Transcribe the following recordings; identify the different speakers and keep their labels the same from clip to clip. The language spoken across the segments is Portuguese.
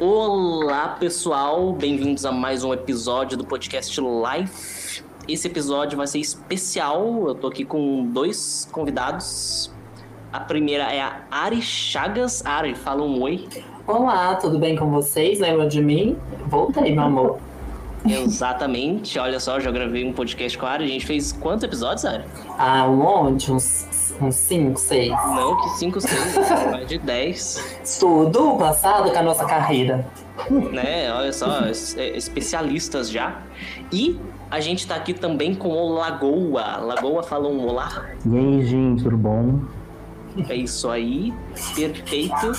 Speaker 1: Olá, pessoal, bem-vindos a mais um episódio do podcast Life. Esse episódio vai ser especial. Eu tô aqui com dois convidados. A primeira é a Ari Chagas. Ari, fala um oi.
Speaker 2: Olá, tudo bem com vocês? Lembram de mim? Voltei, meu amor.
Speaker 1: Exatamente. Olha só, eu já gravei um podcast com a Ari. A gente fez quantos episódios, Ari?
Speaker 2: Ah, um monte, uns, uns cinco, seis.
Speaker 1: Não, que 5, 6, mais de 10.
Speaker 2: Tudo passado com a nossa carreira.
Speaker 1: Né? Olha só, es- é, especialistas já. E a gente tá aqui também com o Lagoa. Lagoa fala um olá.
Speaker 3: E aí, gente, tudo bom?
Speaker 1: É isso aí, perfeito.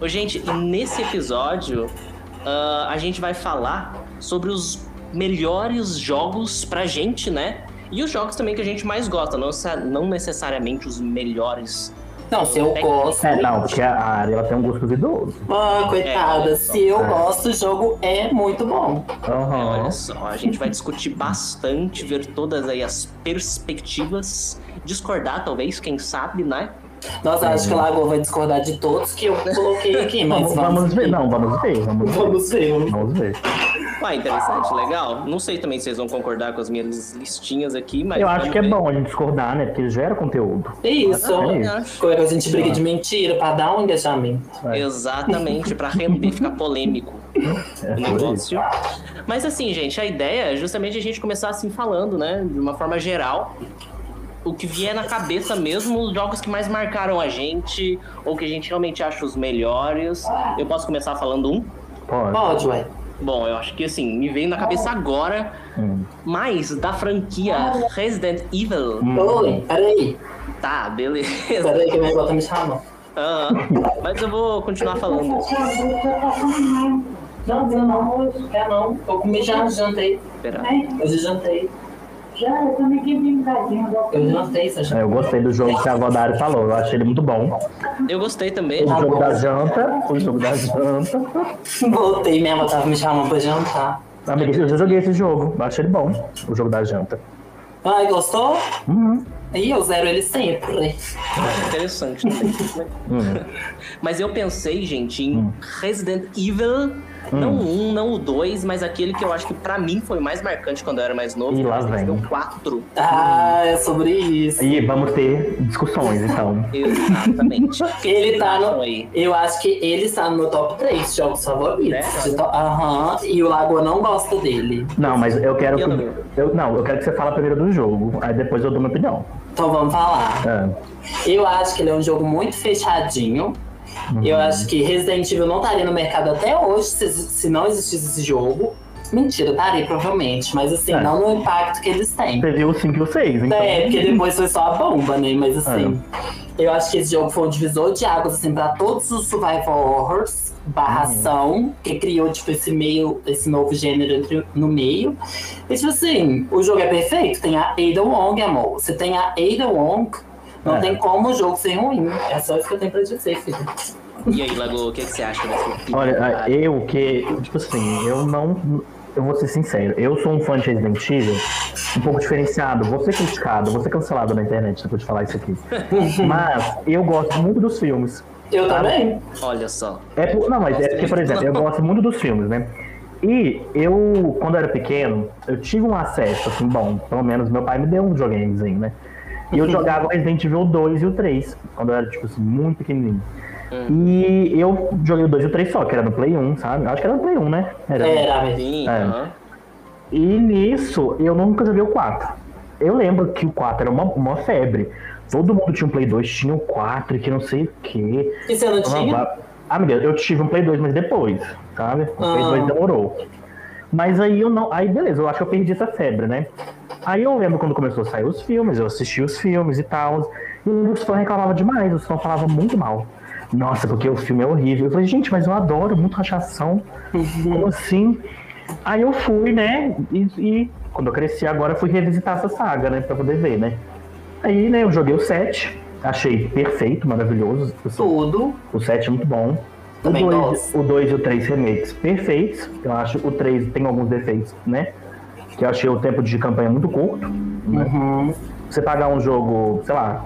Speaker 1: Ô, gente, e nesse episódio ah, a gente vai falar sobre os melhores jogos pra gente, né? E os jogos também que a gente mais gosta, não, sa- não necessariamente os melhores.
Speaker 2: Não, se eu gosto.
Speaker 3: É, não, porque a área ela tem um gosto duvidoso.
Speaker 2: Ah, coitada, se eu gosto, o jogo é muito bom.
Speaker 3: Aham.
Speaker 1: Né, Olha só, a gente vai discutir bastante, ver todas aí as perspectivas, discordar talvez, quem sabe, né?
Speaker 2: Nossa, acho que o Lago vai discordar de todos que eu coloquei aqui, mas
Speaker 3: Uhum. Vamos, vamos ver, não, vamos ver, vamos ver.
Speaker 2: Vamos ver.
Speaker 3: Vamos ver.
Speaker 1: Ué, Ah, interessante, legal. Não sei também se vocês vão concordar com as minhas listinhas aqui, mas.
Speaker 3: Eu acho
Speaker 1: vamos
Speaker 3: que é
Speaker 1: ver.
Speaker 3: bom a gente discordar, né? Porque gera conteúdo.
Speaker 2: Isso.
Speaker 3: É
Speaker 1: Eu acho.
Speaker 2: Agora a gente briga de mentira pra dar um engajamento.
Speaker 3: É.
Speaker 1: Exatamente, pra render, ficar polêmico
Speaker 3: É
Speaker 1: o
Speaker 3: por isso.
Speaker 1: negócio. Mas assim, gente, a ideia é justamente a gente começar assim falando, né? De uma forma geral. O que vier na cabeça mesmo, os jogos que mais marcaram a gente, ou que a gente realmente acha os melhores. Eu posso começar falando um?
Speaker 3: Pode.
Speaker 2: Pode, ué.
Speaker 1: Bom, eu acho que assim, me veio na cabeça agora,
Speaker 3: Hum.
Speaker 1: mais da franquia Resident Evil.
Speaker 2: Oi, peraí.
Speaker 1: Tá, beleza.
Speaker 2: Peraí que minha avó tá me chamando.
Speaker 1: Aham. Mas eu vou continuar
Speaker 4: é
Speaker 1: falando.
Speaker 2: Não, não, não, quer não. Eu comi já, jantei.
Speaker 1: Espera.
Speaker 2: Eu já jantei.
Speaker 4: né? Já, eu também queria vir
Speaker 2: Eu jantei, você já.
Speaker 3: É, Eu gostei do jogo que a Godari falou, eu achei ele muito bom.
Speaker 1: Eu gostei também.
Speaker 3: O jogo da janta, o jogo da janta.
Speaker 2: Voltei, minha avó tava me chamando pra jantar.
Speaker 3: Amiga, eu já joguei esse jogo, eu achei ele bom, o jogo da janta.
Speaker 2: Ai, gostou?
Speaker 3: Uhum.
Speaker 2: E eu zero ele sempre.
Speaker 1: Interessante também.
Speaker 3: Hum.
Speaker 1: Mas eu pensei, gente, em Resident Evil,
Speaker 3: Hum.
Speaker 1: não o 1, não o 2, mas aquele que eu acho que pra mim foi o mais marcante quando eu era mais novo.
Speaker 3: Ih, lá
Speaker 1: que
Speaker 3: vem.
Speaker 1: Deu 4.
Speaker 2: Ah, é sobre isso.
Speaker 3: E vamos ter discussões, então.
Speaker 1: Exatamente.
Speaker 2: Ele tá no.
Speaker 1: aí.
Speaker 2: Eu acho que ele está no meu top 3 jogos favoritos.
Speaker 1: É?
Speaker 2: De to- Aham, e o Lagoa não gosta dele.
Speaker 3: Não, mas eu quero que.
Speaker 1: Entendo.
Speaker 3: Eu, não, eu quero que você fale primeiro do jogo, aí depois eu dou minha opinião.
Speaker 2: Então vamos falar.
Speaker 3: É.
Speaker 2: Eu acho que ele é um jogo muito fechadinho. Eu
Speaker 3: Uhum.
Speaker 2: acho que Resident Evil não estaria no mercado até hoje se, se não existisse esse jogo. Mentira, estaria provavelmente, mas assim,
Speaker 3: É.
Speaker 2: não no impacto que eles têm.
Speaker 3: Você viu o 5 e o 6, então. É.
Speaker 2: É, porque depois foi só a bomba, né? Mas assim, eu acho que esse jogo foi um divisor de águas, assim, pra todos os survival horrors, barra
Speaker 3: Uhum.
Speaker 2: ação, que criou, tipo, esse meio, esse novo gênero entre- no meio. E, tipo assim, o jogo é perfeito, tem a Ada Wong, amor. Você tem a Ada Wong, não
Speaker 3: É.
Speaker 2: tem como o jogo ser ruim. É só isso que eu tenho pra dizer, filho.
Speaker 1: E aí, Lago, o que, que você acha dessa
Speaker 3: Olha, é, eu que. Tipo assim, eu não. Eu vou ser sincero, eu sou um fã de Resident Evil um pouco diferenciado. Vou ser criticado, vou ser cancelado na internet depois de falar isso aqui. Mas eu gosto muito dos filmes.
Speaker 2: Eu também.
Speaker 1: Olha só.
Speaker 3: É por- não, mas é porque, por exemplo, eu gosto muito dos filmes, né? E eu, quando eu era pequeno, eu tive um acesso, assim, bom, pelo menos meu pai me deu um videogamezinho, né? E eu jogava Resident Evil 2 e o 3, quando eu era, tipo assim, muito pequenininho. E eu joguei o 2 e o 3 só, que era no Play 1, sabe? Acho que era no Play 1, né? Era.
Speaker 2: Era, velho.
Speaker 1: Sim,
Speaker 3: É.
Speaker 1: aham.
Speaker 3: E nisso, eu nunca joguei o 4. Eu lembro que o 4 era uma, uma febre. Todo mundo tinha um Play 2, tinha o 4, que não sei o quê.
Speaker 2: E você não
Speaker 3: Uma
Speaker 2: tinha?
Speaker 3: va- Ah, meu Deus, eu tive um Play 2, mas depois, sabe? O Play
Speaker 2: Ah.
Speaker 3: 2 demorou. Mas aí eu não. Aí beleza, eu acho que eu perdi essa febre, né? Aí eu lembro quando começou a sair os filmes, eu assisti os filmes e tal. E os fãs reclamavam demais, os fãs falavam muito mal. Nossa, porque o filme é horrível. Eu falei, gente, mas eu adoro muito rachação. Como assim? Aí eu fui, né? E, e quando eu cresci agora, eu fui revisitar essa saga, né? Pra poder ver, né? Aí, né, eu joguei o 7. Achei perfeito, maravilhoso. assim,
Speaker 2: Tudo.
Speaker 3: o 7 é muito bom. O
Speaker 2: Também
Speaker 3: 2,
Speaker 2: gosto.
Speaker 3: o dois e o 3 remakes perfeitos. Eu acho o 3 tem alguns defeitos, né? Que eu achei o tempo de campanha muito curto.
Speaker 2: Uhum.
Speaker 3: Você pagar um jogo, sei lá,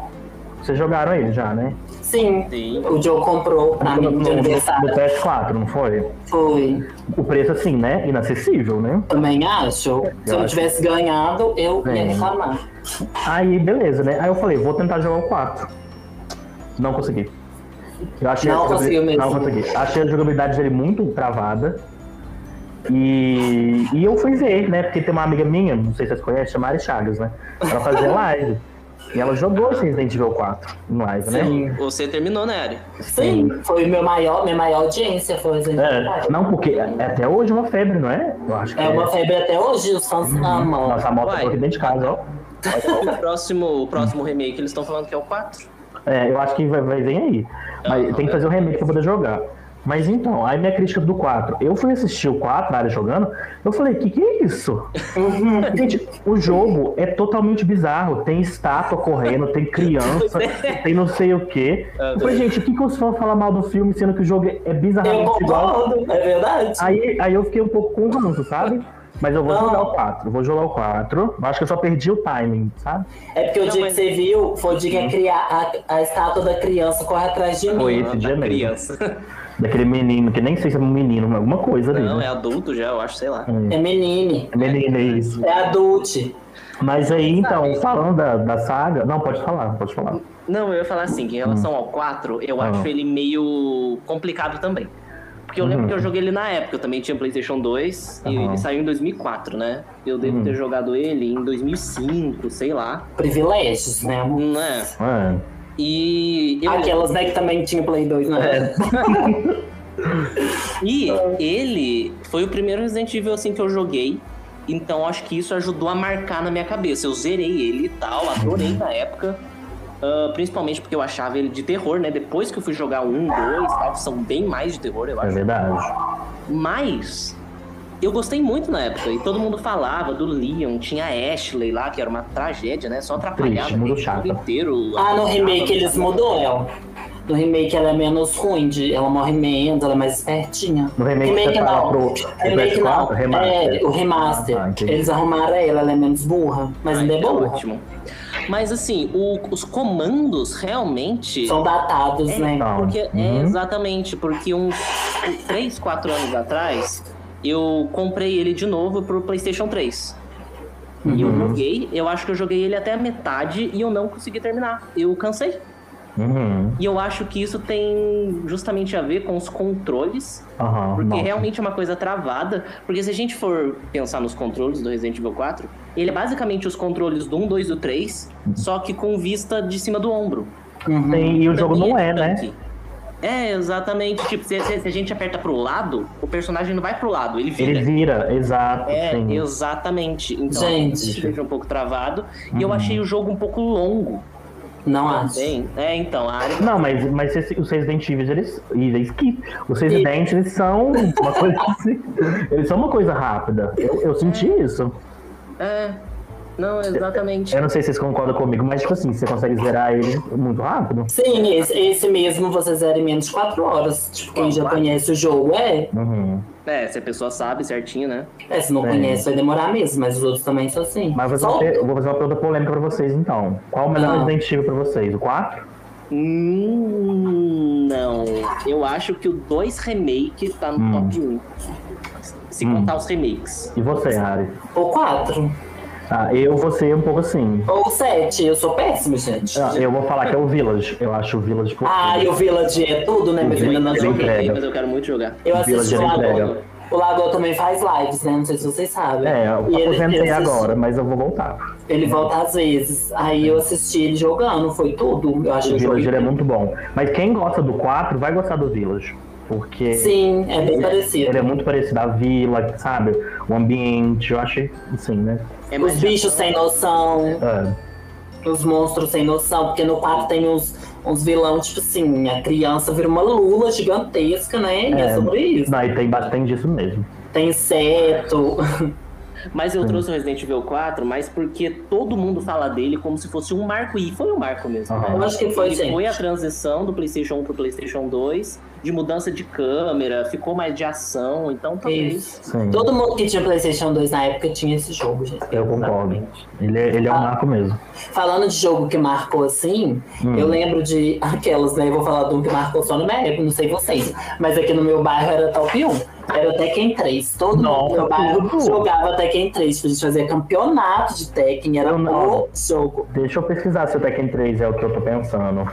Speaker 3: vocês jogaram ele já, né?
Speaker 2: Sim.
Speaker 1: Sim.
Speaker 2: O Joe comprou pra
Speaker 3: No,
Speaker 2: mim de
Speaker 3: no- no
Speaker 2: aniversário.
Speaker 3: PS4, não foi?
Speaker 2: Foi.
Speaker 3: O preço, assim, né? Inacessível, né?
Speaker 2: Também acho. Se eu não
Speaker 3: acho.
Speaker 2: tivesse ganhado, eu ia
Speaker 3: Sim.
Speaker 2: reclamar.
Speaker 3: Aí, beleza, né? Aí eu falei, vou tentar jogar o 4. Não consegui. Eu achei
Speaker 2: Não
Speaker 3: a jogabilidade-
Speaker 2: conseguiu mesmo.
Speaker 3: Não consegui. Achei a jogabilidade dele muito travada. E, e eu fui ver, né? Porque tem uma amiga minha, não sei se vocês conhecem, chama Mari Chagas, né? Ela fazia live. E ela jogou esse Resident Evil 4 em live, né?
Speaker 1: Você terminou, né, Ari?
Speaker 2: Sim, foi meu maior, minha maior audiência. Foi o Resident Evil
Speaker 3: É,
Speaker 2: 4.
Speaker 3: não, porque é até hoje uma febre, não é? Eu acho que
Speaker 2: É uma febre até hoje, os fãs
Speaker 3: Uhum.
Speaker 2: amam.
Speaker 3: Nossa, a moto
Speaker 1: Uai.
Speaker 3: ficou aqui dentro de casa, ó.
Speaker 1: O próximo, o próximo remake eles estão falando que é o 4.
Speaker 3: É, eu acho que vai, vai vem aí.
Speaker 1: Ah,
Speaker 3: Mas tem que fazer o remake pra poder jogar. Mas então, aí minha crítica do 4. Eu fui assistir o 4, a área jogando, eu falei, que que é isso? Gente, o jogo é totalmente bizarro. Tem estátua correndo, tem criança,
Speaker 1: é.
Speaker 3: tem não sei o quê.
Speaker 1: Ah,
Speaker 3: Eu falei, gente, o que, que os fãs falam mal do filme, sendo que o jogo é
Speaker 2: Eu
Speaker 3: bizarramente igual?
Speaker 2: concordo, é verdade.
Speaker 3: Aí, aí eu fiquei um pouco confuso, sabe? Mas eu vou
Speaker 2: Não.
Speaker 3: jogar o 4, vou jogar o 4. Eu acho que eu só perdi o timing, sabe?
Speaker 2: É porque o
Speaker 1: Não,
Speaker 2: dia
Speaker 1: mas-
Speaker 2: que você viu foi o dia que a, cria- a- a estátua da criança corre atrás de mim.
Speaker 3: Uhum. Foi esse dia mesmo.
Speaker 1: Criança.
Speaker 3: Daquele menino, que nem sei se é um menino, mas alguma coisa ali.
Speaker 1: Não,
Speaker 3: né?
Speaker 1: é adulto já, eu acho, sei lá.
Speaker 2: É menine,
Speaker 3: Menino, é isso.
Speaker 2: é adulte.
Speaker 3: Mas aí, então, falando da, da saga. Não, pode falar, pode falar.
Speaker 1: Não, eu ia falar assim, que em relação ao 4, eu
Speaker 3: Ah.
Speaker 1: acho ele meio complicado também. Porque eu lembro que eu joguei ele na época, eu também tinha Playstation 2, e
Speaker 3: Aham.
Speaker 1: ele saiu em 2004, né? Eu devo ter jogado ele em 2005, sei lá,
Speaker 2: Privilégios, né?
Speaker 1: né?
Speaker 3: É.
Speaker 1: E eu
Speaker 2: Aquelas, né, que também tinha Play 2, né?
Speaker 3: É.
Speaker 1: E ele foi o primeiro Resident Evil assim que eu joguei. Então acho que isso ajudou a marcar na minha cabeça. Eu zerei ele e tal, adorei na época. Ah, principalmente porque eu achava ele de terror, né? Depois que eu fui jogar o 1, 2 e tal, que são bem mais de terror, eu
Speaker 3: É
Speaker 1: acho.
Speaker 3: verdade.
Speaker 1: Mas eu gostei muito na época. E todo mundo falava do Leon, tinha a Ashley lá, que era uma tragédia, né? Só atrapalhava
Speaker 3: Triste, muito
Speaker 1: aquele
Speaker 3: chata.
Speaker 1: jogo inteiro.
Speaker 2: Ah, no remake eles mudou ela. No remake ela é menos ruim, de- ela morre menos, ela é mais espertinha.
Speaker 3: No remake você fala pro- pro
Speaker 2: remake não.
Speaker 3: PS4, remaster?
Speaker 2: É, o remaster.
Speaker 3: Ah, entendi.
Speaker 2: eles arrumaram ela, ela é menos burra, mas
Speaker 1: Ah,
Speaker 2: ainda é
Speaker 1: então
Speaker 2: boa.
Speaker 1: ótimo. Mas assim, o- os comandos realmente.
Speaker 2: São datados,
Speaker 1: É,
Speaker 2: né?
Speaker 3: Então,
Speaker 1: Porque, é,
Speaker 3: uhum.
Speaker 1: exatamente, porque uns 3, 4 anos atrás, eu comprei ele de novo pro PlayStation 3. E eu
Speaker 3: Uhum.
Speaker 1: joguei, eu acho que eu joguei ele até a metade e eu não consegui terminar. Eu cansei.
Speaker 3: Uhum.
Speaker 1: E eu acho que isso tem justamente a ver com os controles,
Speaker 3: Aham.
Speaker 1: porque
Speaker 3: nossa.
Speaker 1: realmente é uma coisa travada. Porque se a gente for pensar nos controles do Resident Evil 4, ele é basicamente os controles do 1, 2 e do 3,
Speaker 3: Uhum.
Speaker 1: só que com vista de cima do ombro.
Speaker 2: Uhum.
Speaker 3: Sim, e o jogo não é, né?
Speaker 1: É, exatamente. Tipo, se, se- se a gente aperta pro lado, o personagem não vai pro lado, ele vira.
Speaker 3: Ele vira, exato.
Speaker 1: É,
Speaker 3: sim.
Speaker 1: exatamente. Então,
Speaker 2: Gente.
Speaker 1: isso deixa um pouco travado. E
Speaker 3: Uhum.
Speaker 1: eu achei o jogo um pouco longo
Speaker 2: Não acho.
Speaker 1: também. É, então, a área.
Speaker 3: Não, mas, mas esse- os Resident Evil, eles. Ih, eles que- Os Resident eles são uma coisa assim. Eles são uma coisa rápida. Eu, eu senti isso.
Speaker 1: É. Não, exatamente.
Speaker 3: Eu não sei se vocês concordam comigo, mas tipo assim, você consegue zerar ele muito rápido.
Speaker 2: Sim, esse, esse mesmo você zera em menos de 4 horas. Tipo, quem já conhece o jogo é.
Speaker 3: Uhum.
Speaker 1: É, se a pessoa sabe certinho, né?
Speaker 2: É, se não
Speaker 3: Sim.
Speaker 2: conhece, vai demorar mesmo, mas os outros também são assim.
Speaker 3: Mas eu
Speaker 2: Só-
Speaker 3: vou, fazer, eu vou fazer uma pergunta polêmica pra vocês, então. Qual o melhor
Speaker 2: Ah.
Speaker 3: Resident Evil pra vocês? O 4?
Speaker 1: Hum, não. Eu acho que o 2 remake tá no
Speaker 3: Hum.
Speaker 1: top 1. Se
Speaker 3: Hum.
Speaker 1: contar os remakes.
Speaker 3: E você, Ari?
Speaker 2: Ou 4.
Speaker 3: Ah, eu vou ser um pouco assim.
Speaker 2: Ou 7. Eu sou péssimo, gente.
Speaker 3: Ah, Eu vou falar que é o Village. Eu acho o Village por
Speaker 2: Ah, e o Village é tudo, né? Mas eu ainda não
Speaker 3: Village é
Speaker 2: joguei.
Speaker 3: entrega.
Speaker 1: mas eu quero muito jogar.
Speaker 2: Eu
Speaker 3: Village
Speaker 2: assisti
Speaker 3: é
Speaker 2: o
Speaker 3: entrega.
Speaker 2: Lagoa. O Lagoa também faz lives, né? Não sei se vocês sabem.
Speaker 3: É, eu
Speaker 2: E ele-
Speaker 3: aposentei
Speaker 2: ele assisti-
Speaker 3: agora, mas eu vou voltar.
Speaker 2: Ele volta às vezes. Aí eu assisti ele jogando, foi tudo. Eu acho
Speaker 3: O
Speaker 2: que
Speaker 3: Village ele é muito bom. Mas quem gosta do 4 vai gostar do Village. Porque
Speaker 2: Sim, é bem parecido.
Speaker 3: ele é muito parecido à vila, sabe? O ambiente, eu achei assim, né?
Speaker 1: É
Speaker 2: Os
Speaker 1: mais
Speaker 2: bichos sem noção,
Speaker 3: É,
Speaker 2: os monstros sem noção, porque no 4 tem uns, uns vilão, tipo assim, a criança vira uma lula gigantesca, né? E é,
Speaker 3: É.
Speaker 2: sobre isso.
Speaker 3: não, e tem bastante disso mesmo.
Speaker 2: Tem inseto.
Speaker 1: Mas
Speaker 3: Hum.
Speaker 1: eu trouxe o Resident Evil 4, mas porque todo mundo fala dele como se fosse um marco, e foi um marco mesmo.
Speaker 3: Aham.
Speaker 1: né?
Speaker 2: Eu acho que foi,
Speaker 1: Ele
Speaker 2: gente.
Speaker 1: foi a transição do um PlayStation 1 pro PlayStation 2, de mudança de câmera, ficou mais de ação, então talvez.
Speaker 3: Sim.
Speaker 2: Todo mundo que tinha PlayStation 2 na época tinha esse jogo, gente.
Speaker 3: Eu concordo. Ele é, ele é um
Speaker 2: Ah.
Speaker 3: marco mesmo.
Speaker 2: Falando de jogo que marcou assim,
Speaker 3: Hum.
Speaker 2: eu lembro de aquelas, né? Eu vou falar de um que marcou só no meu época, não sei vocês. Mas aqui no meu bairro era top 1. Era o Tekken 3. Todo mundo
Speaker 3: Nossa,
Speaker 2: no meu bairro
Speaker 3: tudo.
Speaker 2: jogava Tekken 3. Tipo, A gente fazia campeonato de Tekken, era
Speaker 3: Eu não.
Speaker 2: o jogo.
Speaker 3: Deixa eu pesquisar se o Tekken 3 é o que eu tô pensando.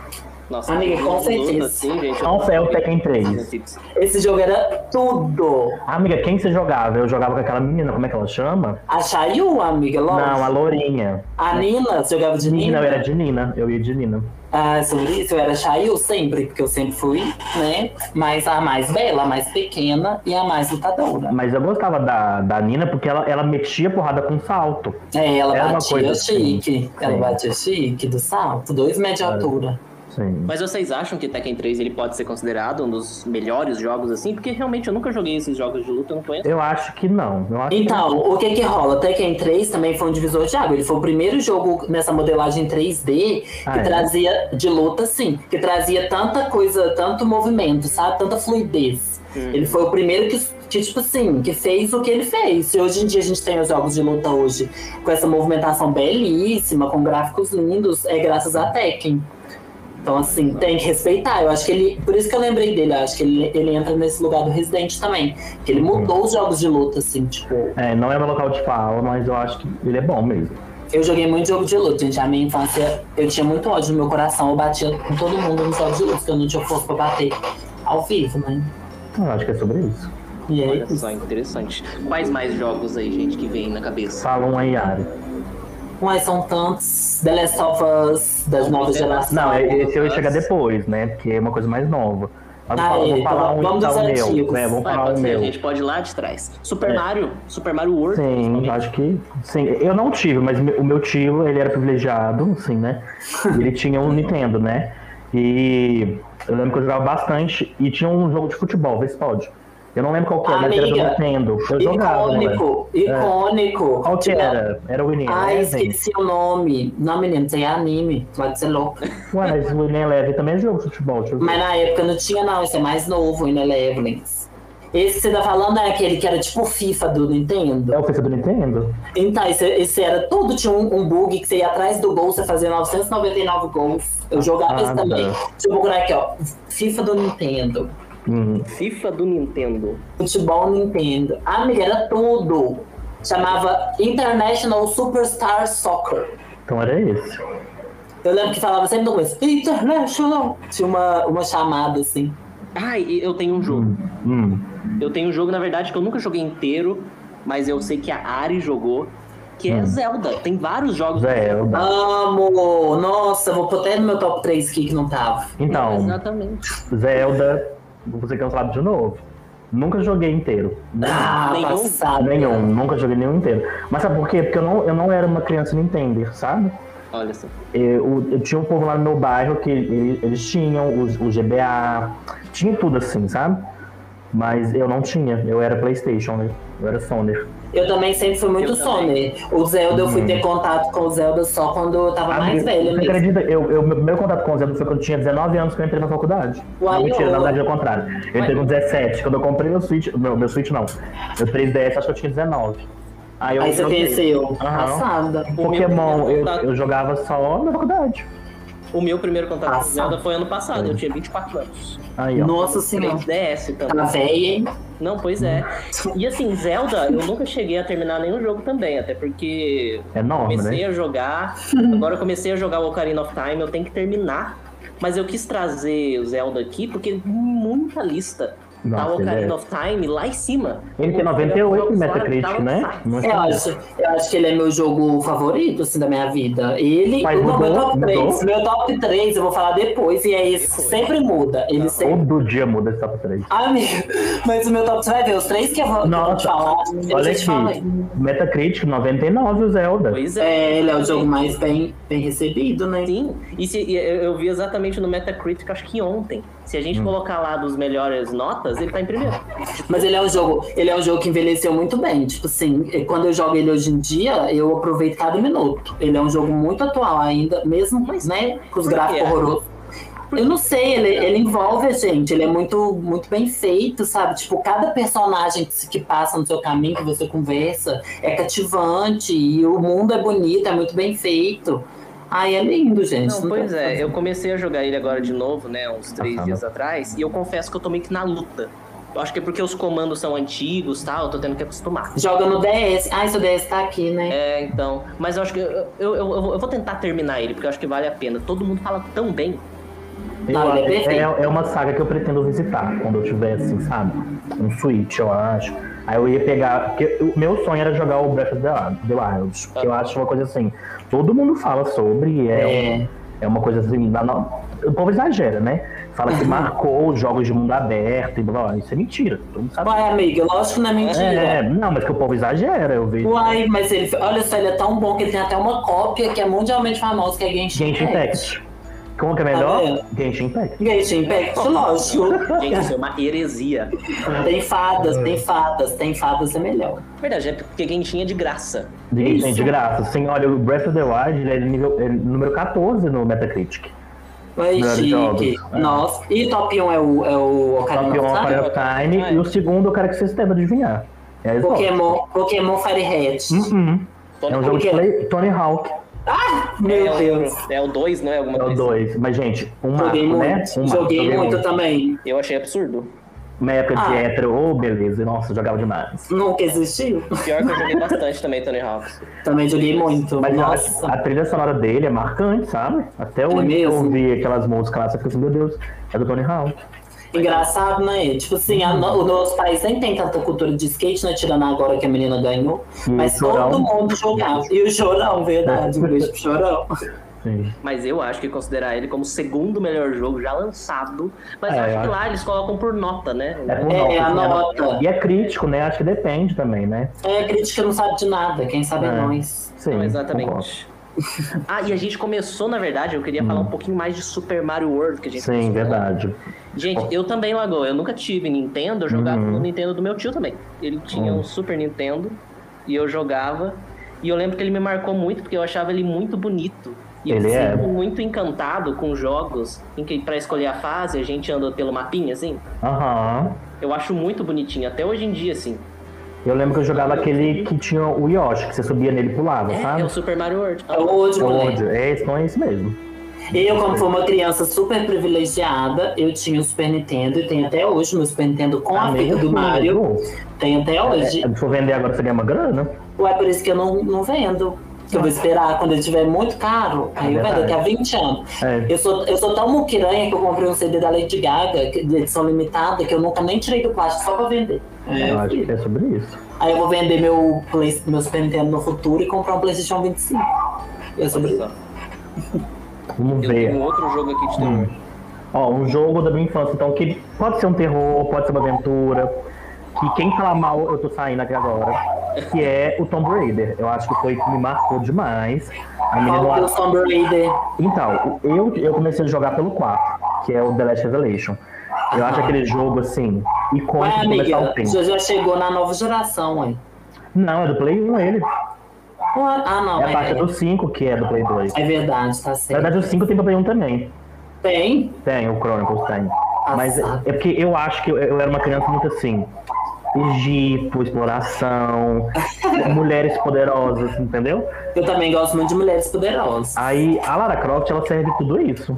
Speaker 1: Nossa,
Speaker 2: Amiga,
Speaker 1: todo
Speaker 2: com
Speaker 1: mundo
Speaker 2: certeza.
Speaker 1: luta assim, gente, eu
Speaker 3: Nossa,
Speaker 1: não
Speaker 3: é o
Speaker 1: sei.
Speaker 3: Tekken três.
Speaker 2: Esse jogo era tudo.
Speaker 3: Ah, Amiga, quem você jogava? Eu jogava com aquela menina, como é que ela chama?
Speaker 2: A Chayu, amiga, lógico.
Speaker 3: Não, a Lourinha.
Speaker 2: A Nina, você jogava de
Speaker 3: Nina,
Speaker 2: Nina?
Speaker 3: eu era de Nina. Eu ia de Nina.
Speaker 2: Ah, sobre isso, eu era Chayu sempre, porque eu sempre fui, né? Mas a mais bela, a mais pequena e a mais lutadora.
Speaker 3: Mas eu gostava da, da Nina porque ela, ela metia porrada com salto.
Speaker 2: É, ela
Speaker 3: Era uma
Speaker 2: batia
Speaker 3: coisa assim.
Speaker 2: chique. Ela
Speaker 3: Sim. É.
Speaker 2: batia chique do salto, dois metros de altura.
Speaker 3: Sim.
Speaker 1: Mas vocês acham que Tekken 3 ele pode ser considerado um dos melhores jogos assim? Porque realmente eu nunca joguei esses jogos de luta, eu não conheço.
Speaker 3: Eu acho que não. Eu acho
Speaker 2: Então, o que que rola? Tekken 3 também foi um divisor de água. Ele foi o primeiro jogo nessa modelagem 3D que
Speaker 3: Ah, é?
Speaker 2: trazia, de luta sim, que trazia tanta coisa, tanto movimento, sabe? Tanta fluidez.
Speaker 3: Uhum.
Speaker 2: Ele foi o primeiro que, que, tipo assim, que fez o que ele fez. E hoje em dia a gente tem os jogos de luta hoje com essa movimentação belíssima, com gráficos lindos, é graças a Tekken. Então, assim, tem que respeitar. Eu acho que ele. Por isso que eu lembrei dele, eu acho que ele, ele entra nesse lugar do Resident também. Que ele
Speaker 3: Uhum.
Speaker 2: mudou os jogos de luta, assim, tipo.
Speaker 3: que. É, não é meu local de fala, mas eu acho que ele é bom mesmo.
Speaker 2: Eu joguei muito jogo de luta, gente. A minha infância, eu tinha muito ódio no meu coração. Eu batia com todo mundo nos jogos de luta, porque eu não tinha força pra bater ao vivo, né?
Speaker 3: Eu acho que é sobre isso.
Speaker 2: E é
Speaker 1: Olha
Speaker 2: isso.
Speaker 1: só, interessante. Quais mais jogos aí, gente, que vem na cabeça?
Speaker 3: Fala um aí, Yari.
Speaker 2: Mas são tantos. The Last of Us, das novas gerações.
Speaker 3: Não, é- esse eu ia
Speaker 1: Nossa.
Speaker 3: chegar depois, né? Porque é uma coisa mais nova. Mas
Speaker 2: Ah,
Speaker 3: vou,
Speaker 2: é,
Speaker 3: falar
Speaker 2: então
Speaker 3: um,
Speaker 2: vamos
Speaker 3: tá,
Speaker 2: dos
Speaker 3: o meu.
Speaker 2: antigos.
Speaker 3: né? vou
Speaker 1: Vai,
Speaker 3: falar o
Speaker 1: pode ser, a
Speaker 3: meu.
Speaker 1: gente pode ir lá de trás. Super
Speaker 3: É.
Speaker 1: Mario, Super Mario World.
Speaker 3: Sim,
Speaker 1: principalmente.
Speaker 3: acho que. Sim, eu não tive, mas me- o meu tio, ele era privilegiado, assim, né? Ele tinha um Nintendo, né? E eu lembro que eu jogava bastante e tinha um jogo de futebol, vê se pode. Eu não lembro qual que era, mas era do
Speaker 2: Amiga,
Speaker 3: Nintendo. Eu jogava. né?
Speaker 2: Icônico, icônico.
Speaker 3: Qual que era? É, Era o Winning
Speaker 2: Ai,
Speaker 3: Eleven?
Speaker 2: esqueci o nome. Não, menino, isso aí é anime. Pode ser louco.
Speaker 3: Ué, mas o Winning Eleven também é jogo de futebol. Deixa eu ver.
Speaker 2: Mas na época não tinha, não. Esse é mais novo, ainda Eleven. Esse que você tá falando é aquele que era tipo o FIFA do Nintendo.
Speaker 3: É o FIFA do Nintendo?
Speaker 2: Então, esse, esse era tudo. Tinha um, um bug que você ia atrás do gol, você fazia 999 gols. Eu jogava
Speaker 3: Ah,
Speaker 2: esse também.
Speaker 3: tá.
Speaker 2: Deixa eu procurar aqui, ó. FIFA do Nintendo.
Speaker 3: Hum,
Speaker 1: FIFA do Nintendo.
Speaker 2: Futebol Nintendo. Ah, Amiga, era tudo. Chamava International Superstar Soccer.
Speaker 3: então era esse.
Speaker 2: Eu lembro que falava sempre no começo, International! Tinha uma, uma chamada assim.
Speaker 1: Ai, e eu tenho um jogo.
Speaker 3: Hum.
Speaker 1: Eu tenho um jogo, na verdade, que eu nunca joguei inteiro, mas eu sei que a Ari jogou, que
Speaker 3: Hum.
Speaker 1: é Zelda. Tem vários jogos.
Speaker 3: Zelda.
Speaker 2: Amo! Nossa, vou pôr até no meu top 3 aqui que não tava.
Speaker 3: Então,
Speaker 1: Exatamente.
Speaker 3: Zelda, vou ser cansado de novo. Nunca joguei inteiro.
Speaker 2: Ah,
Speaker 1: Nenhum?
Speaker 2: passado.
Speaker 3: Nenhum, nunca joguei nenhum inteiro. Mas sabe por quê? Porque eu não, eu não era uma criança Nintendo, sabe?
Speaker 1: Olha só.
Speaker 3: Eu, eu tinha um povo lá no meu bairro que ele- eles tinham o, o GBA, tinha tudo assim, sabe? Mas eu não tinha, eu era Playstation, né? Eu era Sony.
Speaker 2: Eu também sempre fui muito
Speaker 1: Eu também.
Speaker 2: Sony. O Zelda, eu fui
Speaker 3: Uhum. Ah,
Speaker 2: ter contato com o Zelda só quando eu tava mais
Speaker 3: Amigo,
Speaker 2: velha
Speaker 3: Você
Speaker 2: mesmo.
Speaker 3: acredita? Eu, eu, meu primeiro contato com o Zelda foi quando eu tinha 19 anos que eu entrei na faculdade.
Speaker 2: Uai,
Speaker 3: não, mentira,
Speaker 2: eu-
Speaker 3: na verdade é o contrário. Eu entrei com 17. Quando eu comprei meu Switch, meu, meu Switch não, meu 3DS, acho que eu tinha 19. Aí, eu
Speaker 2: Aí você
Speaker 3: troquei.
Speaker 2: conheceu.
Speaker 3: Aham.
Speaker 2: Passada.
Speaker 3: Pokémon, eu,
Speaker 1: contato-
Speaker 3: eu jogava só na faculdade.
Speaker 1: O meu primeiro contato com
Speaker 2: Passado.
Speaker 1: Zelda foi ano passado, eu tinha 24 anos.
Speaker 3: Aí, ó.
Speaker 2: Nossa senhora.
Speaker 1: 3DS
Speaker 2: Tá
Speaker 1: também.
Speaker 2: velha, hein?
Speaker 1: Não, pois é. E assim, Zelda, eu nunca cheguei a terminar nenhum jogo também, até porque
Speaker 3: É enorme,
Speaker 1: comecei
Speaker 3: né?
Speaker 1: a jogar. Agora eu comecei a jogar o Ocarina of Time, eu tenho que terminar. Mas eu quis trazer o Zelda aqui porque muita lista. tá
Speaker 3: Nossa,
Speaker 1: o
Speaker 3: ele
Speaker 1: Ocarina
Speaker 3: é-
Speaker 1: of Time lá em cima.
Speaker 3: Ele tem
Speaker 1: Os
Speaker 3: 98
Speaker 1: jogos lá
Speaker 3: Metacritic,
Speaker 1: estavam
Speaker 3: né?
Speaker 1: satisfeitos.
Speaker 3: Não
Speaker 2: Eu acho, eu acho que ele é meu jogo favorito, assim, da minha vida. Ele,
Speaker 3: Mas
Speaker 2: o não, meu
Speaker 3: mudou?
Speaker 2: top 3.
Speaker 3: Mudou?
Speaker 2: Meu top 3 eu vou falar depois, e é esse
Speaker 1: Depois.
Speaker 2: sempre muda.
Speaker 3: Tá.
Speaker 2: Ele sempre.
Speaker 3: Todo dia muda esse top 3.
Speaker 2: Ah, Amigo, mas o meu top 3 vai ver os três que eu vou, que eu vou te
Speaker 3: Nossa,
Speaker 2: falar. eu
Speaker 3: olha
Speaker 2: já te falei.
Speaker 3: aqui. Metacritic, 99 o Zelda.
Speaker 1: Pois é.
Speaker 2: É, ele é o jogo mais bem, bem recebido, né?
Speaker 1: Sim, e se, e eu eu vi exatamente no Metacritic, acho que ontem. Se a gente
Speaker 3: Hum.
Speaker 1: colocar lá dos melhores notas, ele tá em primeiro.
Speaker 2: Mas ele é um jogo, ele é um jogo que envelheceu muito bem. Tipo assim, e quando eu jogo ele hoje em dia, eu aproveito cada minuto. Ele é um jogo muito atual ainda, mesmo né, com os
Speaker 1: por que
Speaker 2: gráficos
Speaker 1: é?
Speaker 2: horrorosos. Eu não sei, ele, ele ele envolve a gente, ele é muito, muito bem feito, sabe? Tipo, cada personagem que, se- que passa no seu caminho, que você conversa, é cativante e o mundo é bonito, é muito bem feito. Ai, é lindo, gente.
Speaker 1: Não,
Speaker 2: tem
Speaker 1: pois
Speaker 2: o que
Speaker 1: é,
Speaker 2: fazer.
Speaker 1: eu comecei a jogar ele agora de novo, né? Uns três
Speaker 3: Aham.
Speaker 1: dias atrás, e eu confesso que eu tô meio que na luta. Eu acho que é porque os comandos são antigos e tal, eu tô tendo que acostumar.
Speaker 2: Joga no DS. Ai, seu DS tá aqui, né?
Speaker 1: É, então. Mas eu acho que. Eu, eu, eu- eu vou tentar terminar ele, porque eu acho que vale a pena. Todo mundo fala tão bem.
Speaker 3: Eu-
Speaker 2: Não, ele é
Speaker 3: é,
Speaker 2: perfeito.
Speaker 3: é uma saga que eu pretendo visitar quando eu tiver, assim, sabe? Um Switch, eu acho. Aí eu ia pegar. Porque o meu sonho era jogar o Breath of the Wild- the Wild. Que eu acho uma coisa assim. Todo mundo fala sobre. É,
Speaker 2: Tá. É.
Speaker 3: é uma coisa assim. na- na- o povo exagera, né? Fala que marcou os jogos de mundo aberto e blá blá. Isso é mentira. Todo mundo sabe.
Speaker 2: Uai, amiga, lógico que não é mentira.
Speaker 3: É, não, mas que o povo exagera, eu vejo.
Speaker 2: Uai, mas ele, olha só, ele é tão bom que ele tem até uma cópia que é mundialmente famosa, que é Genshin
Speaker 3: Genshin
Speaker 2: Impact.
Speaker 3: Impact. Como que é melhor?
Speaker 2: Tá
Speaker 3: Genshin Impact.
Speaker 2: Genshin Impact, lógico.
Speaker 1: Gente, isso é uma heresia.
Speaker 2: Tem fadas, tem fadas, tem fadas é melhor.
Speaker 1: Verdade, é porque Genshin é de graça.
Speaker 3: De,
Speaker 2: Isso.
Speaker 3: gente, de graça. Assim, olha, o Breath of the Wild ele é, nível, ele é número 14 no Metacritic.
Speaker 2: Oi,
Speaker 3: Melhores
Speaker 2: chique.
Speaker 3: jogos, é.
Speaker 2: Nossa. E top 1 é o, é o Ocarina
Speaker 3: Campeão
Speaker 2: of Time?
Speaker 3: Ocarina of Time. E o segundo eu quero que vocês tentam adivinhar. É isso.
Speaker 2: é. Pokémon, Pokémon Fire Red.
Speaker 3: Uhum. É um jogo de
Speaker 2: Como que
Speaker 3: play, Tony Hawk.
Speaker 2: Meu Deus.
Speaker 1: É o 2, não é? Alguma
Speaker 3: É o
Speaker 1: coisa.
Speaker 3: 2. Mas, gente, um marco,
Speaker 2: Joguei
Speaker 3: né?
Speaker 2: muito.
Speaker 3: Um marco,
Speaker 2: Joguei muito também.
Speaker 1: Eu achei absurdo.
Speaker 3: Uma época de
Speaker 2: Ah.
Speaker 3: hétero, ô beleza. Nossa, jogava demais.
Speaker 2: Nunca existiu.
Speaker 1: Pior que eu joguei bastante também, Tony Hawks.
Speaker 2: Também joguei muito.
Speaker 3: Mas
Speaker 2: Nossa.
Speaker 3: a, a trilha sonora dele é marcante, sabe? Até hoje eu
Speaker 2: mesmo?
Speaker 3: ouvi aquelas músicas lá, você fica assim, meu Deus, é do Tony Hawk.
Speaker 2: Engraçado, né? Tipo assim, a no- o nosso país nem tem tanta cultura de skate, né? Tirando agora que a menina ganhou.
Speaker 3: E
Speaker 2: mas
Speaker 3: o Chorão.
Speaker 2: todo mundo jogava. E o chorão, verdade. Um beijo pro chorão.
Speaker 3: Sim.
Speaker 1: Mas eu acho que considerar ele como o segundo melhor jogo já lançado. Mas
Speaker 3: É,
Speaker 1: eu acho
Speaker 3: eu
Speaker 1: que
Speaker 3: acho.
Speaker 1: lá eles colocam por nota, né?
Speaker 3: É, por
Speaker 2: É,
Speaker 3: nota,
Speaker 2: a
Speaker 3: assim,
Speaker 2: nota.
Speaker 3: E é crítico, né? Acho que depende também, né?
Speaker 2: É, crítica não sabe de nada, quem sabe é,
Speaker 3: É.
Speaker 2: nós.
Speaker 1: Não,
Speaker 3: Sim, concordo.
Speaker 1: exatamente. ah, e a gente começou, na verdade, eu queria falar um pouquinho mais de Super Mario World que a gente
Speaker 3: Hum. Sim,
Speaker 1: começou, né?
Speaker 3: verdade.
Speaker 1: Gente, eu também, Lagoa, eu nunca tive Nintendo, eu jogava
Speaker 3: Uhum.
Speaker 1: no Nintendo do meu tio também. Ele
Speaker 3: Hum.
Speaker 1: tinha um Super Nintendo e eu jogava. E eu lembro que ele me marcou muito porque eu achava ele muito bonito. E
Speaker 3: Ele
Speaker 1: eu
Speaker 3: é.
Speaker 1: fico muito encantado com jogos em que, pra escolher a fase, a gente anda pelo mapinha, assim.
Speaker 3: Aham.
Speaker 1: Eu acho muito bonitinho, até hoje em dia, assim.
Speaker 3: Eu lembro que eu jogava aquele que tinha o Yoshi, que você subia nele e pulava,
Speaker 1: É,
Speaker 3: sabe?
Speaker 1: é o Super Mario World.
Speaker 2: É o ódio, moleque.
Speaker 3: Onde? É, então é esse mesmo.
Speaker 2: Eu, como fui uma criança super privilegiada, eu tinha o Super Nintendo e tenho até hoje meu Super Nintendo com
Speaker 3: Ah,
Speaker 2: a fita do Mario. Tenho até hoje.
Speaker 3: É, Se for vender agora, você ganha uma grana?
Speaker 2: Ué, por isso que eu não, não vendo. Eu vou esperar quando ele estiver muito caro. Aí eu vendo
Speaker 3: Verdade.
Speaker 2: daqui a 20 anos.
Speaker 3: É.
Speaker 2: Eu sou, eu sou tão muquiranha que eu comprei um CD da Lady Gaga, que- de edição limitada, que eu nunca nem tirei do plástico só pra vender.
Speaker 3: eu acho que é sobre isso.
Speaker 2: Aí eu vou vender meu, Play, meu Super Nintendo no futuro e comprar um PlayStation 25. Eu sou
Speaker 1: Olha
Speaker 2: brin-
Speaker 1: só.
Speaker 3: Vamos
Speaker 1: Eu
Speaker 3: ver.
Speaker 1: tenho um outro jogo aqui de terror.
Speaker 3: Hum. Ó, um jogo da minha infância, então, que pode ser um terror, pode ser uma aventura. Que quem falar mal, eu tô saindo aqui agora. Que é o Tomb Raider. Eu acho que foi que me marcou demais. A menina
Speaker 2: Qual que é o Tomb Raider?
Speaker 3: Então, eu, eu comecei a jogar pelo 4, que é o The Last Revelation. Eu acho aquele jogo, assim,
Speaker 2: Ué,
Speaker 3: icônico de começar
Speaker 2: Ah, amiga,
Speaker 3: o tempo.
Speaker 2: já, já chegou na nova geração, ué.
Speaker 3: Não, é do Play 1 ele.
Speaker 2: Ué, Ah, não,
Speaker 3: É a
Speaker 2: é,
Speaker 3: parte do 5 que é do Play 2.
Speaker 2: é verdade, tá
Speaker 3: Na
Speaker 2: certo.
Speaker 3: verdade, o 5 tem pra Play 1 também.
Speaker 2: Tem?
Speaker 3: Tem, o Chronicles tem. Mas é
Speaker 2: Ah, sabe.
Speaker 3: é porque eu acho que eu, eu era uma criança muito assim. Egito, exploração, mulheres poderosas, entendeu?
Speaker 2: Eu também gosto muito de Mulheres Poderosas.
Speaker 3: Aí a Lara Croft, ela serve tudo isso.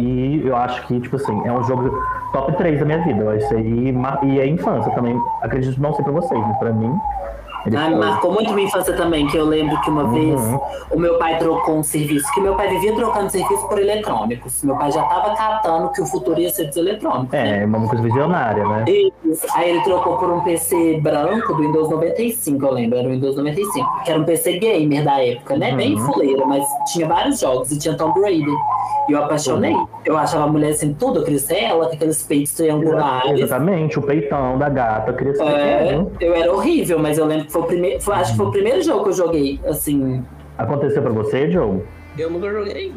Speaker 3: E eu acho que, tipo assim, é um jogo top 3 da minha vida. Isso aí, ma- e é infância também. Acredito, não sei pra vocês, mas pra mim. Ele
Speaker 2: Ah, me
Speaker 3: foi-
Speaker 2: marcou muito minha infância também, que eu lembro que uma vez
Speaker 3: Uhum.
Speaker 2: o meu pai trocou um serviço, que meu pai vivia trocando serviço por eletrônicos. Meu pai já tava catando que o futuro ia ser dos eletrônicos. né?
Speaker 3: É, uma coisa visionária, né?
Speaker 2: Isso. Aí ele trocou por um PC branco do Windows 95, eu lembro, era o Windows 95, que era um PC gamer da época, né? Bem
Speaker 3: Uhum.
Speaker 2: fuleiro, mas tinha vários jogos e tinha Tomb Raider. E eu apaixonei.
Speaker 3: Uhum.
Speaker 2: Eu achava a mulher assim, tudo, eu queria ser ela, com aqueles peitos triangulares.
Speaker 3: Exatamente, o peitão da gata, né? eu queria ser
Speaker 2: É,
Speaker 3: pequeno.
Speaker 2: eu era horrível, mas eu lembro que foi o primeiro. foi- acho que foi o primeiro jogo que eu joguei, assim.
Speaker 3: Aconteceu pra você, Joe?
Speaker 1: Eu nunca joguei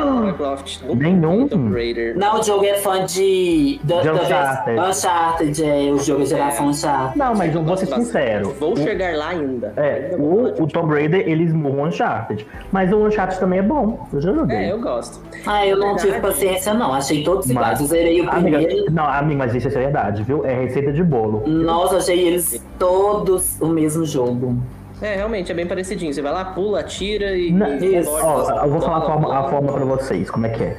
Speaker 1: Minecraft. nunca joguei
Speaker 3: Ah! Nenhum?
Speaker 1: Tomb Raider.
Speaker 2: Não, o jogo é fã de. Do,
Speaker 3: De
Speaker 2: do-
Speaker 3: Uncharted.
Speaker 2: Uncharted, é, o jogo é geração Uncharted.
Speaker 3: Não, mas eu vou ser
Speaker 1: Nossa,
Speaker 3: é sincero.
Speaker 1: Vou chegar lá ainda.
Speaker 3: É,
Speaker 1: Ainda vou falar
Speaker 3: o,
Speaker 1: de-
Speaker 3: o Tomb Raider, ele esmurra o Uncharted. Mas o Uncharted também é bom. Eu já joguei.
Speaker 1: É, eu gosto.
Speaker 2: Ah, eu não tive
Speaker 1: Verdade.
Speaker 2: paciência, não. Achei todos
Speaker 3: Mas-
Speaker 2: iguais. Eu zerei o
Speaker 3: Amiga,
Speaker 2: primeiro.
Speaker 3: não, amiga, mas isso é verdade, viu? É receita de bolo.
Speaker 2: Nossa, achei eles todos o mesmo jogo.
Speaker 1: É, realmente, é bem parecidinho. Você vai lá, pula, atira e.
Speaker 3: Não,
Speaker 1: e
Speaker 2: isso. é
Speaker 1: morre,
Speaker 3: Ó,
Speaker 1: passa-
Speaker 3: eu vou
Speaker 1: bola,
Speaker 3: falar a forma, a
Speaker 1: bola.
Speaker 3: forma pra vocês, como é que é.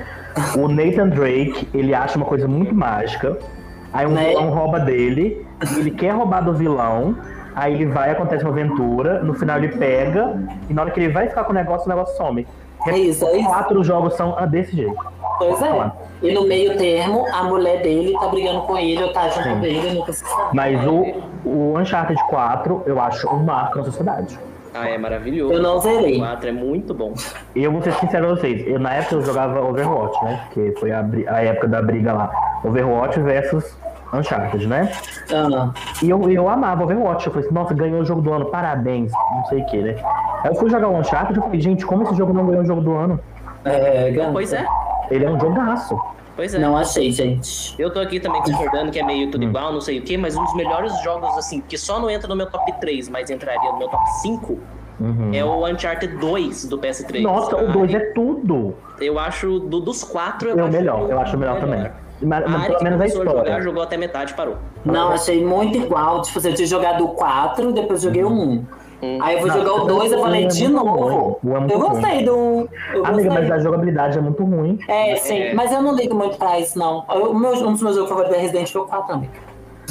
Speaker 3: O Nathan Drake, ele acha uma coisa muito mágica, aí um
Speaker 2: Né?
Speaker 3: vilão rouba dele, ele quer roubar do vilão, aí ele vai, acontece uma aventura, no final ele pega, e na hora que ele vai ficar com o negócio, o negócio some.
Speaker 2: É isso, é isso.
Speaker 3: Quatro jogos são ah, desse jeito.
Speaker 2: Pois é. E no meio termo, a mulher dele tá brigando com ele, eu tá junto
Speaker 3: Sim.
Speaker 2: com ele, eu nunca se sabe.
Speaker 3: Mas o, o Uncharted 4, eu acho um marco na sociedade.
Speaker 1: Ah, é maravilhoso.
Speaker 2: Eu não
Speaker 1: O
Speaker 2: zerei.
Speaker 1: 4 é muito bom.
Speaker 3: E eu vou ser sincero com vocês, eu, na época eu jogava Overwatch, né? Porque foi a, bri- a época da briga lá. Overwatch versus Uncharted, né?
Speaker 2: Ah,
Speaker 3: E eu, eu amava Overwatch. Eu falei assim, nossa, ganhou o jogo do ano, parabéns, não sei o que, né? Aí eu fui jogar o Uncharted e falei, gente, como esse jogo não ganhou o jogo do ano?
Speaker 2: é, gata.
Speaker 1: Pois é,
Speaker 3: Ele é um jogaço.
Speaker 1: pois é.
Speaker 2: Não achei, gente.
Speaker 1: Eu tô aqui também concordando que é meio
Speaker 3: Hum.
Speaker 1: tudo igual, não sei o quê, mas um dos melhores jogos, assim, que só não entra no meu top 3, mas entraria no meu top 5, é o Uncharted 2 do PS3.
Speaker 3: Uhum. Nossa, o 2 é tudo.
Speaker 1: Eu acho, do- dos quatro, eu
Speaker 3: É o
Speaker 1: acho
Speaker 3: melhor, eu acho o melhor também. Mas, mas
Speaker 1: Ari
Speaker 3: pelo
Speaker 1: que
Speaker 3: menos a
Speaker 1: começou
Speaker 3: história.
Speaker 1: Jogar, jogou até metade e parou.
Speaker 2: Não, achei muito igual. Tipo, assim, eu tinha jogado o 4, depois joguei o 1. Aí eu fui
Speaker 3: Uhum. Não,
Speaker 2: jogar o
Speaker 3: eu
Speaker 2: 2, eu falei
Speaker 3: amo
Speaker 2: de
Speaker 3: muito
Speaker 2: novo.
Speaker 3: bom. Eu amo
Speaker 2: Eu
Speaker 3: muito
Speaker 2: gostei do 1. Eu
Speaker 3: Amiga, mas a
Speaker 2: gostei.
Speaker 3: jogabilidade é muito ruim.
Speaker 2: É, sim,
Speaker 1: É.
Speaker 2: mas eu não ligo muito pra isso, não. Eu- o meu- um dos meus jogos favoritos é Resident Evil 4 também.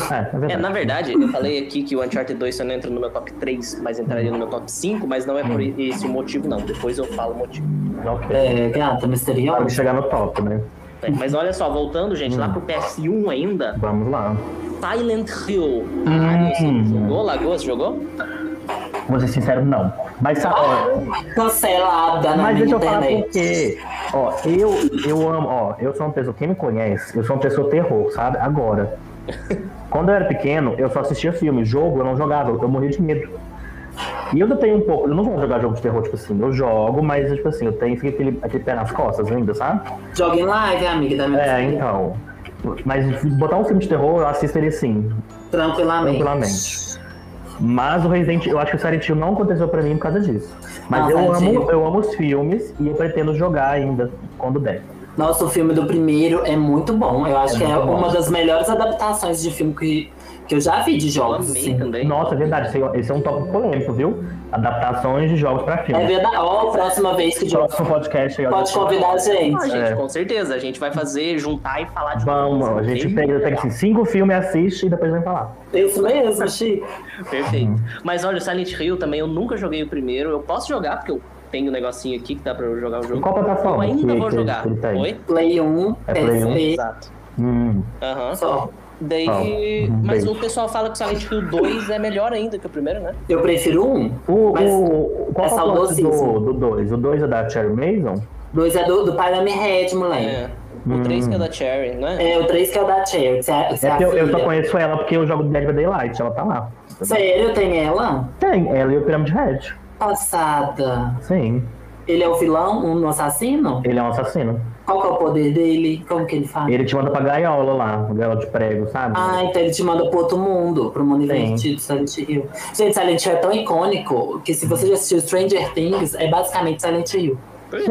Speaker 3: É, é verdade.
Speaker 1: É, na verdade, eu falei aqui que o Uncharted 2 só não entra no meu top 3, mas entraria no meu top 5, mas não é por
Speaker 3: Hum.
Speaker 1: esse o motivo, não. Depois eu falo o motivo.
Speaker 3: Ok.
Speaker 2: É, gata,
Speaker 3: Tem que
Speaker 2: misteriosa.
Speaker 3: chegar no top, né?
Speaker 1: É, Mas olha só, voltando, gente,
Speaker 3: Hum.
Speaker 1: lá pro PS1 ainda,
Speaker 3: Vamos lá.
Speaker 1: Silent Hill.
Speaker 3: Hum.
Speaker 1: Ah, você jogou? Lagoa, você jogou?
Speaker 3: Vou ser sincero, não. Mas sabe, ó,
Speaker 2: Cancelada Ah, tá né, na
Speaker 3: mas
Speaker 2: minha
Speaker 3: deixa eu falar
Speaker 2: internet.
Speaker 3: por quê. Ó, eu, eu amo, ó, eu sou uma pessoa, quem me conhece, eu sou uma pessoa terror, sabe? Agora. Quando eu era pequeno, eu só assistia filme, jogo eu não jogava, eu morria de medo. E eu ainda tenho um pouco, eu não vou jogar jogo de terror, tipo assim, eu jogo, mas tipo assim, eu tenho fica aquele, aquele pé nas costas ainda, sabe?
Speaker 2: Joga em live, amiga tá da minha
Speaker 3: É, então. Mas botar um filme de terror, eu assisto ele sim,
Speaker 2: Tranquilamente.
Speaker 3: tranquilamente. Mas o Resident eu acho que o Silent Hill não aconteceu pra mim por causa disso. Mas
Speaker 2: Não,
Speaker 3: eu,
Speaker 2: Silent
Speaker 3: amo,
Speaker 2: Hill.
Speaker 3: eu amo os filmes e eu pretendo jogar ainda, quando der.
Speaker 2: Nossa, o filme do primeiro é muito bom. Eu acho
Speaker 3: É
Speaker 2: que é
Speaker 3: muito bom.
Speaker 2: uma das melhores adaptações de filme que, que eu já vi de
Speaker 1: Eu
Speaker 2: jogos.
Speaker 1: amei
Speaker 2: Assim.
Speaker 1: também.
Speaker 3: Nossa, é verdade, esse é- esse é um tópico polêmico, viu? Adaptações de jogos pra
Speaker 2: É
Speaker 3: filme.
Speaker 2: verdade. Ó, a próxima vez que o Diogo
Speaker 3: Próximo podcast aí, ó.
Speaker 2: pode convidar a
Speaker 1: Ah,
Speaker 2: gente.
Speaker 1: gente,
Speaker 3: É.
Speaker 1: com certeza. A gente vai fazer, juntar e falar de
Speaker 3: Vamos, a gente pega, pega assim, cinco filmes, assiste e depois vem falar.
Speaker 2: Isso mesmo, Chico.
Speaker 3: Uhum.
Speaker 1: Perfeito. Mas olha, o Silent Hill também eu nunca joguei o primeiro. Eu posso jogar, porque eu tenho um negocinho aqui que dá pra eu jogar o
Speaker 3: Em
Speaker 1: jogo.
Speaker 3: qual
Speaker 1: Eu
Speaker 3: plataforma que,
Speaker 1: ainda vou
Speaker 3: que-
Speaker 1: jogar.
Speaker 3: que ele tá aí?
Speaker 1: Oi?
Speaker 2: Play 1,
Speaker 3: É Play 1.
Speaker 2: PSP.
Speaker 1: Exato.
Speaker 3: Hum,
Speaker 1: Aham.
Speaker 2: Só.
Speaker 1: Daí.
Speaker 3: Ó, um
Speaker 1: Mas
Speaker 3: beijo.
Speaker 1: o pessoal fala que o Silent Hill 2 é melhor ainda que o primeiro, né?
Speaker 2: Eu prefiro um.
Speaker 3: O,
Speaker 2: Mas
Speaker 3: o, qual
Speaker 2: é
Speaker 3: que é o plot
Speaker 2: saudosismo.
Speaker 3: do 2? O 2 é da Cherry Mason?
Speaker 2: Dois é do, do Pyramid Head, moleque.
Speaker 1: É. O 3 que é
Speaker 3: Hum.
Speaker 1: da Cherry, né?
Speaker 2: É. o três que é o da Cherry. que você é- você é
Speaker 3: É
Speaker 2: a
Speaker 3: que eu, eu só
Speaker 2: filha.
Speaker 3: conheço ela porque eu jogo Dead by Daylight, ela tá lá.
Speaker 2: Sério, é tem ela?
Speaker 3: Tem, ela e o Pirâmide Red.
Speaker 2: Passada.
Speaker 3: Sim.
Speaker 2: Ele é o vilão, um assassino?
Speaker 3: Ele é um assassino.
Speaker 2: Qual que é o poder dele? Como que ele faz?
Speaker 3: Ele te manda pra gaiola lá, gaiola de prego, sabe?
Speaker 2: Ah, então ele te manda pro outro mundo, pro mundo
Speaker 3: Sim.
Speaker 2: invertido, Silent Hill. Gente, Silent Hill é tão icônico que se você já assistiu Stranger Things, é basicamente Silent Hill.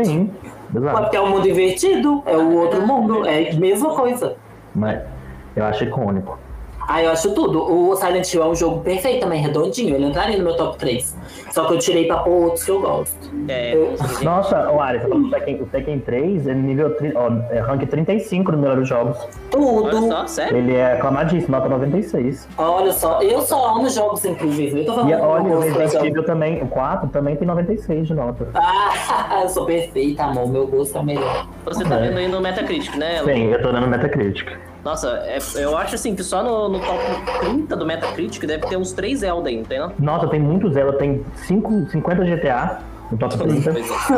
Speaker 3: Sim,
Speaker 2: Ué,
Speaker 3: exato.
Speaker 2: Porque é o mundo invertido, é o outro mundo, é a mesma coisa.
Speaker 3: Mas eu acho icônico.
Speaker 2: Ah, eu acho tudo. O Silent Hill é um jogo perfeito também, redondinho. Ele entraria no meu top 3. Só que eu tirei pra pôr outros que eu gosto.
Speaker 1: É.
Speaker 2: Eu-
Speaker 3: Nossa, o Ares, o Tekken, o Tekken 3 é nível tri- ó, é rank 35 no melhor dos jogos.
Speaker 1: Olha
Speaker 2: Tudo.
Speaker 1: só, sério?
Speaker 3: Ele é aclamadíssimo, nota 96.
Speaker 2: Ah, Olha só, eu só amo jogos incríveis. Eu tô falando
Speaker 3: E
Speaker 2: que eu
Speaker 3: olha, o
Speaker 2: gosto então. de
Speaker 3: Resident
Speaker 2: jogos.
Speaker 3: Evil também, o 4 também tem 96 de nota.
Speaker 2: Ah, eu sou perfeita, amor. Meu gosto é o melhor.
Speaker 1: Você tá vendo aí no Metacritic, né?
Speaker 3: Sim, eu tô dando Metacritic.
Speaker 1: Nossa, é- eu acho assim que só no, no top 30 do Metacritic deve ter uns 3 Zelda aí, não tem não?
Speaker 3: Nossa, tem muitos Zelda, tem 5, 50 GTA. No top 30.
Speaker 1: Pois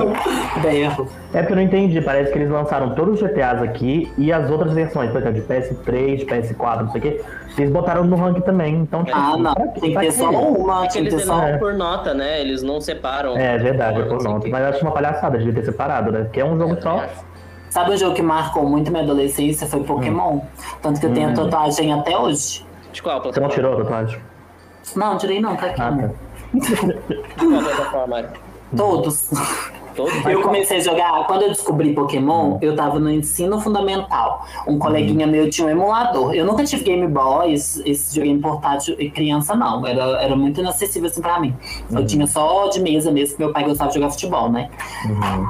Speaker 1: é.
Speaker 2: Berro.
Speaker 3: É porque eu não entendi, parece que eles lançaram todos os GTAs aqui e as outras versões, por exemplo, de PS3, de PS4, não sei o quê, eles botaram no ranking também, então tipo,
Speaker 2: Ah, não.
Speaker 3: pra-
Speaker 2: Tem que
Speaker 3: pra
Speaker 2: ter só um.
Speaker 3: quê?
Speaker 2: uma.
Speaker 1: É que
Speaker 2: Tem que
Speaker 1: eles
Speaker 2: ter só
Speaker 1: denominam por nota, né? Eles não separam.
Speaker 3: É, é verdade, eu
Speaker 1: Não
Speaker 3: tô
Speaker 1: sei o
Speaker 3: pronto.
Speaker 1: quê.
Speaker 3: Mas eu acho uma palhaçada, devia ter separado, né? Porque é um jogo
Speaker 1: Eu
Speaker 3: só.
Speaker 1: também acho.
Speaker 2: Sabe um jogo que marcou muito minha adolescência? Foi Pokémon.
Speaker 3: Hum.
Speaker 2: Tanto que eu tenho a tatuagem até hoje.
Speaker 1: De qual
Speaker 3: Você
Speaker 1: plataforma?
Speaker 3: não tirou a tatuagem?
Speaker 2: Não, tirei não, tá aqui.
Speaker 3: Ah, tá.
Speaker 1: De qual plataforma?
Speaker 2: Todos.
Speaker 1: Todo?
Speaker 2: Eu comecei a jogar, quando eu descobri Pokémon, eu tava no ensino fundamental. Um coleguinha meu tinha um emulador. Eu nunca tive Game Boy, esse, esse videogame portátil e criança, não. Era, era muito inacessível assim pra mim. Eu tinha só de mesa mesmo, que meu pai gostava de jogar futebol, né?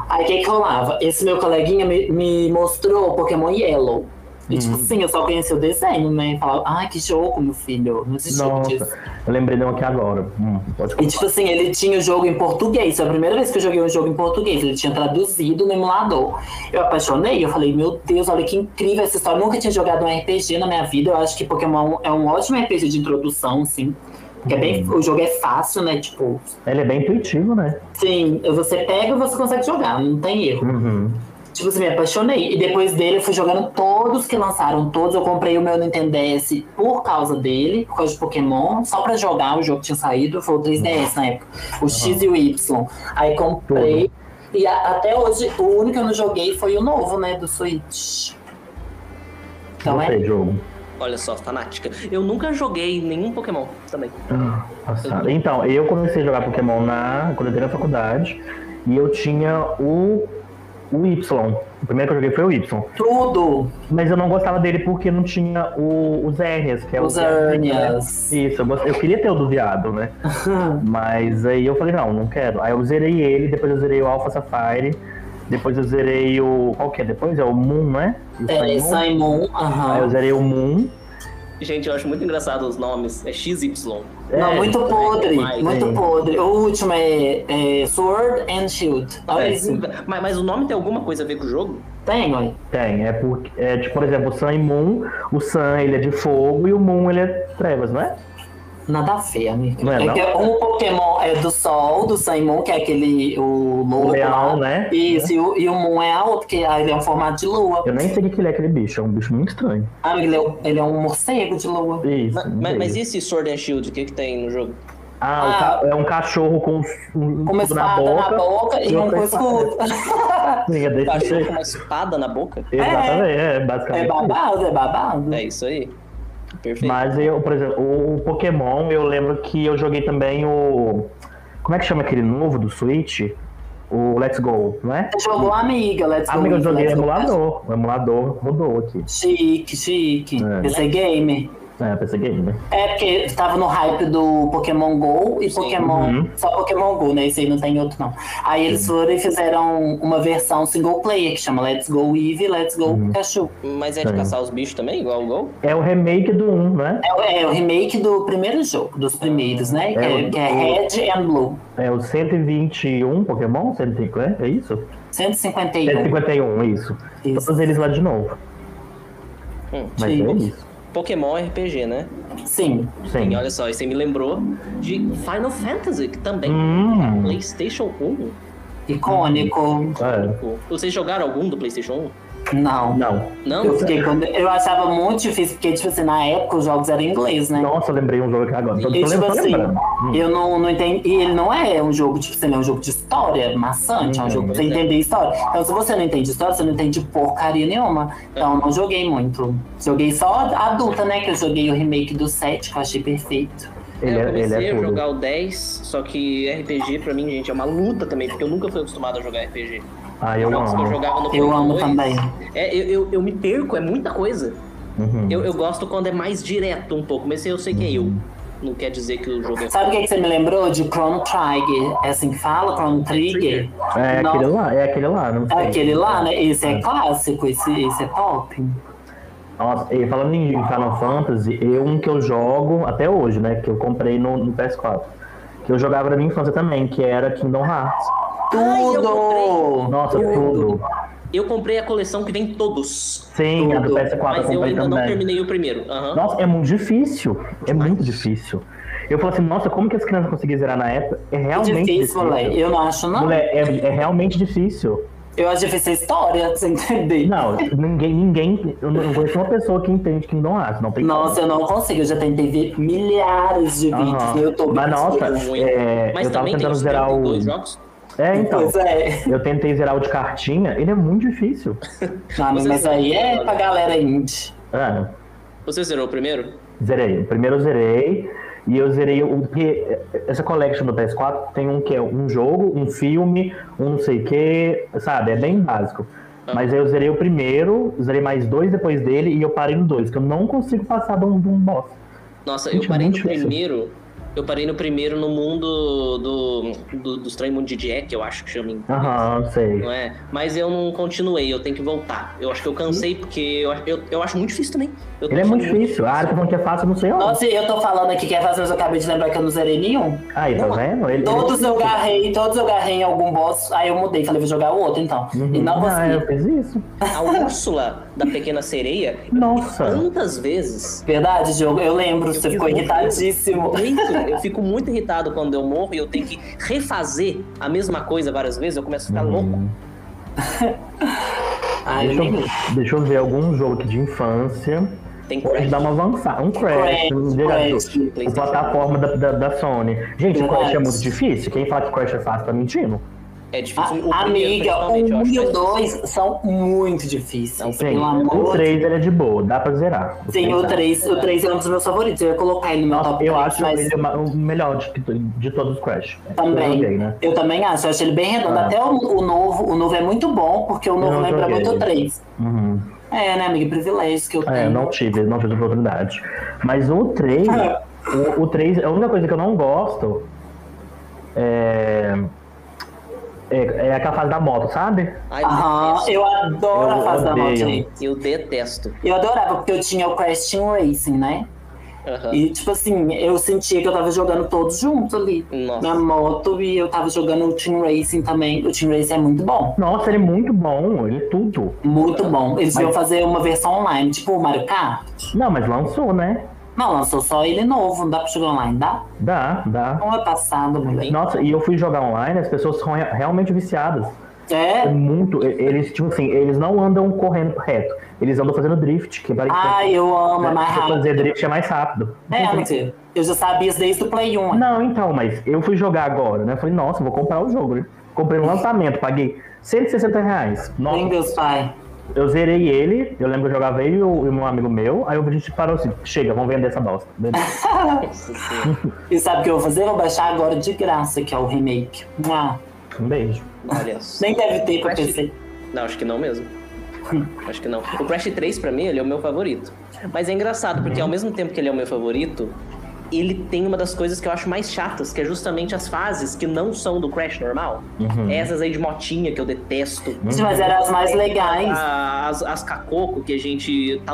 Speaker 2: Aí o que que rolava? Esse meu coleguinha me, me mostrou Pokémon Yellow. E tipo assim, eu só conhecia o desenho, né? E falava, ai, que jogo, meu filho. Não existe jogo disso.
Speaker 3: Nossa, eu lembrei de um aqui agora. Hum, pode
Speaker 2: E tipo assim, ele tinha o jogo em português. Foi a primeira vez que eu joguei um jogo em português. Ele tinha traduzido no emulador. Eu apaixonei, eu falei, meu Deus, olha que incrível essa história. Eu nunca tinha jogado um RPG na minha vida. Eu acho que Pokémon é um ótimo RPG de introdução, assim. Porque é bem, o jogo é fácil, né? Tipo,
Speaker 3: Ele é bem intuitivo, né?
Speaker 2: sim, você pega e você consegue jogar, não tem erro.
Speaker 3: Uhum.
Speaker 2: Tipo assim, me apaixonei. E depois dele, eu fui jogando todos que lançaram, todos. Eu comprei o meu Nintendo DS por causa dele, por causa de Pokémon, só pra jogar o jogo que tinha saído. Foi o 3DS na época, o X e o Y. Aí comprei. E a- até hoje, o único que eu não joguei foi o novo, né, do Switch. Então
Speaker 3: Gostei
Speaker 2: é.
Speaker 3: do jogo.
Speaker 1: Olha só, fanática. Eu nunca joguei nenhum Pokémon também.
Speaker 3: Nossa. Então, eu comecei a jogar Pokémon na, quando eu entrei na faculdade e eu tinha o, o Y. O primeiro que eu joguei foi o Y.
Speaker 2: Tudo,
Speaker 3: Mas eu não gostava dele porque não tinha o, os Zernias, que é
Speaker 2: os
Speaker 3: o.
Speaker 2: Arnias.
Speaker 3: Isso, eu, gost- eu queria ter o do viado, né? Mas aí eu falei, não, não quero. Aí eu zerei ele, depois eu zerei o Alpha Sapphire, depois eu zerei o. Qual que é? Depois é o Moon, né? O
Speaker 2: É,
Speaker 3: Sun Moon.
Speaker 2: Simon,
Speaker 3: Aí eu
Speaker 2: aham.
Speaker 3: zerei o Moon.
Speaker 1: Gente, eu acho muito engraçado os nomes. É XY.
Speaker 2: Não,
Speaker 3: É,
Speaker 2: muito
Speaker 1: também,
Speaker 2: podre,
Speaker 1: mas-
Speaker 2: muito
Speaker 3: Sim.
Speaker 2: podre. O último é, é Sword and Shield.
Speaker 3: Ah,
Speaker 2: Olha
Speaker 1: É,
Speaker 2: isso.
Speaker 1: mas, mas o nome tem alguma coisa a ver com o jogo?
Speaker 2: Tem, olha.
Speaker 3: Tem, é porque. É, tipo, por exemplo, o Sun e Moon, o Sun ele é de fogo e o Moon ele é trevas, não é?
Speaker 2: Nada a ver, amigo.
Speaker 3: Não é,
Speaker 2: é
Speaker 3: não?
Speaker 2: que um Pokémon é do Sol, do Saimon, que é aquele. O Lua.
Speaker 3: O leão, né?
Speaker 2: é Isso, e o, e o Moon é a outra, que aí ele é um formato de lua.
Speaker 3: Eu nem sei o que que ele é aquele bicho, é um bicho muito estranho.
Speaker 2: Ah, ele, é, um- ele é um morcego de lua.
Speaker 3: Isso.
Speaker 1: Ma- ma-
Speaker 3: não
Speaker 1: Mas,
Speaker 3: sei.
Speaker 1: e esse Sword and Shield? O que, que tem no jogo?
Speaker 3: Ah, o
Speaker 2: Ah.
Speaker 3: ca- é um cachorro com um um
Speaker 2: Com uma
Speaker 3: escudo na
Speaker 2: espada
Speaker 3: boca.
Speaker 2: na boca e um
Speaker 3: outra
Speaker 2: com
Speaker 3: espada.
Speaker 2: escudo.
Speaker 3: Sim, é
Speaker 1: O
Speaker 3: desse
Speaker 1: cachorro
Speaker 3: jeito.
Speaker 1: com uma espada na boca?
Speaker 3: Exatamente, é,
Speaker 2: É
Speaker 3: basicamente.
Speaker 2: babado, é babado.
Speaker 1: É isso aí. Perfeito.
Speaker 3: Mas eu, por exemplo, o o Pokémon, eu lembro que eu joguei também o. Como é que chama aquele novo do Switch? O Let's Go, não é? Ah,
Speaker 2: Você jogou Amiga, Let's Go.
Speaker 3: Amigo, eu
Speaker 2: Amiga,
Speaker 3: joguei
Speaker 2: Let's Go.
Speaker 3: emulador. O emulador rodou aqui.
Speaker 2: Chique, chique.
Speaker 3: É.
Speaker 2: PC Gamer.
Speaker 3: É, PC Game, né?
Speaker 2: É, porque tava no hype do Pokémon GO e
Speaker 1: Sim.
Speaker 2: Pokémon.
Speaker 3: Uhum.
Speaker 2: Só Pokémon GO, né? Esse aí não tem outro, não. Aí eles foram e fizeram uma versão single player que chama Let's Go Eevee, Let's Go Pikachu.
Speaker 1: Mas é de
Speaker 3: Sim.
Speaker 1: caçar os bichos também, igual o Gol?
Speaker 3: É o remake do 1, né?
Speaker 2: É, o- é o remake do primeiro jogo, dos primeiros, né? Que é,
Speaker 3: o-
Speaker 2: que é Red and Blue.
Speaker 3: É o 121 Pokémon? 150, é isso?
Speaker 2: 151.
Speaker 3: 151, isso.
Speaker 2: Isso.
Speaker 3: Todos eles lá de novo.
Speaker 1: Hum.
Speaker 3: Mas
Speaker 2: Sim.
Speaker 3: é isso.
Speaker 1: Pokémon é RPG, né?
Speaker 2: Sim.
Speaker 1: E
Speaker 3: Sim.
Speaker 1: olha só, isso aí me lembrou de Final Fantasy, que também é
Speaker 3: Hum.
Speaker 1: PlayStation 1.
Speaker 2: Icônico.
Speaker 3: É.
Speaker 1: Vocês jogaram algum do PlayStation
Speaker 2: Não.
Speaker 3: Não.
Speaker 1: 1? Não?
Speaker 2: Eu, fiquei com- eu achava muito difícil, porque, tipo assim, na época os jogos eram em inglês, né?
Speaker 3: Nossa, eu lembrei um jogo aqui agora. Tô, tô
Speaker 2: E tipo
Speaker 3: lembrando. tô
Speaker 2: assim,
Speaker 3: lembrando. Hum.
Speaker 2: eu não, não entendi. E ele não é um jogo, tipo, ele é um jogo de história maçante, é um jogo pra você entender história. Então, se você não entende história, você não entende porcaria nenhuma. Então, eu não joguei muito. Joguei só a adulta, né? Que eu joguei o remake do 7, que eu achei perfeito.
Speaker 3: Ele
Speaker 1: eu
Speaker 3: é, ele
Speaker 1: comecei
Speaker 3: é
Speaker 1: a
Speaker 3: tudo.
Speaker 1: jogar o 10, só que RPG pra mim, gente, é uma luta também, porque eu nunca fui acostumado a jogar RPG.
Speaker 3: Ah, eu
Speaker 1: Os jogos que eu
Speaker 3: amo.
Speaker 1: jogava no Play
Speaker 2: Eu amo
Speaker 1: 2,
Speaker 2: também.
Speaker 1: É, eu, eu, eu me perco, é muita coisa.
Speaker 3: Uhum.
Speaker 1: Eu, eu gosto quando é mais direto um pouco, mas eu sei que é eu. Não quer dizer que o jogo é.
Speaker 2: Sabe o que, que você me lembrou? De Chrono Trigger. É assim que fala? Chrono Trigger?
Speaker 3: É
Speaker 2: Nossa.
Speaker 3: aquele lá, é aquele lá, não sei.
Speaker 2: É aquele lá, né? Esse é clássico, esse, esse é top.
Speaker 3: Nossa, e falando em Final Fantasy, eu um que eu jogo até hoje, né? Que eu comprei no, no PS4. Que eu jogava na minha infância também, que era Kingdom Hearts.
Speaker 2: Tudo!
Speaker 1: comprei.
Speaker 3: Nossa, tudo.
Speaker 1: Eu comprei a coleção que vem todos.
Speaker 3: Sim, a do
Speaker 2: Tudo.
Speaker 3: PS4
Speaker 1: mas eu
Speaker 3: eu comprei
Speaker 1: ainda não
Speaker 3: também.
Speaker 1: terminei o primeiro. Aham.
Speaker 3: Nossa, é muito difícil. É muito difícil. Eu falo assim, nossa, como que as crianças conseguiam zerar na época? É realmente
Speaker 2: difícil, moleque. Eu não acho, não.
Speaker 3: Mulher, é, é realmente difícil.
Speaker 2: Eu acho difícil a história, pra você entender.
Speaker 3: Não, ninguém, ninguém. Eu não eu conheço uma pessoa que entende Kingdom Hearts. Não tem
Speaker 2: Nossa, eu não consigo. Eu já tentei ver milhares de
Speaker 3: como.
Speaker 2: vídeos
Speaker 3: Então. Aham.
Speaker 2: no YouTube.
Speaker 3: Mas nossa,
Speaker 1: Muito.
Speaker 3: é,
Speaker 1: Tá Mas
Speaker 3: eu tava
Speaker 1: também tem
Speaker 3: tentando
Speaker 1: os
Speaker 3: zerar o.
Speaker 1: 32 jogos.
Speaker 3: É, então.
Speaker 2: Pois é.
Speaker 3: Eu tentei zerar o de cartinha, ele é muito difícil.
Speaker 2: Não,
Speaker 1: Vocês
Speaker 2: mas
Speaker 1: não
Speaker 2: aí é
Speaker 1: entenderam.
Speaker 2: pra galera indie.
Speaker 3: É,
Speaker 1: Você zerou o primeiro?
Speaker 3: Zerei. O primeiro eu zerei. E eu zerei o. Porque essa collection do PS4 tem um que é um jogo, um filme, um não sei o que, sabe? É bem básico.
Speaker 2: Ah.
Speaker 3: Mas aí eu zerei o primeiro, zerei mais dois depois dele e eu parei no dois, que eu não consigo passar de um, de um boss.
Speaker 1: Nossa,
Speaker 3: Gente,
Speaker 1: eu parei no
Speaker 3: muito difícil.
Speaker 1: primeiro. Eu parei no primeiro no mundo do, do, do Estranho Mundo de Jack, eu acho que chama. em inglês,
Speaker 3: Aham, sei.
Speaker 1: Não é? Mas eu não continuei, eu tenho que voltar. Eu acho que eu cansei, porque eu, eu, eu acho muito difícil também. Eu tô
Speaker 3: Ele é
Speaker 1: achando
Speaker 3: muito difícil. A área falando que é fácil, eu não sei onde.
Speaker 2: Nossa, eu tô falando aqui que é fácil, mas eu acabei de lembrar que eu não zerei nenhum.
Speaker 3: Aí, tá
Speaker 1: Não,
Speaker 3: vendo? Ele, ele-
Speaker 2: Todos eu garrei, todos eu garrei em algum boss, aí eu mudei, falei, vou jogar o outro então.
Speaker 3: Uhum.
Speaker 2: E não
Speaker 3: Ah, eu
Speaker 2: consegui.
Speaker 3: fiz isso.
Speaker 1: A Úrsula da Pequena Sereia,
Speaker 3: Nossa.
Speaker 1: tantas vezes.
Speaker 2: Verdade, jogo, eu lembro, você
Speaker 1: fiz
Speaker 2: ficou
Speaker 1: muito.
Speaker 2: irritadíssimo.
Speaker 1: Muito, eu fico muito irritado quando eu morro e eu tenho que refazer a mesma coisa várias vezes, eu começo a
Speaker 2: tá
Speaker 1: ficar louco.
Speaker 2: Ai, eu
Speaker 3: Hum. Uhum. Deixa
Speaker 2: nem...
Speaker 3: eu, deixa eu ver algum jogo aqui de infância.
Speaker 1: Tem
Speaker 3: Ou
Speaker 1: crash.
Speaker 3: dá uma avançada. Um Crash.
Speaker 2: Crash,
Speaker 3: um direto,
Speaker 2: Crash,
Speaker 3: a plataforma da, da, da Sony. Gente, o Crash
Speaker 2: Verdade.
Speaker 3: é muito difícil. Quem fala que Crash é fácil tá mentindo.
Speaker 1: É difícil. o
Speaker 2: A-
Speaker 1: primeiro,
Speaker 2: amiga, o
Speaker 1: principalmente, eu
Speaker 2: 1
Speaker 1: acho né? é
Speaker 2: e o
Speaker 1: mais
Speaker 2: 2 são muito difíceis.
Speaker 3: Gente,
Speaker 2: Pelo
Speaker 3: o
Speaker 2: amor de
Speaker 3: 3 ele é de boa, dá pra zerar. O
Speaker 2: Sim,
Speaker 3: três
Speaker 2: o
Speaker 3: dá.
Speaker 2: 3, o 3 é um dos meus favoritos. Eu ia colocar ele no meu
Speaker 3: Nossa,
Speaker 2: top
Speaker 3: eu
Speaker 2: 3,
Speaker 3: acho
Speaker 2: mas
Speaker 3: ele ma- o melhor de, de todos os Crash. Eu
Speaker 2: também.
Speaker 3: joguei, né?
Speaker 2: Eu também acho, eu acho ele bem redondo.
Speaker 3: Ah.
Speaker 2: Até o, o novo, o novo é muito bom, porque o novo
Speaker 3: não
Speaker 2: lembra
Speaker 3: joguei.
Speaker 2: muito o 3.
Speaker 3: Uhum.
Speaker 2: É, né, amiga? Privilégios que eu
Speaker 3: É,
Speaker 2: tenho.
Speaker 3: não tive, não tive oportunidade. Mas o 3, o, o 3, a única coisa que eu não gosto é, é, é aquela fase da moto, sabe?
Speaker 1: Ai,
Speaker 2: Aham, eu adoro
Speaker 3: Eu
Speaker 2: a fase da
Speaker 3: odeio.
Speaker 2: moto.
Speaker 1: eu detesto.
Speaker 2: Eu adorava, porque eu tinha o Crash Team Racing, né?
Speaker 1: Aham.
Speaker 2: E, tipo assim, eu sentia que eu tava jogando todos juntos ali.
Speaker 1: Nossa.
Speaker 2: Na moto, e eu tava jogando o Team Racing também. O Team Racing é muito bom.
Speaker 3: Nossa, ele é muito bom, ele é tudo.
Speaker 2: Muito bom. Eles
Speaker 3: Mas-
Speaker 2: iam fazer uma versão online, tipo o Mario Kart.
Speaker 3: Não, mas lançou, né?
Speaker 2: Não, lançou só ele novo, não dá pra jogar online, dá?
Speaker 3: Dá, dá.
Speaker 2: Não é passado, moleque.
Speaker 3: Nossa, e eu fui jogar online, as pessoas são re- realmente viciadas. É
Speaker 2: É?
Speaker 3: muito. e- Eles, tipo assim, eles não andam correndo reto. Eles andam fazendo drift, que parece
Speaker 2: Ai, eu amo, é mais
Speaker 3: que
Speaker 2: rápido.
Speaker 3: fazer drift é mais rápido.
Speaker 2: É, amiga, eu já sabia isso desde o Play 1.
Speaker 3: Não, então, mas eu fui jogar agora, né? Falei, nossa, vou comprar o jogo, né? Comprei no lançamento, paguei 160 reais.
Speaker 2: Meu
Speaker 3: Nossa,
Speaker 2: Deus, pai.
Speaker 3: eu zerei ele, eu lembro que eu jogava ele e o e um amigo meu, aí a gente parou assim, chega, vamos vender essa bosta.
Speaker 1: Nossa senhora.
Speaker 2: E sabe o que eu vou fazer? Eu Vou baixar agora de graça, que é o remake. Ah,
Speaker 3: Um beijo.
Speaker 1: Olha só.
Speaker 2: nem deve ter pra
Speaker 1: Crash-
Speaker 2: PC.
Speaker 1: Não, acho que não mesmo. Acho que não. O Crash 3, pra mim, ele é o meu favorito. Mas é engraçado, porque ao mesmo tempo que ele é o meu favorito, ele tem uma das coisas que eu acho mais chatas, que é justamente as fases que não são do Crash normal.
Speaker 3: Uhum.
Speaker 2: É,
Speaker 1: Essas aí de motinha que eu detesto.
Speaker 2: Gente, Mas eram as mais legais.
Speaker 1: A- As, as cacoco que a gente tá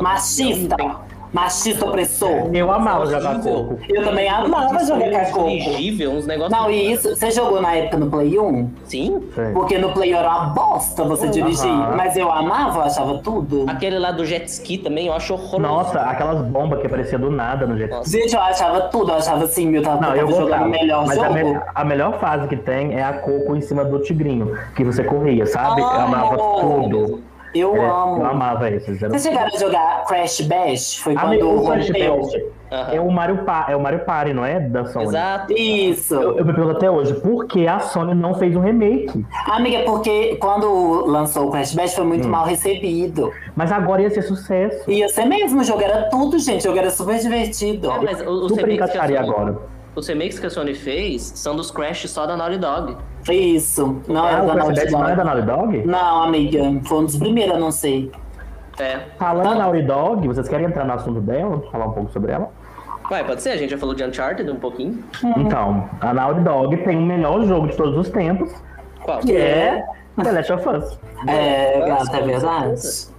Speaker 1: Não
Speaker 2: Machista.
Speaker 1: tem-
Speaker 2: Machista opressor.
Speaker 3: Eu amava jogar
Speaker 1: horrível.
Speaker 3: coco.
Speaker 2: Eu também amava jogar cacoco.
Speaker 1: Dirigível, uns negócios.
Speaker 2: Não, e isso, você jogou na época no Play 1?
Speaker 1: Sim.
Speaker 3: Sei.
Speaker 2: Porque no Play um era uma bosta você dirigir.
Speaker 3: É. Aham.
Speaker 2: Mas eu amava, eu achava tudo.
Speaker 1: Aquele lá do jet ski também, eu acho horroroso.
Speaker 3: É. Nossa, aquelas bombas que apareciam do nada no jeito.
Speaker 1: Nossa.
Speaker 2: Gente, eu achava tudo, eu achava assim, eu tava,
Speaker 3: Não,
Speaker 2: eu
Speaker 3: eu
Speaker 2: tava jogando
Speaker 3: gostava.
Speaker 2: o melhor
Speaker 3: Mas a,
Speaker 2: jogo.
Speaker 3: me- a melhor fase que tem é a coco em cima do tigrinho, que você corria, sabe? eu
Speaker 2: Ah,
Speaker 3: amava
Speaker 2: não.
Speaker 3: tudo.
Speaker 2: Eu
Speaker 3: É,
Speaker 2: amo.
Speaker 3: eu amava esses. Era...
Speaker 2: Vocês chegaram a jogar Crash Bash? Foi
Speaker 3: Ah,
Speaker 2: quando
Speaker 3: meu, o
Speaker 2: rompeu.
Speaker 3: Crash Bandicoot
Speaker 1: Aham.
Speaker 3: É o Mario Pa- é o Mario Party, não é? Da Sony.
Speaker 1: Exato.
Speaker 2: Isso.
Speaker 3: Eu, eu me pergunto até hoje, por que a Sony não fez um remake?
Speaker 2: Amiga, porque quando lançou o Crash Bash foi muito
Speaker 3: Hum.
Speaker 2: mal recebido.
Speaker 3: Mas agora ia ser sucesso.
Speaker 2: E você mesmo, o jogo era tudo, gente. O jogo era super divertido.
Speaker 1: É, mas o- os remakes
Speaker 3: Super
Speaker 1: que a
Speaker 3: encaixaria
Speaker 1: Sony-
Speaker 3: agora.
Speaker 1: Os remakes que a Sony fez são dos Crash só da Naughty Dog.
Speaker 2: Isso. Não
Speaker 3: Ah,
Speaker 2: era
Speaker 3: o
Speaker 2: da
Speaker 3: Crash
Speaker 2: Naughty
Speaker 3: Bandicoot não é da
Speaker 2: Dog.
Speaker 3: Naughty
Speaker 1: Hum.
Speaker 3: Dog?
Speaker 2: Não, amiga. Foi um dos primeiros, eu não sei.
Speaker 1: É.
Speaker 3: Falando da Naughty Dog, vocês querem entrar no assunto dela? Falar um pouco sobre ela?
Speaker 1: Vai, pode ser? A gente já falou de Uncharted um pouquinho.
Speaker 3: Então, a Naughty Dog tem o melhor jogo de todos os tempos,
Speaker 1: Qual?
Speaker 3: que é The Last of Us.
Speaker 2: É, gata, é
Speaker 1: com
Speaker 2: verdade.
Speaker 1: certeza.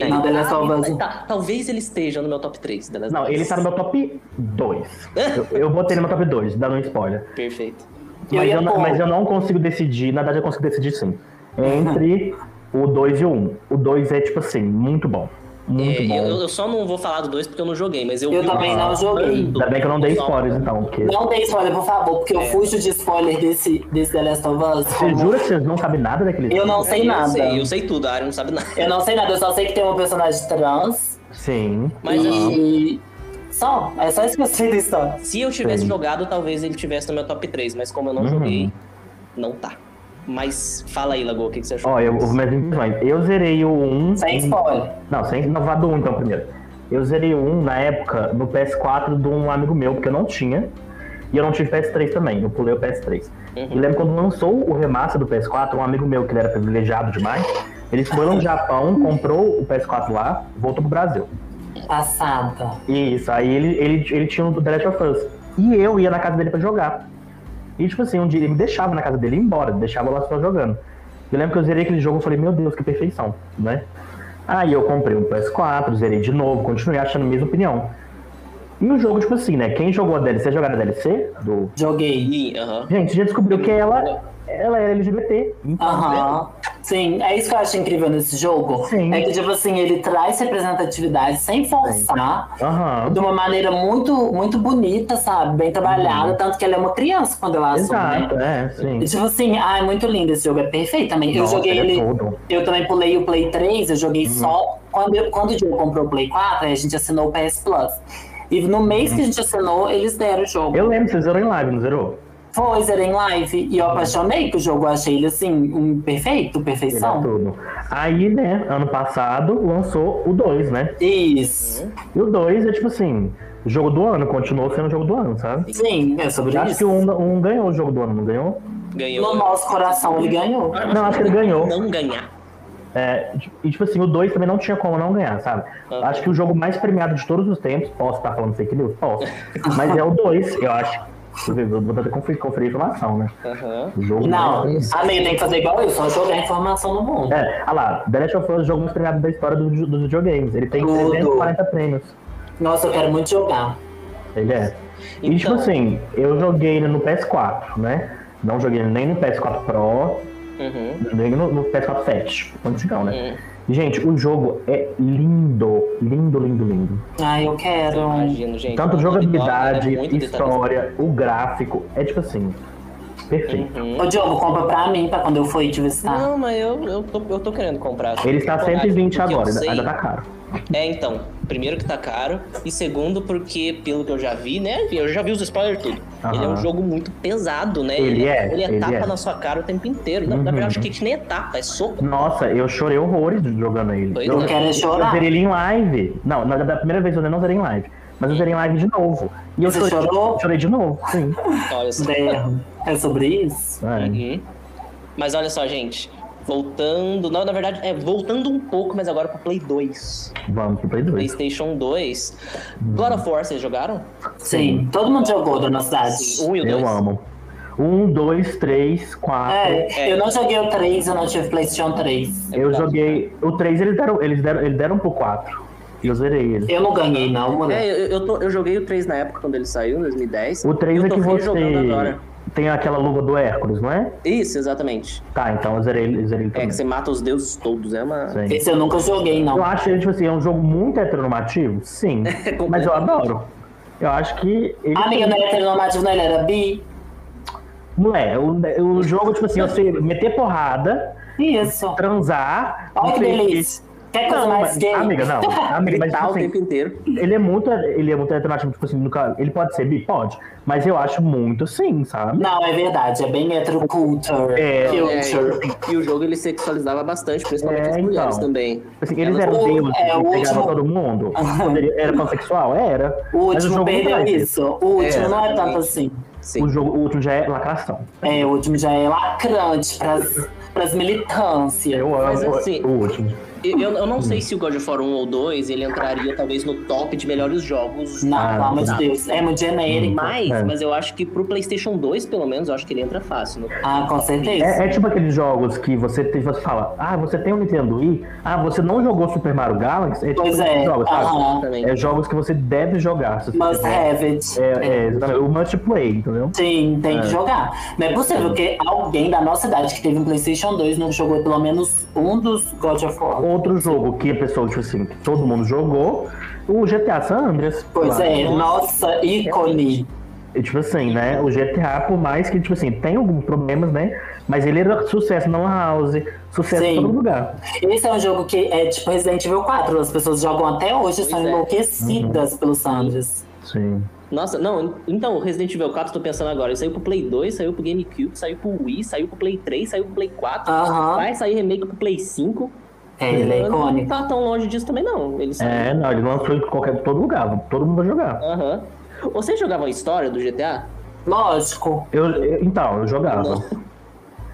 Speaker 2: É,
Speaker 3: né,
Speaker 2: não, The Last of
Speaker 1: Ah,
Speaker 2: Us.
Speaker 1: ele tá- talvez ele esteja no meu top 3. The Last
Speaker 3: um. Não,
Speaker 1: of Us.
Speaker 3: ele tá no meu top 2. Eu, eu botei no meu top 2, dando um spoiler.
Speaker 1: Perfeito.
Speaker 2: Eu
Speaker 3: Mas
Speaker 2: ia
Speaker 3: eu, não,
Speaker 2: pôr.
Speaker 3: mas eu não consigo decidir, na verdade eu consigo decidir sim. Entre O 2 e o 1. Um. O 2 é, tipo assim, muito bom. Muito
Speaker 1: É,
Speaker 3: bom.
Speaker 1: eu, eu só não vou falar do 2 porque eu não joguei, mas eu.
Speaker 2: Eu
Speaker 1: vi o
Speaker 2: também
Speaker 1: pessoal
Speaker 2: não joguei.
Speaker 1: falando
Speaker 3: Ainda bem que eu não dei
Speaker 1: do pessoal
Speaker 3: spoilers, então. Porque...
Speaker 2: Não dê spoiler, por favor, porque
Speaker 1: É.
Speaker 2: eu fujo de spoiler desse, desse The Last of Us.
Speaker 3: Você jura que vocês não sabem nada daquele
Speaker 2: Eu não sei nada.
Speaker 1: Eu sei, eu sei tudo, a Ari não sabe nada.
Speaker 2: Eu não sei nada, eu só sei que tem uma personagem trans.
Speaker 3: Sim.
Speaker 1: Mas
Speaker 3: Uhum.
Speaker 1: assim,
Speaker 2: e. Só, é só isso que eu sei da história.
Speaker 1: se eu tivesse
Speaker 3: Sim.
Speaker 1: jogado, talvez ele tivesse no meu top 3, mas como eu não
Speaker 3: Uhum.
Speaker 1: joguei, não tá. Mas fala aí, Lagoa, o que, que você achou?
Speaker 3: Ó, eu, minhas impressões. Eu zerei o 1.
Speaker 2: Sem spoiler.
Speaker 3: Não, sem não, vá do 1 então primeiro. Eu zerei o 1 na época no PS4 de um amigo meu, porque eu não tinha. E eu não tive PS3 também, eu pulei o PS3. E lembro quando lançou o remaster do PS4, um amigo meu que ele era privilegiado demais, ele foi lá no Japão, comprou o PS4 lá, voltou pro Brasil.
Speaker 2: Passada.
Speaker 3: Isso, aí ele, ele, ele tinha um do The Last of Us. E eu ia na casa dele pra jogar. E tipo assim, um dia ele me deixava na casa dele e ia embora, deixava lá só jogando. Eu lembro que eu zerei aquele jogo e falei, meu Deus, que perfeição, né? Aí eu comprei um PS4, zerei de novo, continuei achando a mesma opinião. E o jogo, tipo assim, né? Quem jogou a DLC, jogaram a DLC? Do...
Speaker 2: Joguei.
Speaker 1: Ih, aham.
Speaker 3: Gente, já descobriu que ela, ela era LGBT. Então,
Speaker 2: Aham. Sim, é isso que eu acho incrível nesse jogo.
Speaker 3: Sim.
Speaker 2: É que, tipo assim, ele traz representatividade sem forçar.
Speaker 3: Aham.
Speaker 2: De uma maneira muito, muito bonita, sabe? Bem trabalhada. Tanto que ela é uma criança quando ela assume, né?
Speaker 3: Uhum. Exato, é, sim.
Speaker 2: E, tipo assim, ah, é muito lindo esse jogo, é perfeito também. Eu
Speaker 3: Nossa,
Speaker 2: joguei
Speaker 3: ele é
Speaker 2: ele.
Speaker 3: todo.
Speaker 2: Eu também pulei o Play 3, eu joguei
Speaker 3: Uhum.
Speaker 2: só. Quando, eu- quando o Diogo comprou o Play 4, aí a gente assinou o PS Plus. E no mês que a gente assinou, eles deram o jogo.
Speaker 3: Eu lembro, vocês zerou em live, não zerou?
Speaker 2: Foi, zerei em live.
Speaker 3: Uhum.
Speaker 2: E eu apaixonei com o jogo, eu achei ele assim, um perfeito,
Speaker 3: Pegar
Speaker 2: perfeição.
Speaker 3: tudo. Aí, né, ano passado lançou o 2, né?
Speaker 2: Isso.
Speaker 3: E o 2 é tipo assim, jogo do ano, continuou sendo jogo do ano, sabe?
Speaker 2: Sim, é sobre
Speaker 3: Eu acho que
Speaker 2: isso.
Speaker 3: o 1 um, ganhou o jogo do ano, não ganhou?
Speaker 1: Ganhou.
Speaker 2: No nosso coração ele ganhou.
Speaker 3: Não, acho que ele ganhou.
Speaker 1: Não ganhar.
Speaker 3: É, e tipo assim, o 2 também não tinha como não ganhar, sabe?
Speaker 1: Uhum.
Speaker 3: Acho que o jogo mais premiado de todos os tempos, posso estar falando fake news? Posso. Mas é o 2, eu acho. Deixa eu ver, Vou tentar conferir, conferir a informação, né?
Speaker 1: Aham.
Speaker 3: O jogo
Speaker 2: Não,
Speaker 3: mais-
Speaker 2: amigo, tem que fazer igual eu, só jogar informação no mundo.
Speaker 3: É, olha lá, The Last of Us é o jogo mais premiado da história do- dos videogames. Ele tem
Speaker 2: Tudo.
Speaker 3: 340 prêmios.
Speaker 2: Nossa, eu quero muito jogar.
Speaker 3: Ele é.
Speaker 1: Então-
Speaker 3: E tipo assim, eu joguei ele no PS4, né? Não joguei ele nem no PS4 Pro,
Speaker 1: Uhum.
Speaker 3: nem no, no PS4 Fat, antigão, né? Gente, o jogo é lindo, lindo, lindo, lindo.
Speaker 2: Ai, eu quero.
Speaker 1: Imagino, gente.
Speaker 3: Tanto
Speaker 1: O
Speaker 3: jogabilidade,
Speaker 1: visual é muito detalhista.
Speaker 3: história, o gráfico, é tipo assim, perfeito.
Speaker 2: Ô, Diogo, compra pra mim, pra quando eu for te visitar.
Speaker 1: Uhum. Não, mas eu, eu, tô, eu tô querendo comprar.
Speaker 3: Ele está 120
Speaker 1: Uhum. Porque eu
Speaker 3: agora,
Speaker 1: sei-
Speaker 3: ainda tá caro.
Speaker 1: É, então. Primeiro que tá caro. E segundo, porque, pelo que eu já vi, né? Eu já vi os spoilers tudo.
Speaker 3: Aham.
Speaker 1: Ele é um jogo muito pesado, né?
Speaker 3: Ele é,
Speaker 1: Ele
Speaker 3: ele
Speaker 1: é tapa
Speaker 3: é.
Speaker 1: na sua cara o tempo inteiro. Na, na verdade, acho que ele nem é tapa, é soco.
Speaker 3: Nossa, eu chorei horrores jogando ele.
Speaker 1: Pois
Speaker 3: eu,
Speaker 1: é.
Speaker 2: Eu quero é
Speaker 3: eu
Speaker 2: chorar.
Speaker 3: zerei ele em live. Não, na, da primeira vez eu não zerei em live. Mas eu zerei em live de novo. E eu
Speaker 2: Você
Speaker 3: chorei,
Speaker 2: chorou?
Speaker 3: chorei de novo, sim.
Speaker 1: Olha só.
Speaker 2: Berro. É sobre isso?
Speaker 3: É.
Speaker 1: assim. Uhum. Mas olha só, gente. Voltando. Não, na verdade, é voltando um pouco, mas agora pro Play 2.
Speaker 3: Vamos pro Play 2.
Speaker 1: PlayStation 2. God of War, vocês jogaram?
Speaker 2: Sim. Todo mundo jogou da nossa cidade. Um
Speaker 1: O 1 e o 2.
Speaker 3: Eu amo. Um, dois, três, quatro.
Speaker 2: É,
Speaker 1: É.
Speaker 2: eu não joguei o 3, eu não tive PlayStation 3.
Speaker 1: É
Speaker 3: eu
Speaker 1: verdade.
Speaker 3: joguei. O três eles deram, eles deram, eles deram pro quatro. E eu zerei ele.
Speaker 2: Eu não ganhei, não,
Speaker 1: É,
Speaker 2: mulher.
Speaker 1: eu, eu, tô- eu joguei o 3 na época quando ele saiu, em 2010.
Speaker 3: O três
Speaker 1: eu
Speaker 3: é
Speaker 1: tô
Speaker 3: que
Speaker 1: rejogando
Speaker 3: você
Speaker 1: agora.
Speaker 3: tem aquela luva do Hércules, não é?
Speaker 1: Isso, exatamente.
Speaker 3: Tá, então eu zerei, ele- eu zerei ele
Speaker 1: É
Speaker 3: também.
Speaker 1: que você mata os deuses todos, é uma.
Speaker 3: Sim.
Speaker 2: Esse eu nunca joguei, não.
Speaker 3: Eu acho ele, tipo assim, é um jogo muito heteronormativo? Sim.
Speaker 1: É
Speaker 3: mas eu adoro. Eu acho que. Ele...
Speaker 1: Ah, né?
Speaker 2: Amiga, não era heteronormativo, não, ele era bi.
Speaker 3: Mulher, o, o jogo, tipo assim, você meter porrada,
Speaker 2: Isso.
Speaker 3: transar.
Speaker 2: Olha
Speaker 3: não
Speaker 2: que
Speaker 3: sei o quê.
Speaker 2: delícia.
Speaker 1: É
Speaker 2: Quer coisa
Speaker 3: Não,
Speaker 2: mais
Speaker 3: mas,
Speaker 2: gay?
Speaker 3: amiga, não. Amiga, mas
Speaker 1: Gritar
Speaker 3: tipo
Speaker 1: o
Speaker 3: assim,
Speaker 1: tempo inteiro.
Speaker 3: Ele é muito, ele é muito heteronormativo, tipo assim, nunca, ele pode ser bi? Pode. Mas eu acho muito sim, sabe?
Speaker 2: Não, é verdade, é bem heteroculture.
Speaker 3: É,
Speaker 2: culture.
Speaker 1: É, e o jogo ele sexualizava bastante, principalmente
Speaker 3: É,
Speaker 1: as mulheres
Speaker 3: então.
Speaker 1: também.
Speaker 3: Tipo Assim, eles
Speaker 1: Elas-
Speaker 3: eram
Speaker 2: o- é,
Speaker 3: deuses,
Speaker 2: o
Speaker 3: que
Speaker 2: último-
Speaker 3: pegavam todo mundo. Poderia- Era pansexual? Era.
Speaker 2: O
Speaker 3: Mas
Speaker 2: último
Speaker 3: jogo não
Speaker 2: perdeu
Speaker 3: traz
Speaker 2: isso. O último
Speaker 1: É,
Speaker 2: não é tanto
Speaker 1: exatamente.
Speaker 2: assim.
Speaker 1: Sim.
Speaker 3: O, jogo, o último já é lacração.
Speaker 2: É, o último já é lacrante pras, pras militâncias.
Speaker 3: Eu amo
Speaker 1: Mas, assim,
Speaker 3: o último.
Speaker 1: Eu, eu- eu não sei se o God of War 1 ou 2 ele entraria talvez no top de melhores jogos.
Speaker 2: Não,
Speaker 3: Ah,
Speaker 2: pelo amor de
Speaker 3: não.
Speaker 2: Deus. É muito genérico.
Speaker 1: Mas,
Speaker 3: É.
Speaker 1: mas eu acho que pro PlayStation 2, pelo menos, eu acho que ele entra fácil. No...
Speaker 2: Ah, com certeza.
Speaker 3: É, é tipo aqueles jogos que você, tem, você fala, ah, você tem um Nintendo Wii? Ah, você não jogou Super Mario Galaxy? É tipo
Speaker 2: Pois
Speaker 3: esses
Speaker 2: é.
Speaker 3: jogos, sabe?
Speaker 2: Aham.
Speaker 1: Também.
Speaker 3: É jogos que você deve jogar. se você
Speaker 2: Must
Speaker 3: quiser.
Speaker 2: have it.
Speaker 3: é, é, exatamente, o multiplayer, entendeu?
Speaker 2: Sim, é tem que jogar. Não é possível que alguém da nossa idade que teve um PlayStation 2 não jogou pelo menos um dos God of War.
Speaker 3: Outro jogo que a pessoa, tipo assim, que todo mundo jogou, o GTA San Andreas.
Speaker 2: Pois
Speaker 3: lá.
Speaker 2: é, nossa, ícone.
Speaker 3: E, tipo assim, né? O GTA, por mais que, tipo assim, tem alguns problemas, né? Mas ele era sucesso na Lan House, sucesso
Speaker 2: Sim.
Speaker 3: em todo lugar.
Speaker 2: Esse é um jogo que é tipo Resident Evil 4. As pessoas jogam até hoje, são
Speaker 1: Pois é.
Speaker 2: enlouquecidas pelo Sanders.
Speaker 3: Sim.
Speaker 1: Nossa, não, então, o Resident Evil 4, tô pensando agora, ele saiu pro Play 2, saiu pro GameCube, saiu pro Wii, saiu pro Play 3, saiu pro Play 4,
Speaker 2: Aham.
Speaker 1: vai sair remake pro Play 5.
Speaker 2: É, ele
Speaker 1: não
Speaker 2: é icônico.
Speaker 1: tá tão longe disso também, não. Ele saiu.
Speaker 3: É, não, ele lançou em qualquer, todo lugar, todo mundo vai jogar.
Speaker 1: Aham. Vocês jogavam a história do GTA?
Speaker 2: Lógico.
Speaker 3: Eu, eu- então, eu jogava.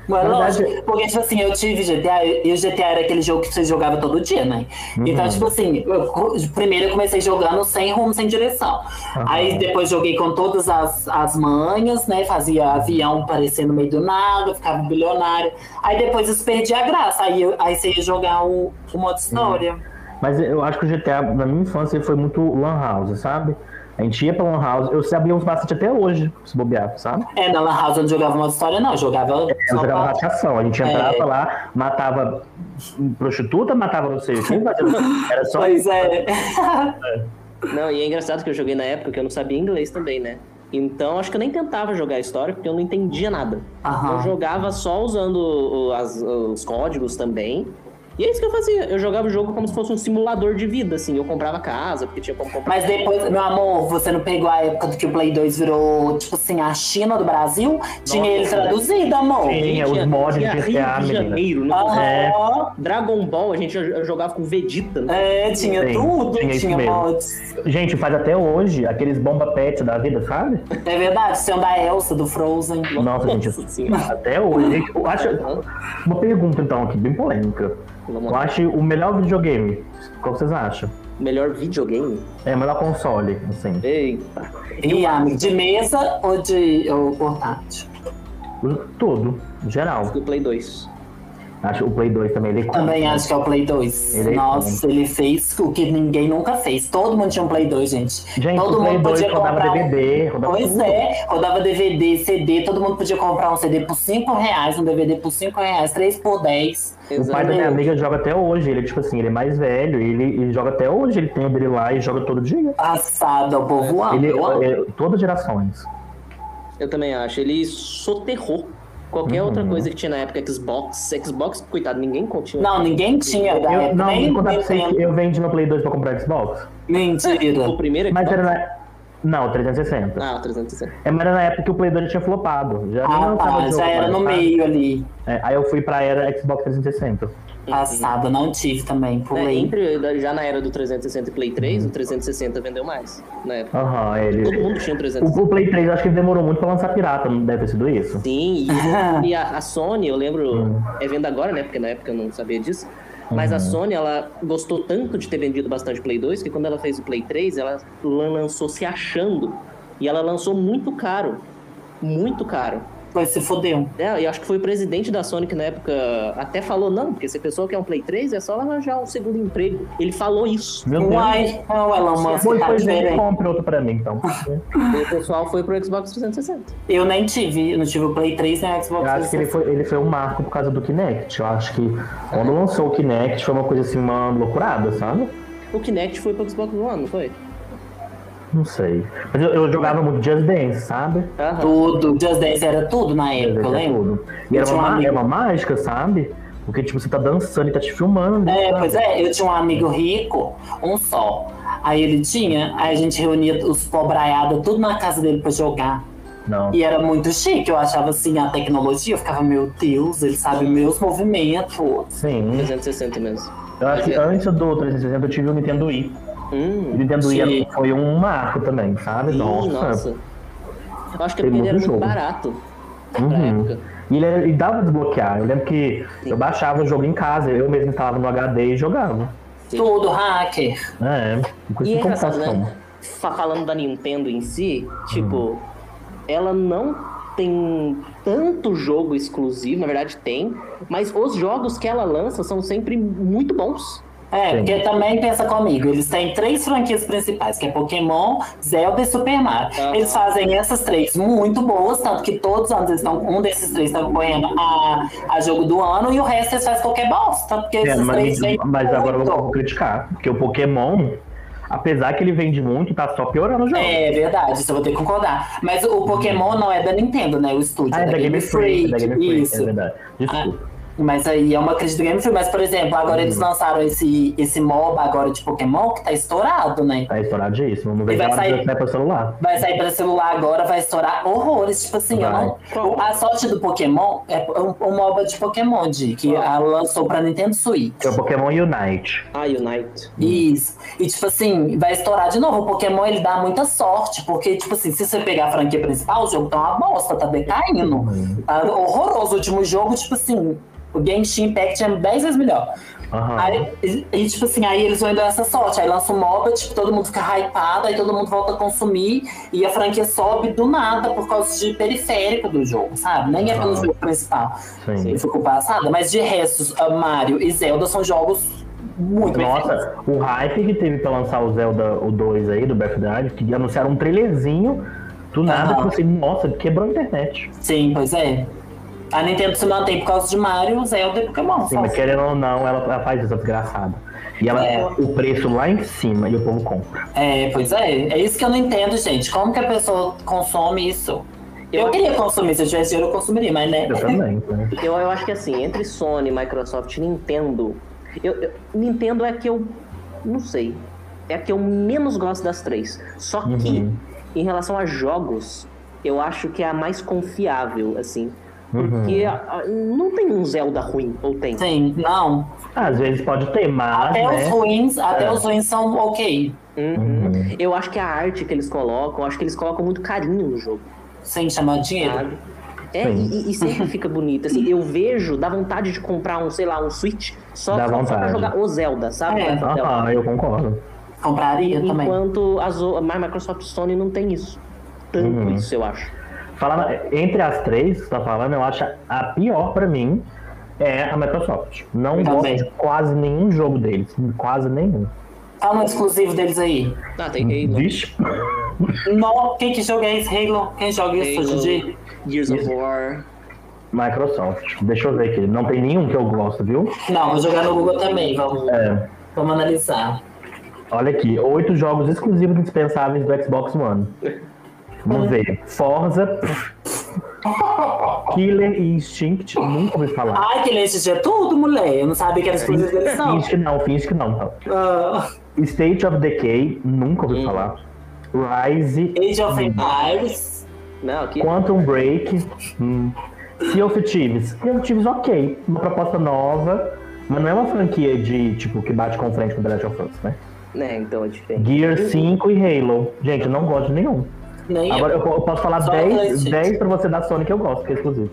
Speaker 2: Mas
Speaker 3: Na verdade-
Speaker 2: lógico. Porque, tipo assim, eu tive GTA e o GTA era aquele jogo que você jogava todo dia, né? Então, tipo assim, eu co- primeiro eu comecei jogando sem rumo, sem direção. Aí depois joguei com todas as, as manhas, né? Fazia avião parecer no meio do nada, ficava bilionário. Aí depois isso perdi a graça. Aí, eu- aí você ia jogar o, o modo história.
Speaker 3: Mas eu acho que o GTA, na minha infância, ele foi muito Lan House, sabe? A gente ia pra Lan House, eu sabia uns bastante até hoje, se bobear, sabe?
Speaker 2: É, na Lan House eu não jogava modo história, não. Eu jogava.
Speaker 3: Eu
Speaker 2: só
Speaker 3: jogava
Speaker 2: pra-
Speaker 3: rachação, a gente entrava
Speaker 2: É.
Speaker 3: lá, matava prostituta, matava não sei o que, fazia- era só
Speaker 2: Pois é.
Speaker 1: Não, e é engraçado que eu joguei na época que eu não sabia inglês também, né? Então acho que eu nem tentava jogar a história porque eu não entendia nada.
Speaker 3: Ah.
Speaker 2: Aham.
Speaker 1: Eu jogava só usando o- as- os códigos também. E é isso que eu fazia. Eu jogava o jogo como se fosse um simulador de vida, assim. Eu comprava casa, porque tinha como comprar.
Speaker 2: Mas depois, meu amor, você não pegou a época do que o Play 2 virou, tipo assim, a China do Brasil? Tinha ele traduzido, amor.
Speaker 3: Sim. tinha os mods de GTA,
Speaker 1: Rio de
Speaker 3: menina. Ah.
Speaker 1: Janeiro, né?
Speaker 2: Aham.
Speaker 1: Dragon Ball, a gente jo- jogava com Vegeta. né?
Speaker 2: É, tinha
Speaker 3: Sim,
Speaker 2: tudo,
Speaker 3: tinha
Speaker 2: tinha,
Speaker 3: isso mesmo.
Speaker 2: mods.
Speaker 3: Gente, faz até hoje aqueles bomba pet da vida, sabe?
Speaker 2: É verdade, tinha o da Elsa, do Frozen.
Speaker 3: Nossa, gente,
Speaker 1: senhora. Então,
Speaker 3: até hoje. Gente, eu acho... Uma pergunta então aqui, bem polêmica.
Speaker 1: Vamos
Speaker 3: Eu
Speaker 1: lá.
Speaker 3: acho o melhor videogame. Qual vocês acham?
Speaker 1: Melhor videogame?
Speaker 3: É o melhor console, assim.
Speaker 1: Eita.
Speaker 2: E a de mesa ou de ou portátil?
Speaker 3: Tudo, em geral.
Speaker 1: Do Play 2.
Speaker 3: Acho o Play 2 também ele é
Speaker 2: Também acho que é o Play 2.
Speaker 3: Ele é
Speaker 2: Nossa, ele fez o que ninguém nunca fez. Todo mundo tinha um Play 2, gente.
Speaker 3: Gente,
Speaker 2: Todo
Speaker 3: o Play
Speaker 2: mundo
Speaker 3: 2
Speaker 2: podia
Speaker 3: rodava
Speaker 2: comprar um-
Speaker 3: DVD, rodava
Speaker 2: Pois
Speaker 3: tudo.
Speaker 2: é, rodava DVD, CD, todo mundo podia comprar um CD por 5 reais, um DVD por 5 reais, 3 por 10.
Speaker 3: O pai da minha amiga joga até hoje, ele, tipo assim, ele é mais velho, ele, ele joga até hoje, ele tem o dele lá e joga todo dia.
Speaker 2: Assado, o povo ama.
Speaker 3: Ele
Speaker 2: Ah, eu amo.
Speaker 3: é, todas as gerações.
Speaker 1: Eu também acho. Ele soterrou qualquer outra
Speaker 3: Uhum.
Speaker 1: coisa que tinha na época. Xbox. Xbox, coitado, ninguém continua.
Speaker 2: Não, ninguém tinha da
Speaker 3: Eu,
Speaker 2: época,
Speaker 3: não,
Speaker 2: nem
Speaker 3: vou contar pra vocês
Speaker 2: Nintendo.
Speaker 3: que eu vendi meu Play 2 pra comprar Xbox.
Speaker 1: O
Speaker 2: Mentira.
Speaker 1: primeiro
Speaker 3: Mas
Speaker 1: Xbox...
Speaker 3: era na. Não, 360.
Speaker 1: Ah, 360.
Speaker 3: É, mas era na época que o Play 2 já tinha flopado. Já nem
Speaker 2: Ah,
Speaker 3: lançava
Speaker 2: tá,
Speaker 3: jogo
Speaker 2: já era
Speaker 3: mais,
Speaker 2: no
Speaker 3: sabe?
Speaker 2: meio ali.
Speaker 3: É, aí eu fui pra era Xbox 360.
Speaker 2: Assado, não tive também,
Speaker 1: Né,
Speaker 2: pulei.
Speaker 1: entre, já na era do 360 e Play 3,
Speaker 3: Uhum.
Speaker 1: o 360 vendeu mais na época.
Speaker 3: Aham,
Speaker 1: Todo
Speaker 3: ele.
Speaker 1: mundo tinha um 360.
Speaker 3: O, o Play 3 eu acho que ele demorou muito pra lançar pirata, não deve ter sido isso?
Speaker 1: Sim,
Speaker 3: Uhum.
Speaker 1: e, e a, a Sony, eu lembro, é venda agora, né? Porque na época eu não sabia disso. Mas a
Speaker 3: Uhum.
Speaker 1: Sony, ela gostou tanto de ter vendido bastante Play 2 que quando ela fez o Play 3, ela lan- lançou se achando. E ela lançou muito caro. Muito caro.
Speaker 2: Pois se fodeu.
Speaker 1: É, e acho que foi o presidente da Sony que na época até falou: não, porque se a pessoa quer um Play 3, é só ela arranjar um segundo emprego. Ele falou isso.
Speaker 3: Meu Deus.
Speaker 2: Uai, ah, o Elon Musk
Speaker 3: Pois
Speaker 2: tá
Speaker 3: pois é. bem,
Speaker 2: diferente.
Speaker 3: compre outro pra mim, então.
Speaker 1: E o pessoal foi pro Xbox 360.
Speaker 2: Eu nem tive, eu não tive o Play 3 nem o Xbox
Speaker 3: Eu acho que ele
Speaker 2: 360.
Speaker 3: foi, ele foi um marco por causa do Kinect. Eu acho que quando lançou o Kinect foi uma coisa assim, uma loucurada, sabe?
Speaker 1: O Kinect foi pro Xbox One, não foi?
Speaker 3: Não sei. Mas eu, eu jogava muito Just Dance, sabe?
Speaker 1: Aham.
Speaker 2: Tudo, Just Dance era tudo na época, eu
Speaker 3: Just Dance é
Speaker 2: lembro.
Speaker 3: tudo. E era
Speaker 2: Eu tinha um
Speaker 3: uma, ma-
Speaker 2: amigo-
Speaker 3: é uma mágica, sabe? Porque, tipo, você tá dançando e tá te filmando.
Speaker 2: É,
Speaker 3: sabe?
Speaker 2: pois é, eu tinha um amigo rico, um só. Aí ele tinha, aí a gente reunia os pobraiados tudo na casa dele pra jogar.
Speaker 3: Não.
Speaker 2: E era muito chique, eu achava assim, a tecnologia, eu ficava, meu Deus, ele sabe meus movimentos.
Speaker 3: Sim.
Speaker 1: 360 mesmo.
Speaker 3: Eu acho que
Speaker 2: é.
Speaker 3: antes do 360 eu tive o Nintendo Wii.
Speaker 1: Hum.
Speaker 3: O Nintendo Wii
Speaker 2: Sim.
Speaker 3: era- foi um marco também, sabe?
Speaker 1: Ih,
Speaker 3: Nossa.
Speaker 1: nossa. Eu acho que é
Speaker 3: Tem
Speaker 1: porque ele era
Speaker 3: muito
Speaker 1: muito
Speaker 3: jogo.
Speaker 1: barato pra
Speaker 3: Uhum.
Speaker 1: época.
Speaker 3: E ele, era- ele dava pra desbloquear. Eu lembro que eu baixava o jogo em casa, eu mesmo instalava no HD e jogava.
Speaker 2: Tudo, hacker.
Speaker 3: É, uma coisa
Speaker 1: E é
Speaker 3: de
Speaker 1: engraçado,
Speaker 3: computação.
Speaker 1: né? Fa- Falando da Nintendo em si, tipo, ela não tem tanto jogo exclusivo, na verdade tem, mas os jogos que ela lança são sempre muito bons.
Speaker 2: É,
Speaker 3: Sim.
Speaker 2: porque também pensa comigo, eles têm três franquias principais, que é Pokémon, Zelda e Super Mario.
Speaker 1: Aham.
Speaker 2: Eles fazem essas três muito boas, tanto que todos os anos eles estão, um desses três está correndo a, a jogo do ano e o resto eles fazem qualquer bosta, porque
Speaker 3: É,
Speaker 2: esses
Speaker 3: mas,
Speaker 2: três vêm
Speaker 3: mas agora eu
Speaker 2: muito.
Speaker 3: vou criticar. Porque o Pokémon, apesar que ele vende muito, tá só piorando o jogo.
Speaker 2: É verdade, isso eu vou ter que concordar. Mas o Pokémon não é da Nintendo, né? O estúdio
Speaker 3: ah, é da Game Freak. da Game Freak,
Speaker 2: isso. Ah.
Speaker 3: é verdade. Desculpa.
Speaker 2: Mas aí é uma crítica do Game Freak. Mas, por exemplo, agora
Speaker 3: Uhum.
Speaker 2: eles lançaram esse, esse MOBA agora de Pokémon que tá estourado, né?
Speaker 3: Tá estouradíssimo. Vamos ver
Speaker 2: E
Speaker 3: se
Speaker 2: vai
Speaker 3: ela
Speaker 2: sair-
Speaker 3: vai para celular.
Speaker 2: Vai sair pra celular agora, vai estourar horrores. Tipo assim, eu
Speaker 3: Vai.
Speaker 2: não- o- a sorte do Pokémon é um, um MOBA de Pokémon, de, que a lançou pra Nintendo Switch.
Speaker 3: Que é o Pokémon Unite.
Speaker 1: Ah, Unite.
Speaker 2: Isso. E, tipo assim, vai estourar de novo. O Pokémon, ele dá muita sorte, porque, tipo assim, se você pegar a franquia principal, o jogo tá uma bosta, tá decaindo. Tá horroroso. O último jogo, tipo assim, o Genshin Impact é 10 vezes melhor.
Speaker 3: Aham.
Speaker 2: Aí, e, e, tipo assim, aí eles vão dar essa sorte. Aí lança um MOBA, tipo, todo mundo fica hypado, aí todo mundo volta a consumir. E a franquia sobe do nada por causa de periférico do jogo, sabe? Nem é pelo
Speaker 3: Aham.
Speaker 2: jogo principal.
Speaker 3: Sim.
Speaker 2: Eu fico passada, mas de resto, a Mario e Zelda são jogos muito bem feitos.
Speaker 3: Nossa, o hype que teve pra lançar o Zelda o 2 aí, do Breath of the Wild, que anunciaram um trailerzinho do nada,
Speaker 2: Aham.
Speaker 3: tipo assim, nossa, quebrou a internet.
Speaker 2: Sim, pois é. A Nintendo se mantém por causa de Mario, Zelda e Pokémon.
Speaker 3: Sim,
Speaker 2: só.
Speaker 3: mas querendo ou não, ela, ela faz isso, desgraçada. E ela
Speaker 2: É.
Speaker 3: o preço lá em cima e o povo compra.
Speaker 2: É, pois é. É isso que eu não entendo, gente. Como que a pessoa consome isso? Eu queria consumir, se eu tivesse dinheiro eu consumiria, mas né.
Speaker 3: Eu também, né?
Speaker 1: Eu, eu acho que assim, entre Sony, Microsoft e Nintendo, eu, eu- Nintendo é a que eu. Não sei. É a que eu menos gosto das três. Só que,
Speaker 3: Uhum.
Speaker 1: em relação a jogos, eu acho que é a mais confiável, assim. Porque
Speaker 3: Uhum.
Speaker 1: a- a- não tem um Zelda ruim, ou tem?
Speaker 2: Sim, não.
Speaker 3: Às vezes pode ter, mas,
Speaker 2: Até os
Speaker 3: né?
Speaker 2: ruins, até
Speaker 3: É.
Speaker 2: os ruins são ok.
Speaker 1: Uhum. Eu acho que a arte que eles colocam, eu acho que eles colocam muito carinho no jogo.
Speaker 2: Sem chamar dinheiro.
Speaker 1: sabe? É, e, e- e sempre fica bonito. Assim, eu vejo, dá vontade de comprar um, sei lá, um Switch só, só- só
Speaker 3: Dá
Speaker 1: pra
Speaker 3: vontade.
Speaker 1: jogar o Zelda, sabe?
Speaker 2: É.
Speaker 1: Pra-
Speaker 3: Aham, Tá, eu concordo.
Speaker 2: Compraria também.
Speaker 1: Enquanto as, o- mas Microsoft e Sony não tem isso. Tanto
Speaker 3: Uhum.
Speaker 1: isso, eu acho.
Speaker 3: Falando, entre as três que você tá falando, eu acho a pior pra mim é a Microsoft. Não
Speaker 2: Eu
Speaker 3: gosto
Speaker 2: também.
Speaker 3: de quase nenhum jogo deles. Quase nenhum.
Speaker 2: Fala um exclusivo deles aí.
Speaker 1: Ah, tem Halo,
Speaker 3: Uhum. Vixe.
Speaker 2: Não, quem que joga esse Halo? Quem joga isso hoje em dia?
Speaker 1: Gears of War.
Speaker 3: Microsoft. Deixa eu ver aqui. Não tem nenhum que eu gosto, viu?
Speaker 2: Não, vou jogar no Google também, vamos,
Speaker 3: É.
Speaker 2: vamos analisar.
Speaker 3: Olha aqui. Oito jogos exclusivos indispensáveis do Xbox One. Vamos ver. Forza. pff, Killer Instinct. Nunca ouvi falar.
Speaker 2: Ai, que leite de é tudo, mulher. Eu não sabia que era exclusivo deles, não.
Speaker 3: Finge que não, finge que não.
Speaker 2: Ah,
Speaker 3: State of Decay. Nunca ouvi falar. Rise.
Speaker 2: Age of Empires.
Speaker 1: Não, aqui.
Speaker 3: Quantum Break. Hum. Sea of Thieves. Sea of Thieves, ok. Uma proposta nova. Mas não é uma franquia de, tipo, que bate com frente com The Last of Us, né?
Speaker 1: Né, então é diferente.
Speaker 3: Gear
Speaker 2: Uhum.
Speaker 3: 5 e Halo. Gente, eu não gosto de nenhum.
Speaker 2: Nem
Speaker 3: Agora eu
Speaker 2: eu.
Speaker 3: po- eu posso falar
Speaker 2: Só
Speaker 3: 10,
Speaker 2: Playstation.
Speaker 3: 10 pra você da Sony que eu gosto, que é exclusivo.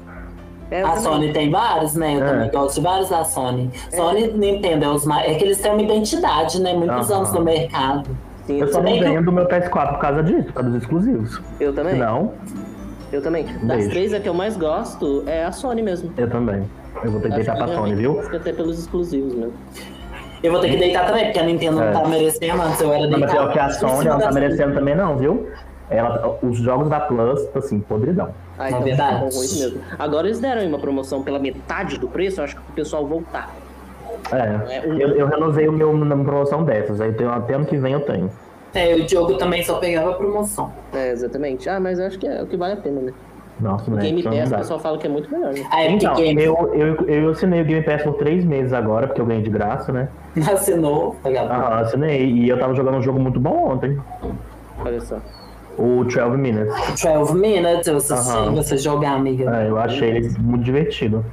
Speaker 1: É, eu
Speaker 2: A
Speaker 1: também.
Speaker 2: Sony tem vários, né? Eu
Speaker 3: É.
Speaker 2: também gosto de vários da Sony. Sony e Nintendo é os mais. É que eles têm uma identidade, né? Muitos
Speaker 3: Aham.
Speaker 2: anos no mercado.
Speaker 1: Sim,
Speaker 3: Eu só não
Speaker 2: bem que
Speaker 1: um-
Speaker 2: eu-
Speaker 3: vendo o meu PS4 por causa disso, por causa dos exclusivos.
Speaker 1: eu também.
Speaker 3: Não,
Speaker 1: Eu também. Das
Speaker 3: Beijo.
Speaker 1: três, a que eu mais gosto é a Sony mesmo.
Speaker 3: eu também. Eu vou ter que
Speaker 1: A
Speaker 3: deitar pra Sony, viu?
Speaker 1: né? Até pelos exclusivos, né?
Speaker 2: Eu vou ter que deitar também, porque a Nintendo
Speaker 3: É.
Speaker 2: não tá merecendo antes. Eu assim. era
Speaker 3: Não, mas
Speaker 2: deitada.
Speaker 3: pior que a
Speaker 2: Em cima
Speaker 3: Sony, ela não tá
Speaker 2: das-
Speaker 3: merecendo
Speaker 1: assim.
Speaker 3: também não, viu? Ela, os jogos da Plus, tá assim, podridão.
Speaker 1: Ah,
Speaker 2: Na
Speaker 1: então
Speaker 2: verdade.
Speaker 1: ficou ruim mesmo. Agora eles deram aí uma promoção pela metade do preço, eu acho que o pessoal voltar.
Speaker 3: É,
Speaker 1: É, um-
Speaker 3: eu, eu renovei o meu numa promoção dessas, aí eu tenho, até ano que vem eu tenho.
Speaker 2: É, o Diogo também só pegava promoção.
Speaker 1: É, exatamente. Ah, mas eu acho que é o que vale a pena, né?
Speaker 3: Nossa, né?
Speaker 1: Game
Speaker 3: então
Speaker 1: Pass,
Speaker 3: não
Speaker 1: o
Speaker 3: dá.
Speaker 1: pessoal fala que é muito melhor, né?
Speaker 2: A Epic
Speaker 3: Então,
Speaker 2: Games
Speaker 3: eu, eu, eu assinei o Game Pass por três meses agora, porque eu ganhei de graça, né?
Speaker 2: assinou. tá pegava.
Speaker 3: Aham, assinei. E eu tava jogando um jogo muito bom ontem.
Speaker 1: Olha só.
Speaker 3: O 12 Minutes.
Speaker 2: 12 minutes, eu assisti
Speaker 3: Aham.
Speaker 2: você jogar, amiga.
Speaker 3: É, eu achei ele muito divertido.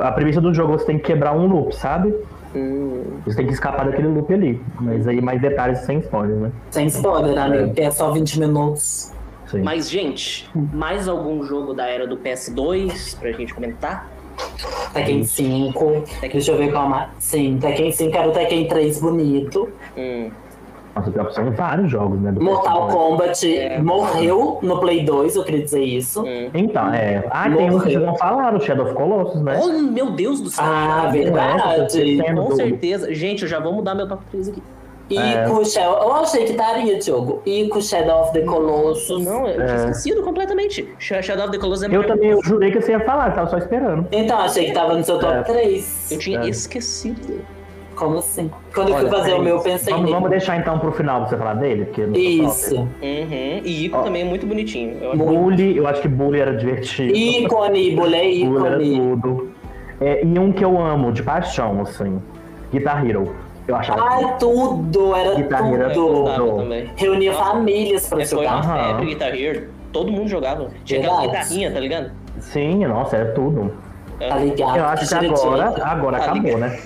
Speaker 3: A premissa do jogo, você tem que quebrar um loop, sabe?
Speaker 1: Hum.
Speaker 3: Você tem que escapar daquele loop ali. Mas aí mais detalhes sem spoiler, né?
Speaker 2: Sem spoiler, amigo, porque é só 20 minutos.
Speaker 3: Sim.
Speaker 1: Mas, gente, mais algum jogo da era do PS2 pra gente comentar?
Speaker 2: Tekken 5. Deixa eu ver qual mais. Sim, Tekken 5 era o Tekken 3 bonito.
Speaker 1: Hum.
Speaker 3: Nossa, tem opção em vários jogos, né? do
Speaker 2: Mortal
Speaker 3: PS2.
Speaker 2: Kombat
Speaker 1: É. Hum.
Speaker 2: morreu no Play 2, eu queria dizer isso.
Speaker 3: Então, é. Ah, tem um que vocês não falaram, Shadow of Colossus, né?
Speaker 1: Oh, meu Deus do céu!
Speaker 2: Ah, verdade.
Speaker 3: Não é?
Speaker 1: Com
Speaker 3: do-
Speaker 1: certeza. Gente, eu já vou mudar meu top 3 aqui.
Speaker 2: E
Speaker 3: É.
Speaker 2: com o Shadow. Eu achei que daria, Diogo. E com o Shadow of the Colossus.
Speaker 1: Não, eu tinha esquecido completamente. Sh- Shadow of the Colossus é
Speaker 3: É. Eu
Speaker 1: maravilhoso.
Speaker 3: também eu jurei que você ia falar, eu tava só esperando.
Speaker 2: Então, achei que tava no seu top
Speaker 3: É.
Speaker 2: 3.
Speaker 1: Eu tinha
Speaker 3: É.
Speaker 1: esquecido.
Speaker 2: Como assim? Quando eu
Speaker 1: Olha,
Speaker 2: fui fazer o
Speaker 1: peraí.
Speaker 2: meu, eu pensei
Speaker 3: Vamos,
Speaker 2: nele.
Speaker 3: vamos deixar então pro final pra você falar dele, porque não
Speaker 2: Isso.
Speaker 1: Uhum. E Ico também é muito bonitinho. Eu acho
Speaker 3: Bully, eu acho que Bully era divertido.
Speaker 2: Ícone, bolé,
Speaker 3: Bully era
Speaker 2: ícone.
Speaker 3: tudo. É, e um que eu amo, de paixão, assim. Guitar Hero. Eu achava.
Speaker 2: Ai, tudo, era
Speaker 3: Guitar Hero
Speaker 1: eu
Speaker 3: era
Speaker 2: tudo.
Speaker 3: tudo.
Speaker 1: gostava
Speaker 3: do-
Speaker 1: também.
Speaker 2: Reunia
Speaker 1: Nossa.
Speaker 2: famílias pra
Speaker 1: É, foi uma
Speaker 2: jogar.
Speaker 3: Aham.
Speaker 1: febre Guitar Hero. Todo mundo jogava. Tinha aquela
Speaker 2: Verdade.
Speaker 1: guitarrinha, tá ligado?
Speaker 3: Sim, nossa, era tudo.
Speaker 2: Tá ligado?
Speaker 3: Eu acho que
Speaker 2: Direitinho.
Speaker 3: agora, agora
Speaker 1: Tá
Speaker 3: acabou, né?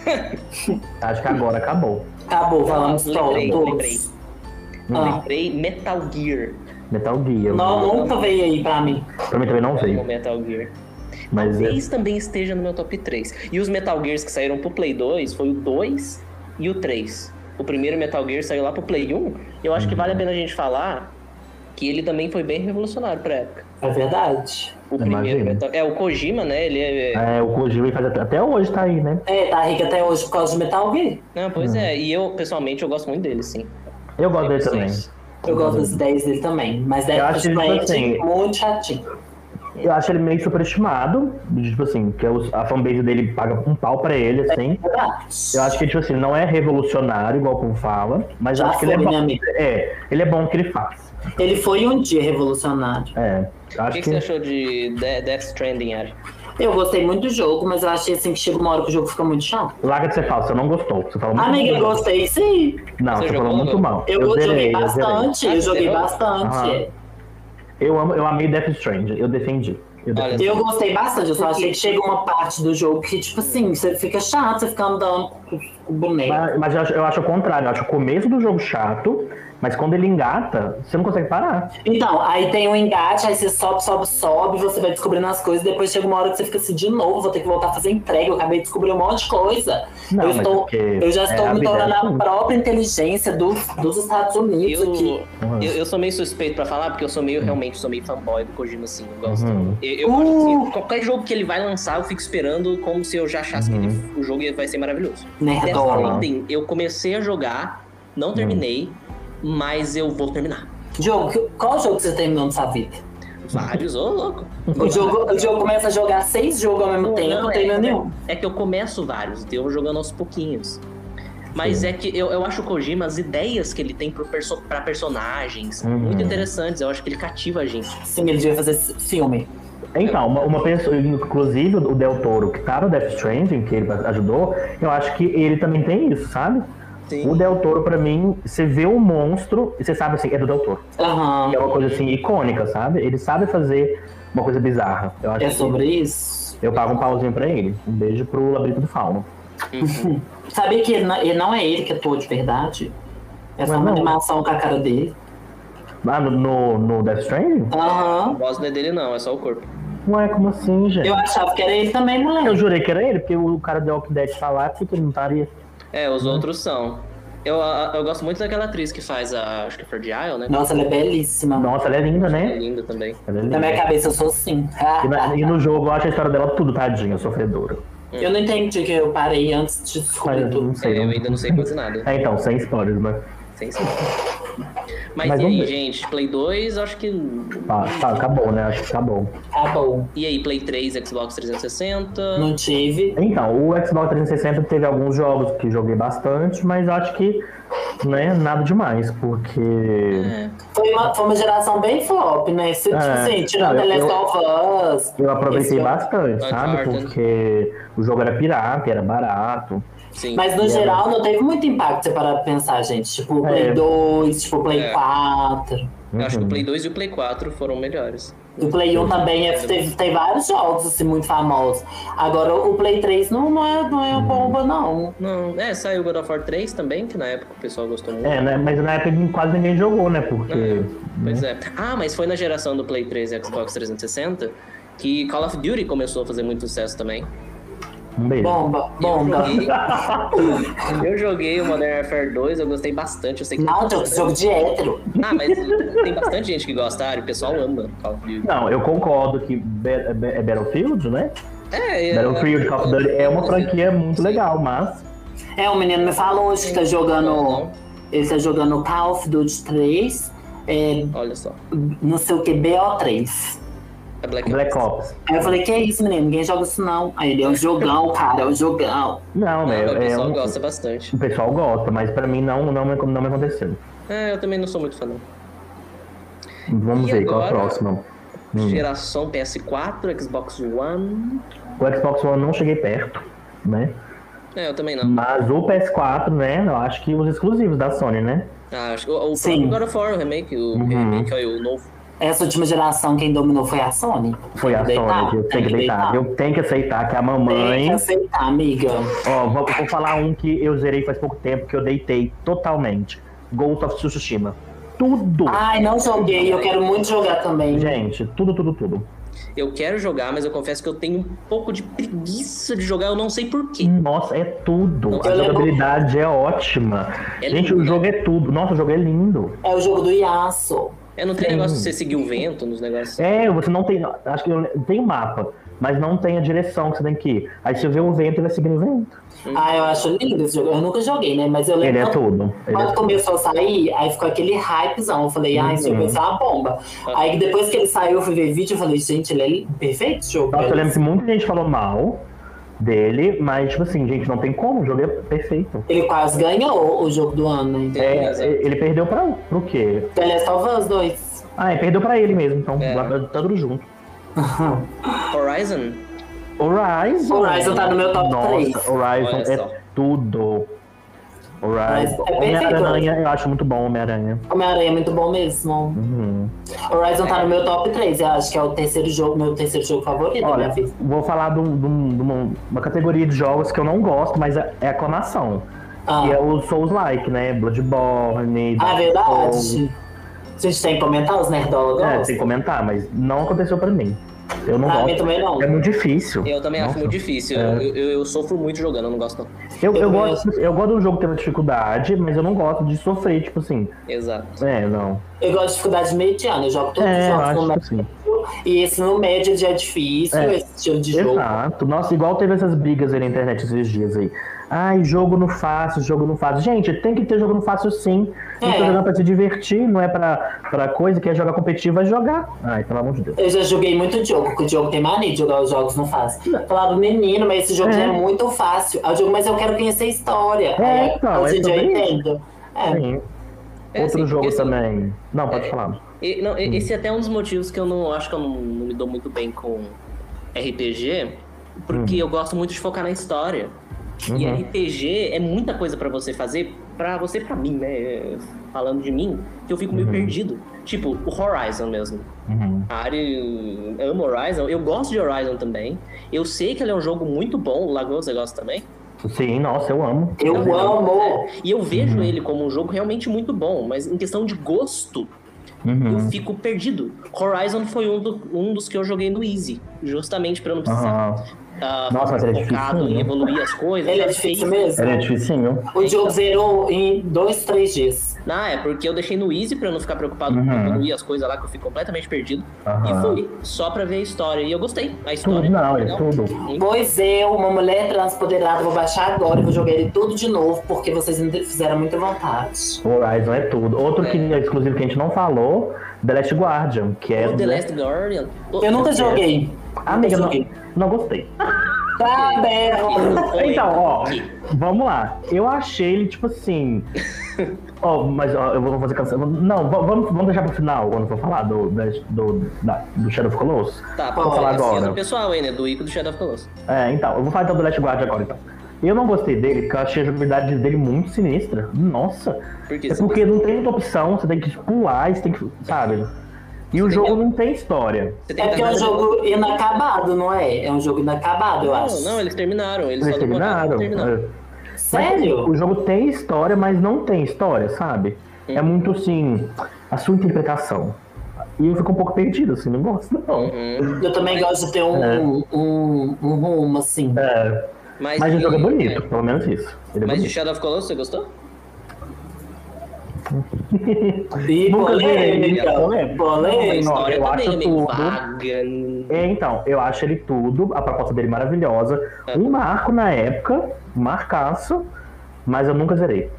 Speaker 3: acho que agora acabou.
Speaker 2: Acabou, falamos
Speaker 1: lembrei, lembrei.
Speaker 2: todos. Ah,
Speaker 1: Lembrei Metal Gear.
Speaker 3: Metal Gear.
Speaker 2: não, nunca veio aí pra mim.
Speaker 3: Pra mim também não
Speaker 1: Amo
Speaker 3: veio.
Speaker 1: Metal Gear.
Speaker 3: Mas é,
Speaker 1: Talvez também esteja no meu top 3. E os Metal Gears que saíram pro Play 2 foi o 2 e o 3. O primeiro Metal Gear saiu lá pro Play 1. Eu acho que vale a pena a gente falar que ele também foi bem revolucionário pra época.
Speaker 2: É verdade.
Speaker 1: O
Speaker 3: Imagino.
Speaker 1: primeiro Metal... É, o Kojima, né? Ele é...
Speaker 3: é, o Kojima faz até, até hoje tá aí, né?
Speaker 2: É, tá rica até hoje por causa de Metal Gear.
Speaker 1: Não, pois é. E eu, pessoalmente, eu gosto muito dele, sim.
Speaker 3: Eu gosto dele também.
Speaker 2: Eu gosto das ideias dele também, mas
Speaker 3: Uhum. Eu
Speaker 2: deve
Speaker 3: acho
Speaker 2: ser
Speaker 3: ele, tipo assim,
Speaker 2: muito chatinho.
Speaker 3: Eu acho ele meio superestimado, tipo assim, que os- a fanbase dele paga um pau pra ele, assim.
Speaker 2: Verdade.
Speaker 3: Eu acho que, tipo assim, não é revolucionário, igual o povo fala, mas
Speaker 2: Já
Speaker 3: acho que ele é
Speaker 2: foi, né,
Speaker 3: bom.
Speaker 2: amigo?
Speaker 3: É, ele é bom no que ele faz.
Speaker 2: Ele foi um dia revolucionário.
Speaker 3: É.
Speaker 1: O que,
Speaker 3: Acho
Speaker 1: que
Speaker 3: que.
Speaker 1: você achou de De- Death Stranding, Ari?
Speaker 2: Eu gostei muito do jogo, mas eu achei assim que chega uma hora que o jogo fica muito chato.
Speaker 3: Larga de ser falso, você não gostou. Você falou muito
Speaker 2: Amiga, eu
Speaker 3: mal.
Speaker 2: gostei sim.
Speaker 3: Não,
Speaker 1: Você
Speaker 3: você
Speaker 1: jogou,
Speaker 3: falou muito
Speaker 1: não?
Speaker 3: mal.
Speaker 2: Eu, joguei
Speaker 3: zerei, Ah, eu zerei.
Speaker 2: bastante, eu
Speaker 1: Ah,
Speaker 2: joguei
Speaker 1: zerou?
Speaker 2: bastante.
Speaker 3: Eu, amo, eu amei Death Strange, eu defendi. Eu
Speaker 1: Olha,
Speaker 3: defendi.
Speaker 2: Eu gostei bastante, eu só achei que chega uma parte do jogo que, tipo assim, você fica chato, você fica andando com com o boneco.
Speaker 3: Mas, mas eu, acho, eu acho o contrário, eu acho o começo do jogo chato, mas quando ele engata, você não consegue parar.
Speaker 2: Então, aí tem um engate, aí você sobe, sobe, sobe, você vai descobrindo as coisas, depois chega uma hora que você fica assim, de novo, vou ter que voltar a fazer entrega, eu acabei de descobrir um monte de coisa.
Speaker 3: Não,
Speaker 2: eu,
Speaker 3: mas
Speaker 2: estou,
Speaker 3: porque
Speaker 2: eu já
Speaker 3: é
Speaker 2: estou
Speaker 3: a
Speaker 2: me
Speaker 3: vida
Speaker 2: tornando
Speaker 3: é
Speaker 2: a
Speaker 3: assim.
Speaker 2: própria inteligência do- dos Estados Unidos aqui.
Speaker 1: Eu,
Speaker 3: Uhum.
Speaker 1: eu, eu sou meio suspeito pra falar, porque eu sou meio, realmente, sou meio fanboy do Kojima, assim, eu gosto.
Speaker 3: Uhum.
Speaker 1: Eu, eu acho assim, qualquer jogo que ele vai lançar, eu fico esperando como se eu já achasse que
Speaker 3: Uhum.
Speaker 1: ele- o jogo vai ser maravilhoso. Death
Speaker 3: né?
Speaker 2: Nerdola.
Speaker 1: Stranding, eu comecei a jogar,
Speaker 3: Uhum.
Speaker 1: não terminei, mas eu vou terminar.
Speaker 2: Diogo, que- qual jogo que você terminou na sua vida?
Speaker 1: Vários, ô louco.
Speaker 2: O jogo, o jogo começa a jogar seis jogos ao mesmo tempo, não,
Speaker 1: Não,
Speaker 2: tem
Speaker 1: é,
Speaker 2: nenhum.
Speaker 1: é que eu começo vários, então eu vou jogando aos pouquinhos. Mas é que eu, eu acho o Kojima, as ideias que ele tem pro perso pra personagens,
Speaker 3: Uhum.
Speaker 1: muito interessantes. Eu acho que ele cativa a gente.
Speaker 2: Sim, ele devia fazer esse filme.
Speaker 3: Então, uma, uma pessoa, inclusive o Del Toro, que tá no Death Stranding, que ele ajudou, eu acho que ele também tem isso, sabe?
Speaker 1: Sim.
Speaker 3: O Del Toro, pra mim, você vê o monstro e você sabe assim, é do Del Toro.
Speaker 2: Aham.
Speaker 3: É uma coisa assim, icônica, sabe? Ele sabe fazer uma coisa bizarra. Eu acho
Speaker 2: É
Speaker 3: que
Speaker 2: sobre isso?
Speaker 3: eu pago um pauzinho pra ele. Um beijo pro Labirinto do Fauno.
Speaker 2: Sabia que ele não, ele não é ele que atua de verdade? É só
Speaker 3: Mas
Speaker 2: uma
Speaker 3: não.
Speaker 2: animação com a cara dele.
Speaker 3: Ah, no, no, no Death Stranding?
Speaker 2: Aham.
Speaker 1: A voz não é dele, não, é só o corpo.
Speaker 3: Ué, como assim, gente?
Speaker 2: Eu
Speaker 3: Eu,
Speaker 2: achava que era ele também, mulher.
Speaker 3: jurei que era ele, porque o cara do Walking Dead tá lá, porque ele não estaria.
Speaker 1: É, os outros são. Eu, a- eu gosto muito daquela atriz que faz a. Acho que é Fred Isle, né?
Speaker 2: Nossa, ela é belíssima.
Speaker 3: Nossa, ela é linda,
Speaker 1: É
Speaker 3: né?
Speaker 1: linda também.
Speaker 3: Ela
Speaker 2: Na
Speaker 3: é linda.
Speaker 2: minha cabeça eu sou assim.
Speaker 3: E, na- e no jogo eu acho a história dela tudo tadinha, sofredora.
Speaker 2: eu não entendi que eu parei antes de descobrir
Speaker 3: Mas eu
Speaker 2: tudo.
Speaker 3: não sei.
Speaker 1: é, eu
Speaker 3: não-
Speaker 1: ainda não sei quase nada.
Speaker 3: É, então, sem spoilers, né?
Speaker 1: Sem ser. Mas,
Speaker 3: Mas
Speaker 1: e aí,
Speaker 3: vamos ver.
Speaker 1: gente? Play 2, acho que.
Speaker 3: Tá, tá, acabou, né? Acho que acabou.
Speaker 2: Tá bom.
Speaker 1: E aí, Play 3, Xbox 360.
Speaker 2: Não tive.
Speaker 3: Então, o Xbox 360 teve alguns jogos que joguei bastante, mas eu acho que, né, nada demais, porque
Speaker 1: É,
Speaker 2: Foi uma, foi uma geração bem flop, né? Se, Tipo
Speaker 3: É.
Speaker 2: assim, tirando
Speaker 3: Não,
Speaker 2: The
Speaker 3: eu-
Speaker 2: Last of Us.
Speaker 3: eu
Speaker 1: é
Speaker 3: aproveitei
Speaker 2: Esse-
Speaker 3: bastante, sabe?
Speaker 1: Uncharted.
Speaker 3: Porque o jogo era pirata, era barato.
Speaker 1: Sim.
Speaker 2: Mas no geral não teve muito impacto, você parar pra pensar, gente. Tipo, o Play
Speaker 3: É.
Speaker 2: 2, tipo, o Play
Speaker 1: É.
Speaker 2: 4.
Speaker 1: Eu
Speaker 3: Uhum.
Speaker 1: acho que o Play 2 e o Play 4 foram melhores.
Speaker 2: O Play 1 também é- teve, tem vários jogos, assim, muito famosos. Agora, o Play 3 não, não, é, não é bomba, não.
Speaker 1: Não, é, saiu God of War 3 também, que na época o pessoal gostou muito.
Speaker 3: É, né? Mas na época quase ninguém jogou, né? Porque.
Speaker 1: Pois é. Ah, mas foi na geração do Play 3 e Xbox 360 que Call of Duty começou a fazer muito sucesso também.
Speaker 3: Um beijo.
Speaker 2: Bomba, bomba.
Speaker 1: Eu joguei o Modern Warfare 2, eu gostei bastante. Eu sei que...
Speaker 2: Não, jogo, jogo de hétero.
Speaker 1: Ah, mas tem bastante gente que gosta, ah, o pessoal ama Call of Duty.
Speaker 3: Não, eu concordo que Be- é Battlefield, né?
Speaker 1: É, é-
Speaker 3: Battlefield Call of Duty é uma franquia muito legal, mas.
Speaker 2: É, o menino me falou hoje que tá jogando. Ele tá jogando Call of Duty 3, é,
Speaker 1: Olha só.
Speaker 2: não sei o que, BO3.
Speaker 1: É Black,
Speaker 3: Black Ops.
Speaker 2: Aí eu falei, que é isso, menino? Ninguém joga isso não. Aí ele é um jogão, cara, é um jogão.
Speaker 3: Não, né?
Speaker 1: Não, Ah, o
Speaker 3: é
Speaker 1: pessoal
Speaker 3: um-
Speaker 1: gosta bastante.
Speaker 3: O pessoal gosta, mas pra mim não, não, me, não me aconteceu.
Speaker 1: É, eu também não sou muito fã, não.
Speaker 3: Vamos
Speaker 1: E
Speaker 3: ver qual é o
Speaker 1: agora?
Speaker 3: próximo. Hum.
Speaker 1: Geração PS4, Xbox One.
Speaker 3: O Xbox One não cheguei perto, né?
Speaker 1: É, eu também não.
Speaker 3: Mas o PS4, né? Eu acho que os exclusivos da Sony, né?
Speaker 1: Ah, acho que o, o
Speaker 2: Sim.
Speaker 1: próprio God of War, o remake, o
Speaker 3: Uhum.
Speaker 1: remake, olha, o novo.
Speaker 2: Essa última geração quem dominou foi a Sony.
Speaker 3: Foi a
Speaker 2: Tem que
Speaker 3: Sony, que eu tenho que deitar. Eu tenho que aceitar que a
Speaker 2: Tem
Speaker 3: mamãe.
Speaker 2: que aceitar, amiga.
Speaker 3: Ó, vou, vou falar um que eu zerei faz pouco tempo, que eu deitei totalmente. Ghost of Tsushima. Tudo!
Speaker 1: Ah.
Speaker 2: Ai, não joguei, eu quero muito jogar também.
Speaker 3: Gente, tudo, tudo, tudo.
Speaker 1: Eu quero jogar, mas eu confesso que eu tenho um pouco de preguiça de jogar, eu não sei porquê.
Speaker 3: Nossa, é tudo.
Speaker 1: Eu
Speaker 3: A
Speaker 2: lembro-
Speaker 3: jogabilidade é ótima.
Speaker 1: É
Speaker 3: Gente,
Speaker 1: lindo,
Speaker 3: o jogo é tudo. Nossa, o jogo é lindo.
Speaker 2: É o jogo do Yasuo.
Speaker 1: É, não tem negócio de você seguir o vento nos negócios.
Speaker 3: É, você não tem. Acho que eu- tem o mapa, mas não tem a direção que você tem que ir. Aí você vê o vento é e vai seguindo o vento.
Speaker 2: Ah, eu acho lindo esse jogo. Eu nunca joguei, né? Mas eu lembro.
Speaker 3: Ele é tudo. Ele é
Speaker 2: Quando começou a sair, aí ficou aquele hypezão. Eu falei, ah,
Speaker 3: Uhum.
Speaker 2: esse jogo vai ser uma bomba. Aí depois que ele saiu, eu fui ver vídeo e falei, gente, ele é perfeito esse jogo.
Speaker 3: Nossa, é eu
Speaker 2: velho.
Speaker 3: lembro que muita gente falou mal dele, mas, tipo assim, gente, não tem como, o jogo é perfeito.
Speaker 2: Ele quase ganhou o jogo do ano, né?
Speaker 3: É,
Speaker 1: Exato.
Speaker 3: ele perdeu pra, pro quê?
Speaker 2: The Last of Us 2.
Speaker 3: Ah, é, perdeu pra ele mesmo, então
Speaker 1: É.
Speaker 3: lá- tá tudo junto.
Speaker 1: Horizon?
Speaker 3: Horizon.
Speaker 2: Horizon tá no meu top
Speaker 3: Nossa,
Speaker 2: três.
Speaker 3: Horizon
Speaker 1: Olha só.
Speaker 3: é tudo. Horizon.
Speaker 2: Horizon é perfeito.
Speaker 3: Homem-Aranha, eu acho muito bom Homem-Aranha.
Speaker 2: Homem-Aranha é muito bom mesmo.
Speaker 3: Uhum.
Speaker 2: Horizon tá no
Speaker 3: É.
Speaker 2: meu top 3. Eu acho que é o terceiro jogo, meu terceiro jogo favorito né, da
Speaker 3: Olha,
Speaker 2: minha vida.
Speaker 3: vou falar de, um- de um- de uma, uma categoria de jogos que eu não gosto, mas é é aclamação.
Speaker 2: Ah,
Speaker 3: Que é o Souls-like, né? Bloodborne.
Speaker 2: ah,
Speaker 3: Dark Souls.
Speaker 2: verdade. A gente tem que comentar os nerdola
Speaker 3: É,
Speaker 2: gosta?
Speaker 3: sem comentar, mas não aconteceu pra mim. Eu não
Speaker 2: Ah,
Speaker 3: gosto.
Speaker 2: mim também não.
Speaker 3: É muito difícil.
Speaker 1: Eu também acho
Speaker 3: Nossa. É.
Speaker 1: muito difícil. Eu, eu- eu sofro muito jogando, eu não gosto não.
Speaker 3: Eu, eu
Speaker 2: Eu
Speaker 3: gosto, eu gosto de um jogo que tem uma dificuldade, mas eu não gosto de sofrer, tipo assim.
Speaker 1: Exato.
Speaker 3: É, não.
Speaker 2: Eu gosto de dificuldade mediana, eu jogo todos os
Speaker 3: É, eu
Speaker 2: jogos no
Speaker 3: acho que
Speaker 2: médio.
Speaker 3: sim.
Speaker 2: E esse no médio já é difícil,
Speaker 3: É.
Speaker 2: esse estilo de jogo.
Speaker 3: Exato. Nossa, igual teve essas brigas aí na internet esses dias aí. Ai, jogo não fácil, jogo não fácil. Gente, tem que ter jogo não fácil sim. A gente
Speaker 2: É.
Speaker 3: tá jogando pra se divertir, não é pra, pra coisa, quer jogar competitivo, vai jogar. Ai, pelo amor de Deus.
Speaker 2: Eu já joguei muito jogo, porque o jogo tem mania de jogar os jogos não fácil. Falava, menino, mas esse jogo
Speaker 3: É.
Speaker 2: já é muito fácil. Aí eu digo, mas eu quero conhecer a história.
Speaker 3: É,
Speaker 2: Aí,
Speaker 3: então,
Speaker 2: hoje em
Speaker 3: é
Speaker 2: dia eu
Speaker 3: sobre isso.
Speaker 2: entendo. É.
Speaker 3: Sim.
Speaker 1: É,
Speaker 3: Outro
Speaker 1: assim,
Speaker 3: jogo
Speaker 1: esse-
Speaker 3: também. Hum. Não, pode
Speaker 1: É.
Speaker 3: falar.
Speaker 1: E- não, e- Esse é até um dos motivos que eu não acho que eu não, não me dou muito bem com RPG, porque eu gosto muito de focar na história. E
Speaker 3: Hum. Uhum.
Speaker 1: RPG é muita coisa pra você fazer, pra você, e pra mim, né? É, Falando de mim, que eu fico meio perdido. Tipo, o Horizon mesmo.
Speaker 3: Uhum.
Speaker 1: A Ari ama Horizon, eu gosto de Horizon também. Eu sei que ele é um jogo muito bom, o Lagoa, você gosta também?
Speaker 3: Sim, nossa, eu amo.
Speaker 2: Eu amo.
Speaker 1: E eu vejo
Speaker 3: Uhum.
Speaker 1: ele como um jogo realmente muito bom, mas em questão de gosto,
Speaker 3: Uhum.
Speaker 1: eu fico perdido. Horizon foi um, do- um dos que eu joguei no Easy, justamente pra eu não precisar
Speaker 3: Aham.
Speaker 1: ah,
Speaker 3: Nossa,
Speaker 1: ficar
Speaker 3: mas ele é
Speaker 1: focado
Speaker 3: difícil,
Speaker 1: em
Speaker 3: né?
Speaker 1: evoluir as coisas.
Speaker 2: Ele é
Speaker 1: Eu
Speaker 2: difícil
Speaker 1: fiz-
Speaker 2: mesmo.
Speaker 3: Era dificinho.
Speaker 2: O jogo zerou em dois, três dias.
Speaker 1: Ah, é porque eu deixei no Easy pra eu não ficar preocupado com
Speaker 3: Uhum.
Speaker 1: evoluir as coisas lá, que eu fico completamente perdido.
Speaker 3: Aham.
Speaker 1: E fui só pra ver a história. E eu gostei. A
Speaker 3: Tudo,
Speaker 1: história.
Speaker 3: não, é
Speaker 1: legal.
Speaker 3: tudo.
Speaker 2: Pois eu, uma mulher transpoderada, vou baixar agora e vou jogar ele tudo de novo, porque vocês me fizeram muita vontade.
Speaker 3: Horizon é tudo. Outro que é exclusivo que a gente não falou, The Last Guardian, que é.
Speaker 1: O The Last Guardian.
Speaker 2: Eu nunca joguei.
Speaker 3: Ah, amiga, não,
Speaker 2: nunca joguei.
Speaker 3: não gostei.
Speaker 2: Tá, berro.
Speaker 3: Então, ó, vamos lá. Eu achei ele, tipo assim. Ó, mas ó, eu vou fazer canção. Não, va- vamos, vamos deixar pro final quando for falar do, da- do, da- do Shadow of Colossus.
Speaker 1: Tá,
Speaker 2: Vou
Speaker 1: pô,
Speaker 3: falar
Speaker 1: assim, é
Speaker 3: agora.
Speaker 1: do pessoal aí, né? Do Ico do Shadow of Colossus.
Speaker 3: É, então, eu vou falar então do Last Guard agora, então. Eu não gostei dele, porque eu achei a jogabilidade dele muito sinistra. Nossa!
Speaker 1: Por que
Speaker 3: É
Speaker 1: você
Speaker 3: porque não tem muita opção, você tem que pular, você tem que. Sabe? E o
Speaker 1: Você tem
Speaker 3: jogo
Speaker 1: que-
Speaker 3: não tem história.
Speaker 1: Você tem
Speaker 2: É
Speaker 1: que
Speaker 2: porque é
Speaker 1: dar-
Speaker 2: um jogo inacabado, não é? É um jogo inacabado, eu
Speaker 1: Não,
Speaker 2: acho.
Speaker 1: não, eles terminaram. Eles,
Speaker 3: Eles
Speaker 1: só demoraram pra
Speaker 3: terminaram.
Speaker 1: terminar.
Speaker 3: é.
Speaker 2: Sério?
Speaker 3: O jogo tem história, mas não tem história, sabe? É muito assim, a sua interpretação. E eu fico um pouco perdido, assim, não gosto, não.
Speaker 1: Uhum.
Speaker 2: Eu também gosto de ter um, um, um, um rumo, assim.
Speaker 3: É,
Speaker 1: Mas,
Speaker 3: Mas o jogo é
Speaker 1: e-
Speaker 3: bonito, pelo menos isso. Ele é
Speaker 1: Mas de
Speaker 3: bonito.
Speaker 1: Shadow of Colossus, você gostou?
Speaker 2: E
Speaker 3: Nunca vi
Speaker 2: polêmica. então.
Speaker 3: ele.
Speaker 1: a
Speaker 2: Polêmica.
Speaker 1: história
Speaker 3: eu
Speaker 1: também
Speaker 3: acho
Speaker 1: é meio
Speaker 3: tudo.
Speaker 1: vaga. n-
Speaker 3: É, então, eu acho ele tudo, a proposta dele é maravilhosa.
Speaker 2: É.
Speaker 3: Um marco na época, um marcaço, mas eu nunca zerei.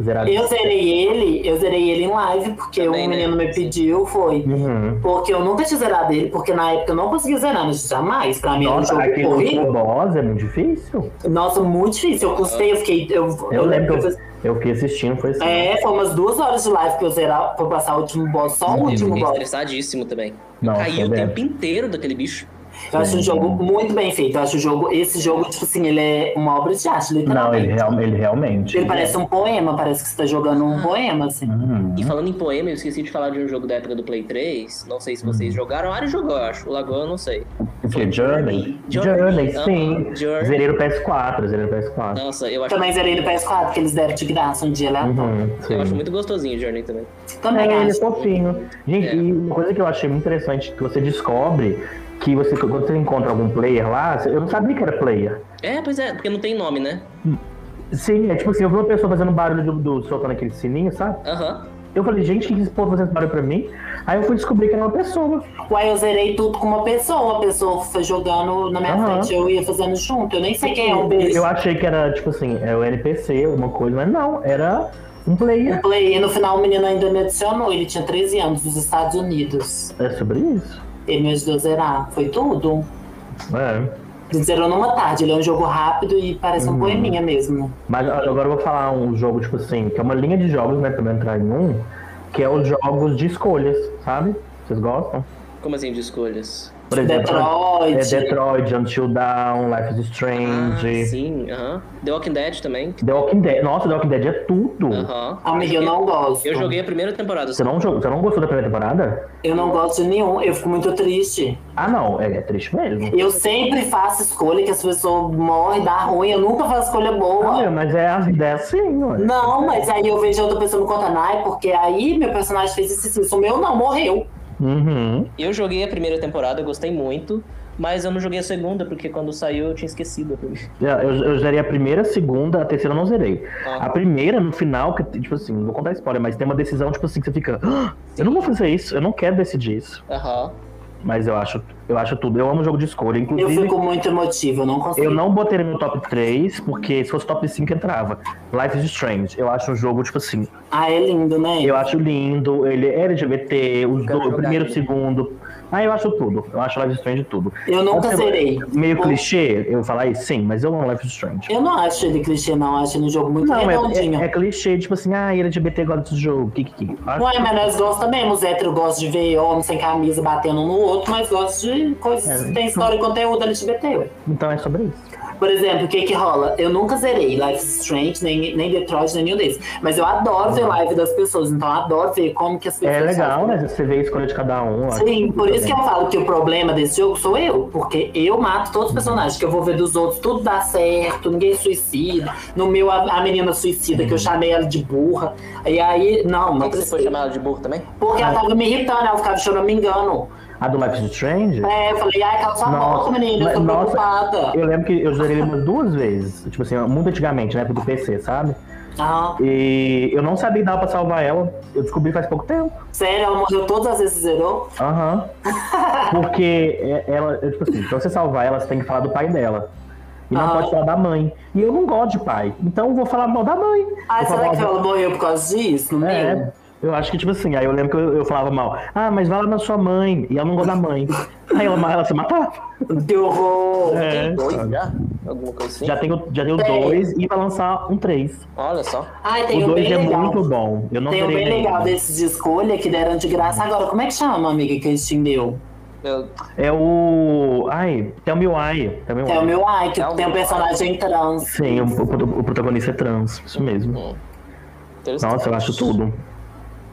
Speaker 3: Zerar.
Speaker 2: Eu zerei ele, eu zerei ele em live, porque
Speaker 1: Também,
Speaker 2: um
Speaker 1: né?
Speaker 2: menino me pediu, foi.
Speaker 3: Uhum.
Speaker 2: Porque eu nunca tinha zerado ele, porque na época eu não consegui zerar, mas jamais. Pra mim
Speaker 3: Nossa,
Speaker 2: era um
Speaker 3: aquele
Speaker 2: jogo horrível.
Speaker 3: último boss é muito difícil.
Speaker 2: Nossa, muito difícil. Eu custei, eu fiquei. Eu, eu
Speaker 3: Eu lembro
Speaker 2: que
Speaker 3: que
Speaker 2: eu
Speaker 3: eu, eu fiquei assistindo, foi assim.
Speaker 2: É, foi umas duas horas de live pra eu zerar, pra eu passar o último boss, só o
Speaker 1: Eu
Speaker 2: último
Speaker 1: fiquei
Speaker 2: boss.
Speaker 1: né? estressadíssimo também.
Speaker 3: Nossa, é
Speaker 1: Caiu o
Speaker 3: velho.
Speaker 1: tempo inteiro daquele bicho.
Speaker 2: Eu acho um jogo muito bem feito. Eu acho o jogo, esse jogo, tipo assim, ele é uma obra de arte,
Speaker 3: Não,
Speaker 2: literalmente.
Speaker 3: ele, é real- ele realmente.
Speaker 2: Ele parece um poema, parece que você tá jogando um poema, assim.
Speaker 3: Uhum.
Speaker 1: E falando em poema, eu esqueci de falar de um jogo da época do Play 3. Não sei se vocês jogaram. A Ari jogou, eu acho. O Lagoa, eu não sei.
Speaker 3: Uhum. O que? Journey?
Speaker 1: Journey.
Speaker 3: Journey,
Speaker 1: Ah,
Speaker 3: sim.
Speaker 1: Journey.
Speaker 3: Zerei no PS4, zerei no PS4.
Speaker 1: Nossa, eu acho,
Speaker 2: Também zerei no PS4, que eles deram de graça um dia lá.
Speaker 3: Uhum, sim.
Speaker 1: eu acho muito gostosinho o Journey também.
Speaker 2: Também
Speaker 3: É, ele é
Speaker 2: acho.
Speaker 3: fofinho. Gente,
Speaker 1: É.
Speaker 3: e uma coisa que eu achei muito interessante, que você descobre que você, quando você encontra algum player lá, você- eu não sabia que era player.
Speaker 1: É, pois é, porque não tem nome, né?
Speaker 3: Sim, é tipo assim, eu vi uma pessoa fazendo barulho do, do soltando aquele sininho, sabe?
Speaker 1: Aham.
Speaker 3: Eu falei, gente, que que esse povo fazendo esse barulho pra mim? Aí eu fui descobrir que era uma pessoa.
Speaker 2: Uai, eu zerei tudo com uma pessoa, a pessoa foi jogando na minha
Speaker 3: Aham.
Speaker 2: frente, eu ia fazendo junto. Eu nem sei quem é um deles.
Speaker 3: Eu achei que era, tipo assim, é o NPC, alguma coisa, mas não, era um player.
Speaker 2: Eu play, e no final o menino ainda me adicionou, ele tinha 13 anos, dos Estados Unidos.
Speaker 3: É sobre isso.
Speaker 2: Ele me ajudou a zerar, foi tudo.
Speaker 3: É.
Speaker 2: Ele zerou numa tarde, ele é um jogo rápido e parece
Speaker 3: Hum.
Speaker 2: um poeminha mesmo.
Speaker 3: Mas olha, agora eu vou falar um jogo, tipo assim, que é uma linha de jogos, né? Pra não entrar em um, que é os jogos de escolhas, sabe? Vocês gostam?
Speaker 1: Como assim, de escolhas?
Speaker 3: Por exemplo, É
Speaker 2: Detroit.
Speaker 3: Detroit, Until Dawn, Life is
Speaker 1: Ah,
Speaker 3: Strange.
Speaker 1: sim, aham. The Walking Dead também.
Speaker 3: The Walking Dead. Nossa, The Walking Dead é tudo.
Speaker 1: Aham.
Speaker 2: Amigo, Ah, eu não gosto.
Speaker 1: Eu joguei a primeira temporada.
Speaker 3: Você, não, jogou- você não gostou da primeira temporada?
Speaker 2: Eu não gosto de nenhum, eu fico muito triste.
Speaker 3: Ah, não. É, é triste mesmo.
Speaker 2: Eu sempre faço escolha que as pessoas morrem, dá ruim, eu nunca faço escolha boa.
Speaker 3: Ah, meu, mas é a vida é assim, ué.
Speaker 2: Não, mas aí eu vejo outra pessoa me contando, ai, porque aí meu personagem fez isso, isso, isso. o meu não, morreu.
Speaker 3: Uhum.
Speaker 1: Eu joguei a primeira temporada, eu gostei muito, mas eu não joguei a segunda, porque quando saiu eu tinha esquecido a primeira.
Speaker 3: Já- Eu, eu zerei a primeira, a segunda, a terceira eu não zerei.
Speaker 1: Ah.
Speaker 3: A primeira, no final, que, tipo assim, não vou contar spoiler, mas tem uma decisão, tipo assim, que você fica. "Ah, eu não vou fazer isso, eu não quero decidir isso.
Speaker 1: Aham.
Speaker 3: Mas eu acho, eu acho tudo. Eu amo jogo de escolha.
Speaker 2: Eu
Speaker 3: Inclusive,
Speaker 2: fico assim. muito emotivo, eu não consigo.
Speaker 3: Uhum. Eu não botei no meu top 3, porque se fosse top 5 entrava. Life is Strange. Eu acho um jogo, tipo assim,
Speaker 2: Ah, é lindo, né?
Speaker 3: eu acho lindo, ele é LGBT, os
Speaker 1: Quero
Speaker 3: dois, o
Speaker 1: jogar
Speaker 3: primeiro, o
Speaker 1: ele.
Speaker 3: segundo. Ah, eu acho tudo. Eu acho Life is Strange tudo.
Speaker 2: Eu nunca
Speaker 3: Você-
Speaker 2: zerei.
Speaker 3: Meio
Speaker 2: Ou-
Speaker 3: clichê eu falar isso, sim, mas eu amo Life is Strange.
Speaker 2: Eu não acho ele clichê, não. Acho ele um jogo muito
Speaker 3: Não, é,
Speaker 2: redondinho.
Speaker 3: é, é clichê, tipo assim, ah, LGBT gosta desse jogo, que que que. Acho-
Speaker 2: Ué, mas nós gostamos mesmo. é Os héteros gostam de ver homem sem camisa batendo um no outro, mas gostam de coisas
Speaker 3: É,
Speaker 2: que tem história e conteúdo LGBT. ué.
Speaker 3: Então é sobre isso.
Speaker 2: Por exemplo, o que que rola? Eu nunca zerei Life is Strange, nem, nem Detroit, nem nenhum desses. Mas eu adoro ver live das pessoas, então eu adoro ver como que as pessoas...
Speaker 3: Uhum. É legal,
Speaker 2: fazem.
Speaker 3: né? Você vê a escolha de cada um. eu acho
Speaker 2: Sim,
Speaker 3: tudo
Speaker 2: por isso que
Speaker 3: também.
Speaker 2: eu falo que o problema desse jogo sou eu, porque eu mato todos os personagens, que eu vou ver dos outros, tudo dá certo, ninguém suicida. No meu, a, a menina suicida,
Speaker 3: Uhum.
Speaker 2: que eu chamei ela de burra. E aí, não,
Speaker 1: Como
Speaker 2: não
Speaker 1: que você foi
Speaker 2: precisa.
Speaker 1: chamar ela de burro também?
Speaker 2: Porque
Speaker 3: É.
Speaker 2: ela tava me irritando, ela ficava choramingando.
Speaker 3: A do Life is Strange?
Speaker 2: É, eu falei, ai, cala sua
Speaker 3: Nossa,
Speaker 2: boca, menina, eu tô
Speaker 3: mas- nossa,
Speaker 2: preocupada.
Speaker 3: Eu lembro que eu zerei ele umas duas vezes, tipo assim, muito antigamente, na época do PC, sabe?
Speaker 2: Ah,
Speaker 3: E eu não sabia que dava pra salvar ela, eu descobri faz pouco tempo.
Speaker 2: sério, ela morreu todas as vezes que zerou?
Speaker 3: Aham. Porque é- ela, é tipo assim, pra você salvar ela, você tem que falar do pai dela. E não
Speaker 2: Ah.
Speaker 3: pode falar da mãe. E eu não gosto de pai, então eu vou falar mal da mãe.
Speaker 2: Ai,
Speaker 3: Eu
Speaker 2: será
Speaker 3: falava-
Speaker 2: que ela morreu por causa disso? No
Speaker 3: É,
Speaker 2: meu?
Speaker 3: eu acho que, tipo assim, aí eu lembro que eu, eu falava mal, ah, mas vai lá na sua mãe, e ela não gosta da mãe. Aí ela, ela se matava.
Speaker 2: Que horror!
Speaker 1: Tem
Speaker 3: É,
Speaker 1: dois
Speaker 3: sabe?
Speaker 1: já? Alguma coisa assim?
Speaker 3: já tem o, já tem o dois e vai lançar um três.
Speaker 1: Olha só.
Speaker 2: Ai, tem
Speaker 3: O
Speaker 2: um bem
Speaker 3: dois é
Speaker 2: legal.
Speaker 3: muito bom. Eu não
Speaker 2: Tem um
Speaker 3: zerei
Speaker 2: bem
Speaker 3: nenhum.
Speaker 2: legal desses de escolha que deram de graça. Agora, como é que chama, amiga, que a Steam deu?
Speaker 1: Eu-
Speaker 3: É o. Ai, Tell Me Why. Tell Me
Speaker 2: É
Speaker 3: Why.
Speaker 2: o meu ai, que
Speaker 1: É o
Speaker 2: tem um
Speaker 1: meu
Speaker 2: personagem trans.
Speaker 3: Sim, o, o- o protagonista é trans, isso mesmo.
Speaker 1: hum. Interessante.
Speaker 3: Nossa, eu acho tudo.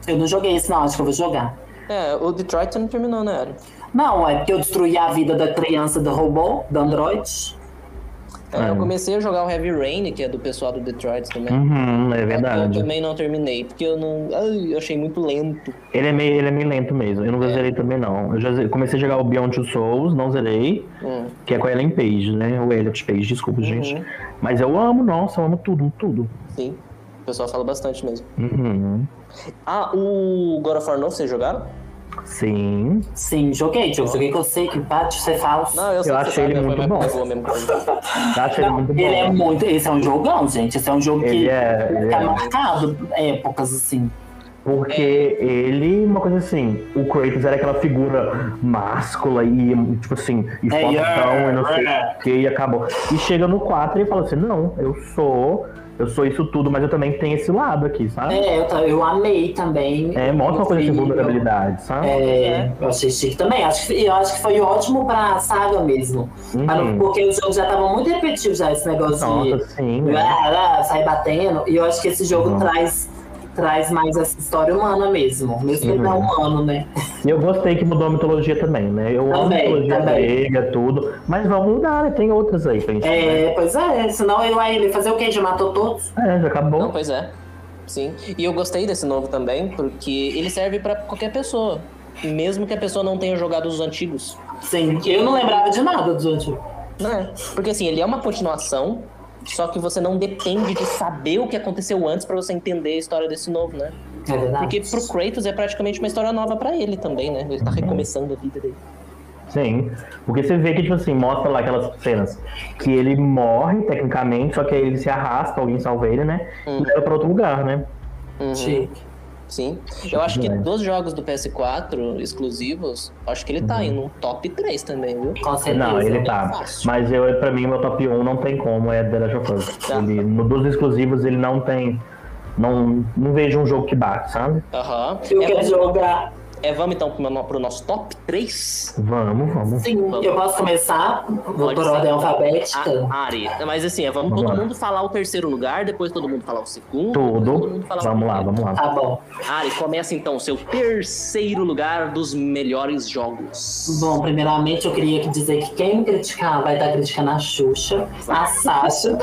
Speaker 2: Eu não joguei isso, não, acho que eu vou jogar.
Speaker 1: É, o Detroit você não terminou, né, Ari?
Speaker 2: Não, é porque eu destruí a vida da criança do robô, do Android.
Speaker 1: Eu
Speaker 3: É.
Speaker 1: comecei a jogar o Heavy Rain, que é do pessoal do Detroit também.
Speaker 3: Uhum, é
Speaker 1: Eu
Speaker 3: verdade.
Speaker 1: também não terminei, porque eu não. Ai, eu achei muito lento.
Speaker 3: Ele é, meio, ele é meio lento mesmo. Eu não zerei também, não. Eu já ze- comecei a jogar o Beyond Two Souls, não zerei.
Speaker 1: Hum.
Speaker 3: Que é com a Ellen Page, né? O Elliot Page, desculpa, gente. Mas eu amo, nossa, eu amo tudo, tudo.
Speaker 1: Sim. O pessoal fala bastante mesmo.
Speaker 3: Uhum.
Speaker 1: Ah, o God of War novo, vocês jogaram?
Speaker 3: Sim.
Speaker 2: Sim, joguei, Diogo. Joguei que eu sei que bate, você fala.
Speaker 1: Não, é eu sei
Speaker 3: Eu
Speaker 1: que você
Speaker 3: achei ele
Speaker 1: sabe,
Speaker 3: muito
Speaker 1: foi
Speaker 3: bom.
Speaker 1: mais boa mesmo. que eu.
Speaker 3: Acho ele muito bom.
Speaker 2: Ele é muito. Esse é um jogão, gente. Esse é um jogo
Speaker 3: Ele
Speaker 2: que
Speaker 3: é- ele
Speaker 2: tá
Speaker 3: é.
Speaker 2: marcado épocas, assim.
Speaker 3: Porque
Speaker 2: É.
Speaker 3: ele, uma coisa assim, o Kratos era aquela figura máscula e, tipo assim, e
Speaker 2: É,
Speaker 3: fortão
Speaker 2: yeah,
Speaker 3: e não sei
Speaker 2: yeah.
Speaker 3: o que, e acabou. E chega no 4 e fala assim: não, eu sou, eu sou isso tudo, mas eu também tenho esse lado aqui, sabe?
Speaker 2: É, eu, ta- eu amei também.
Speaker 3: É, mostra uma coisa de
Speaker 2: Incrível.
Speaker 3: vulnerabilidade, sabe?
Speaker 2: É, eu achei chique também. Acho que, eu acho que foi ótimo pra saga mesmo. Pra não-
Speaker 3: Uhum.
Speaker 2: porque o jogo já tava muito repetitivo já, esse negócio
Speaker 3: Nossa,
Speaker 2: de
Speaker 3: sim. né?
Speaker 2: lá, lá, sair batendo. E eu acho que esse jogo
Speaker 3: Uhum.
Speaker 2: traz, traz mais essa história humana mesmo. Mesmo que ele não é
Speaker 3: Uhum.
Speaker 2: humano, né?
Speaker 3: E eu gostei que mudou a mitologia também, né? Eu amo a
Speaker 2: Também,
Speaker 3: mitologia
Speaker 2: também.
Speaker 3: grega, tudo. Mas vamos mudar, né? Tem outras aí pra gente. né?
Speaker 2: É, pois é, senão ele vai ele fazer o quê? Já matou todos?
Speaker 3: É, já acabou.
Speaker 1: Não, pois é. Sim. E eu gostei desse novo também, porque ele serve pra qualquer pessoa. Mesmo que a pessoa não tenha jogado os antigos.
Speaker 2: Sim, eu não lembrava de nada dos últimos.
Speaker 1: Né? Porque assim, ele é uma continuação, só que você não depende de saber o que aconteceu antes pra você entender a história desse novo, né?
Speaker 2: É verdade.
Speaker 1: Porque pro Kratos é praticamente uma história nova pra ele também, né?
Speaker 3: Uhum.
Speaker 1: Ele tá recomeçando a vida dele.
Speaker 3: Sim, porque você vê que, tipo assim, mostra lá aquelas cenas que ele morre, tecnicamente, só que aí ele se arrasta, alguém salva ele, né?
Speaker 1: Hum.
Speaker 3: E leva pra outro lugar, né?
Speaker 1: Uhum.
Speaker 2: Chique.
Speaker 1: Sim. Eu acho que
Speaker 3: demais.
Speaker 1: dos jogos do PS4 exclusivos, acho que ele
Speaker 3: Uhum.
Speaker 1: tá aí no top 3 também, viu?
Speaker 2: Com certeza.
Speaker 3: Não, ele tá.
Speaker 1: Fácil.
Speaker 3: Mas eu, pra mim, meu top 1 não tem como, é The Last of Us.
Speaker 1: Tá.
Speaker 3: Ele, no, dos exclusivos, ele não tem. Não, não vejo um jogo que bate, sabe?
Speaker 1: Aham.
Speaker 2: Eu
Speaker 1: É,
Speaker 2: quero jogar.
Speaker 1: é, vamos então pro, pro nosso top 3?
Speaker 3: Vamos, vamos.
Speaker 2: Sim, eu posso começar? Vou
Speaker 1: Pode
Speaker 2: por
Speaker 1: ser.
Speaker 2: ordem alfabética.
Speaker 1: A área. Ah, Mas assim, é, vamos
Speaker 3: Vamos
Speaker 1: todo
Speaker 3: lá.
Speaker 1: mundo falar o terceiro lugar, depois todo mundo falar o segundo. depois todo
Speaker 3: Tudo.
Speaker 1: mundo falar o
Speaker 3: Vamos lá,
Speaker 1: primeiro.
Speaker 3: vamos lá.
Speaker 2: Tá bom.
Speaker 1: Ari, começa então o seu terceiro lugar dos melhores jogos.
Speaker 2: Bom, primeiramente eu queria que dizer que quem criticar vai dar crítica na Xuxa, a Sasha.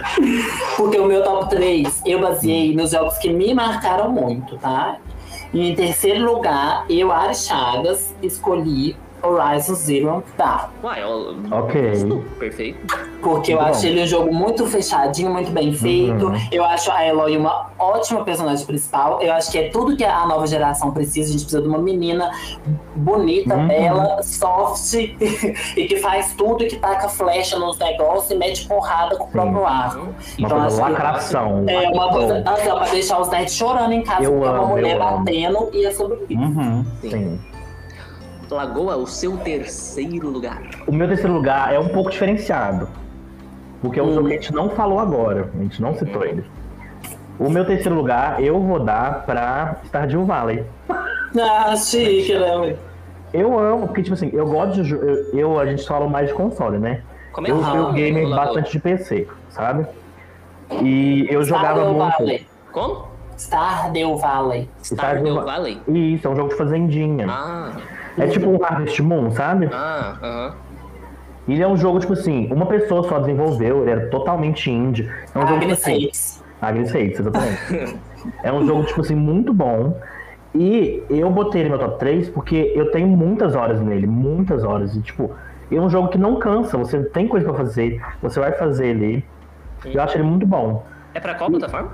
Speaker 2: Porque o meu top 3 eu baseei nos jogos que me marcaram muito, tá? E em terceiro lugar, eu, Ari Chagas, escolhi Horizon Zero Dawn.
Speaker 1: Uai, ó,
Speaker 3: Ok.
Speaker 1: Justo, perfeito.
Speaker 2: Porque eu
Speaker 3: Muito
Speaker 2: achei ele um jogo muito fechadinho, muito bem feito.
Speaker 3: Uhum.
Speaker 2: Eu acho a Eloy uma ótima personagem principal. Eu acho que é tudo que a nova geração precisa. A gente precisa de uma menina bonita,
Speaker 3: Uhum.
Speaker 2: bela, soft e que faz tudo e que taca flecha nos negócios e mete porrada com o próprio arco.
Speaker 3: Uma
Speaker 2: Então,
Speaker 3: coisa
Speaker 2: acho que-
Speaker 3: lacração.
Speaker 2: É uma
Speaker 3: lacrou.
Speaker 2: coisa ah, não, pra deixar os nerds chorando em casa,
Speaker 3: Eu
Speaker 2: porque é uma
Speaker 3: amo,
Speaker 2: mulher
Speaker 3: eu amo.
Speaker 2: batendo e é sobre isso.
Speaker 3: Uhum,
Speaker 1: Sim.
Speaker 3: sim.
Speaker 1: Lagoa, o seu terceiro lugar.
Speaker 3: O meu terceiro lugar é um pouco diferenciado. Porque
Speaker 1: Hum.
Speaker 3: é um jogo que a gente não falou agora. A gente não citou ele. O meu terceiro lugar eu vou dar pra Stardew Valley.
Speaker 2: Ah, chique, né?
Speaker 3: Eu amo, porque, tipo assim, eu gosto de. jo- Eu, eu- a gente fala mais de console, né?
Speaker 1: Como é que
Speaker 3: Eu
Speaker 1: fala,
Speaker 3: fui um gamer
Speaker 1: Lagoa?
Speaker 3: bastante de PC, sabe? E eu jogava
Speaker 2: Stardew
Speaker 3: muito.
Speaker 2: Valley.
Speaker 1: Como?
Speaker 2: Stardew Valley.
Speaker 1: Stardew
Speaker 3: Va-
Speaker 1: Valley.
Speaker 3: E isso, é um jogo de fazendinha.
Speaker 1: Ah,
Speaker 3: É tipo um Harvest Moon, sabe?
Speaker 1: ah, aham.
Speaker 3: Ele é um jogo, tipo assim, uma pessoa só desenvolveu, ele era totalmente indie. É
Speaker 1: Ah,
Speaker 3: um jogo, tipo
Speaker 2: Agnes
Speaker 3: assim,
Speaker 2: Hates.
Speaker 3: Agnes Hates, exatamente. é um jogo, tipo assim, muito bom. E eu botei ele no meu top 3 porque eu tenho muitas horas nele, muitas horas. E, tipo, é um jogo que não cansa, você tem coisa pra fazer, você vai fazer ele. Eu acho ele muito bom.
Speaker 1: É pra qual plataforma?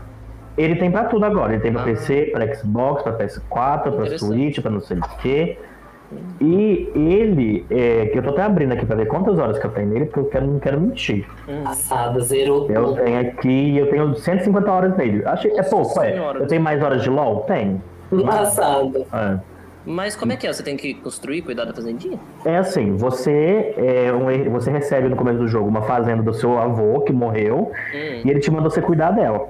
Speaker 3: Ele tem pra tudo agora, ele tem pra
Speaker 1: Ah.
Speaker 3: PC, pra Xbox, pra PS4, pra
Speaker 1: Interessante.
Speaker 3: Switch, pra não sei o quê. E ele, é, que eu tô até abrindo aqui pra ver quantas horas que eu tenho nele, porque eu quero, não quero mentir.
Speaker 2: Passada, zerou
Speaker 3: Eu
Speaker 2: tudo.
Speaker 3: tenho aqui, eu tenho 150 horas nele. Achei, é
Speaker 1: Nossa
Speaker 3: pouco, é.
Speaker 1: Senhora.
Speaker 3: Eu tenho mais horas de LOL? Tem.
Speaker 2: Passada.
Speaker 3: É,
Speaker 1: Mas como é que é? Você tem que construir, cuidar da fazendinha?
Speaker 3: É assim, você é um her- você recebe no começo do jogo uma fazenda do seu avô que morreu
Speaker 1: Hum.
Speaker 3: e ele te manda você cuidar dela.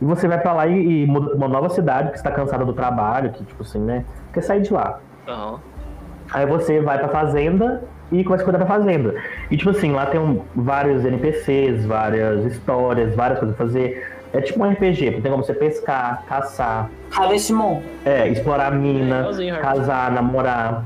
Speaker 3: E você vai pra lá e, e muda pra uma nova cidade porque você tá cansado do trabalho, que tipo assim, né? Quer sair de lá.
Speaker 1: Aham.
Speaker 3: Aí você vai pra fazenda e começa a cuidar da fazenda. E tipo assim, lá tem um- vários NPCs, várias histórias, várias coisas pra fazer. É tipo um RPG, porque tem como você pescar, caçar,
Speaker 2: Harvest Moon.
Speaker 3: É, explorar a mina,
Speaker 1: Legalzinho, Harvey.
Speaker 3: casar, namorar.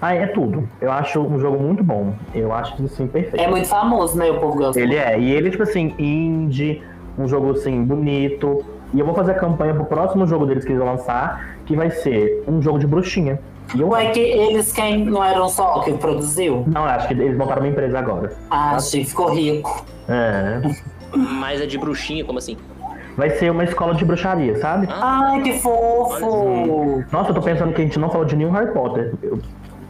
Speaker 3: Ah, é tudo. Eu acho um jogo muito bom. Eu acho, assim, perfeito.
Speaker 2: É muito famoso, né? O povo gosta.
Speaker 3: Ele é. E ele, tipo assim, indie, um jogo assim, bonito. E eu vou fazer a campanha pro próximo jogo deles que eles vão lançar, que vai ser um jogo de bruxinha. E eu
Speaker 2: Ué, que eles quem não eram só o que produziu?
Speaker 3: não, eu acho que eles montaram uma empresa agora.
Speaker 2: Ah, achei, ficou rico.
Speaker 3: É.
Speaker 1: Mas é de bruxinha, como assim? Ah,
Speaker 3: Vai ser uma escola de bruxaria, sabe?
Speaker 2: Ai, que fofo!
Speaker 3: Nossa, eu tô pensando que a gente não falou de nenhum Harry Potter. Eu,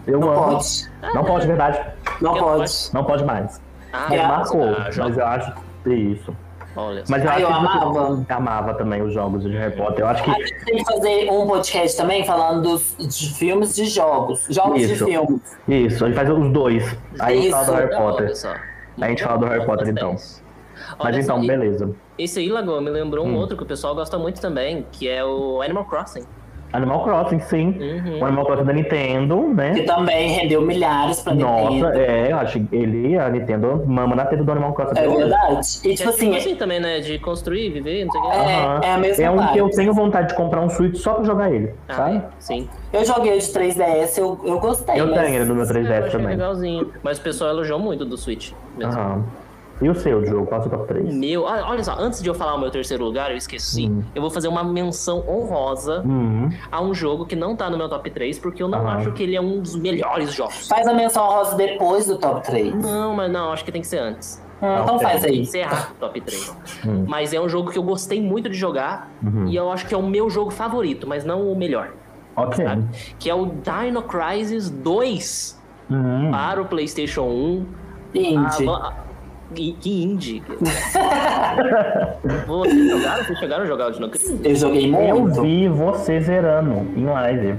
Speaker 3: eu
Speaker 2: Não
Speaker 3: amo.
Speaker 2: pode.
Speaker 3: Não pode, é verdade.
Speaker 2: Não
Speaker 1: Eu
Speaker 2: pode.
Speaker 3: Não pode mais.
Speaker 1: Ah,
Speaker 2: É,
Speaker 3: Marcou.
Speaker 1: ah, já.
Speaker 3: mas eu acho que é isso.
Speaker 1: Olha só.
Speaker 3: Mas eu
Speaker 2: Ah,
Speaker 3: acho
Speaker 2: eu
Speaker 3: que
Speaker 2: amava.
Speaker 3: Eu amava também os jogos de Harry Potter. Eu acho que
Speaker 2: A gente tem que fazer um podcast também falando dos de filmes de jogos. Jogos
Speaker 3: Isso.
Speaker 2: de filmes.
Speaker 3: isso, a gente faz os dois. Aí a gente fala do
Speaker 2: Isso.
Speaker 3: Harry
Speaker 1: Olha
Speaker 3: Potter.
Speaker 1: só.
Speaker 3: A gente fala do Harry Potter, então. Mas
Speaker 1: Olha
Speaker 3: então,
Speaker 1: só, e-
Speaker 3: beleza. Hum.
Speaker 1: Esse aí, Lagoa, me lembrou um outro que o pessoal gosta muito também, que é o Animal Crossing.
Speaker 2: Tipo
Speaker 1: É,
Speaker 3: Animal Crossing, sim.
Speaker 1: Uhum.
Speaker 3: O Animal Crossing da Nintendo,
Speaker 2: Que
Speaker 3: né?
Speaker 2: também rendeu milhares pra
Speaker 3: Nossa,
Speaker 2: Nintendo.
Speaker 3: é, eu acho que ele, a Nintendo, mama na teta do Animal Crossing.
Speaker 2: É
Speaker 3: até hoje.
Speaker 2: verdade. E tipo assim, é,
Speaker 1: também, né? De construir, viver, não sei o que.
Speaker 3: Aham.
Speaker 2: é a mesma
Speaker 3: É um que eu
Speaker 2: vibe.
Speaker 3: tenho vontade de comprar um Switch só pra jogar ele,
Speaker 1: Ah,
Speaker 3: sabe?
Speaker 1: Sim.
Speaker 2: Eu joguei o de 3DS, eu, eu gostei.
Speaker 3: Eu
Speaker 2: mas-
Speaker 3: tenho ele no meu
Speaker 1: É, eu
Speaker 3: 3DS
Speaker 1: achei
Speaker 3: também.
Speaker 1: legalzinho. Mas o pessoal elogiou muito do Switch. Mesmo.
Speaker 3: Aham. E o seu, Diogo? Qual é o seu top
Speaker 1: O
Speaker 3: 3?
Speaker 1: Meu, ah, olha olha só, antes de eu falar o meu terceiro lugar, eu esqueci. Eu vou fazer uma menção honrosa
Speaker 3: Hum.
Speaker 1: a um jogo que não tá no meu top 3, porque eu não
Speaker 3: Aham.
Speaker 1: acho que ele é um dos melhores jogos.
Speaker 2: Faz a menção rosa depois do top 3.
Speaker 1: Não, mas não, acho que tem que ser antes.
Speaker 2: então
Speaker 3: ok.
Speaker 2: faz aí.
Speaker 1: encerrar o top 3.
Speaker 3: Hum.
Speaker 1: Mas é um jogo que eu gostei muito de jogar
Speaker 3: uhum.
Speaker 1: e eu acho que é o meu jogo favorito, mas não o melhor,
Speaker 3: Ok.
Speaker 1: sabe? Que é o Dino Crisis 2
Speaker 3: Hum.
Speaker 2: Ah,
Speaker 1: para o PlayStation 1.
Speaker 2: Indie.
Speaker 1: Ah, va- e- que indie. Vocês jogaram? Vocês chegaram a jogar o Dino Crisis?
Speaker 2: Eu joguei
Speaker 3: Eu
Speaker 2: muito.
Speaker 3: vi você zerando em live.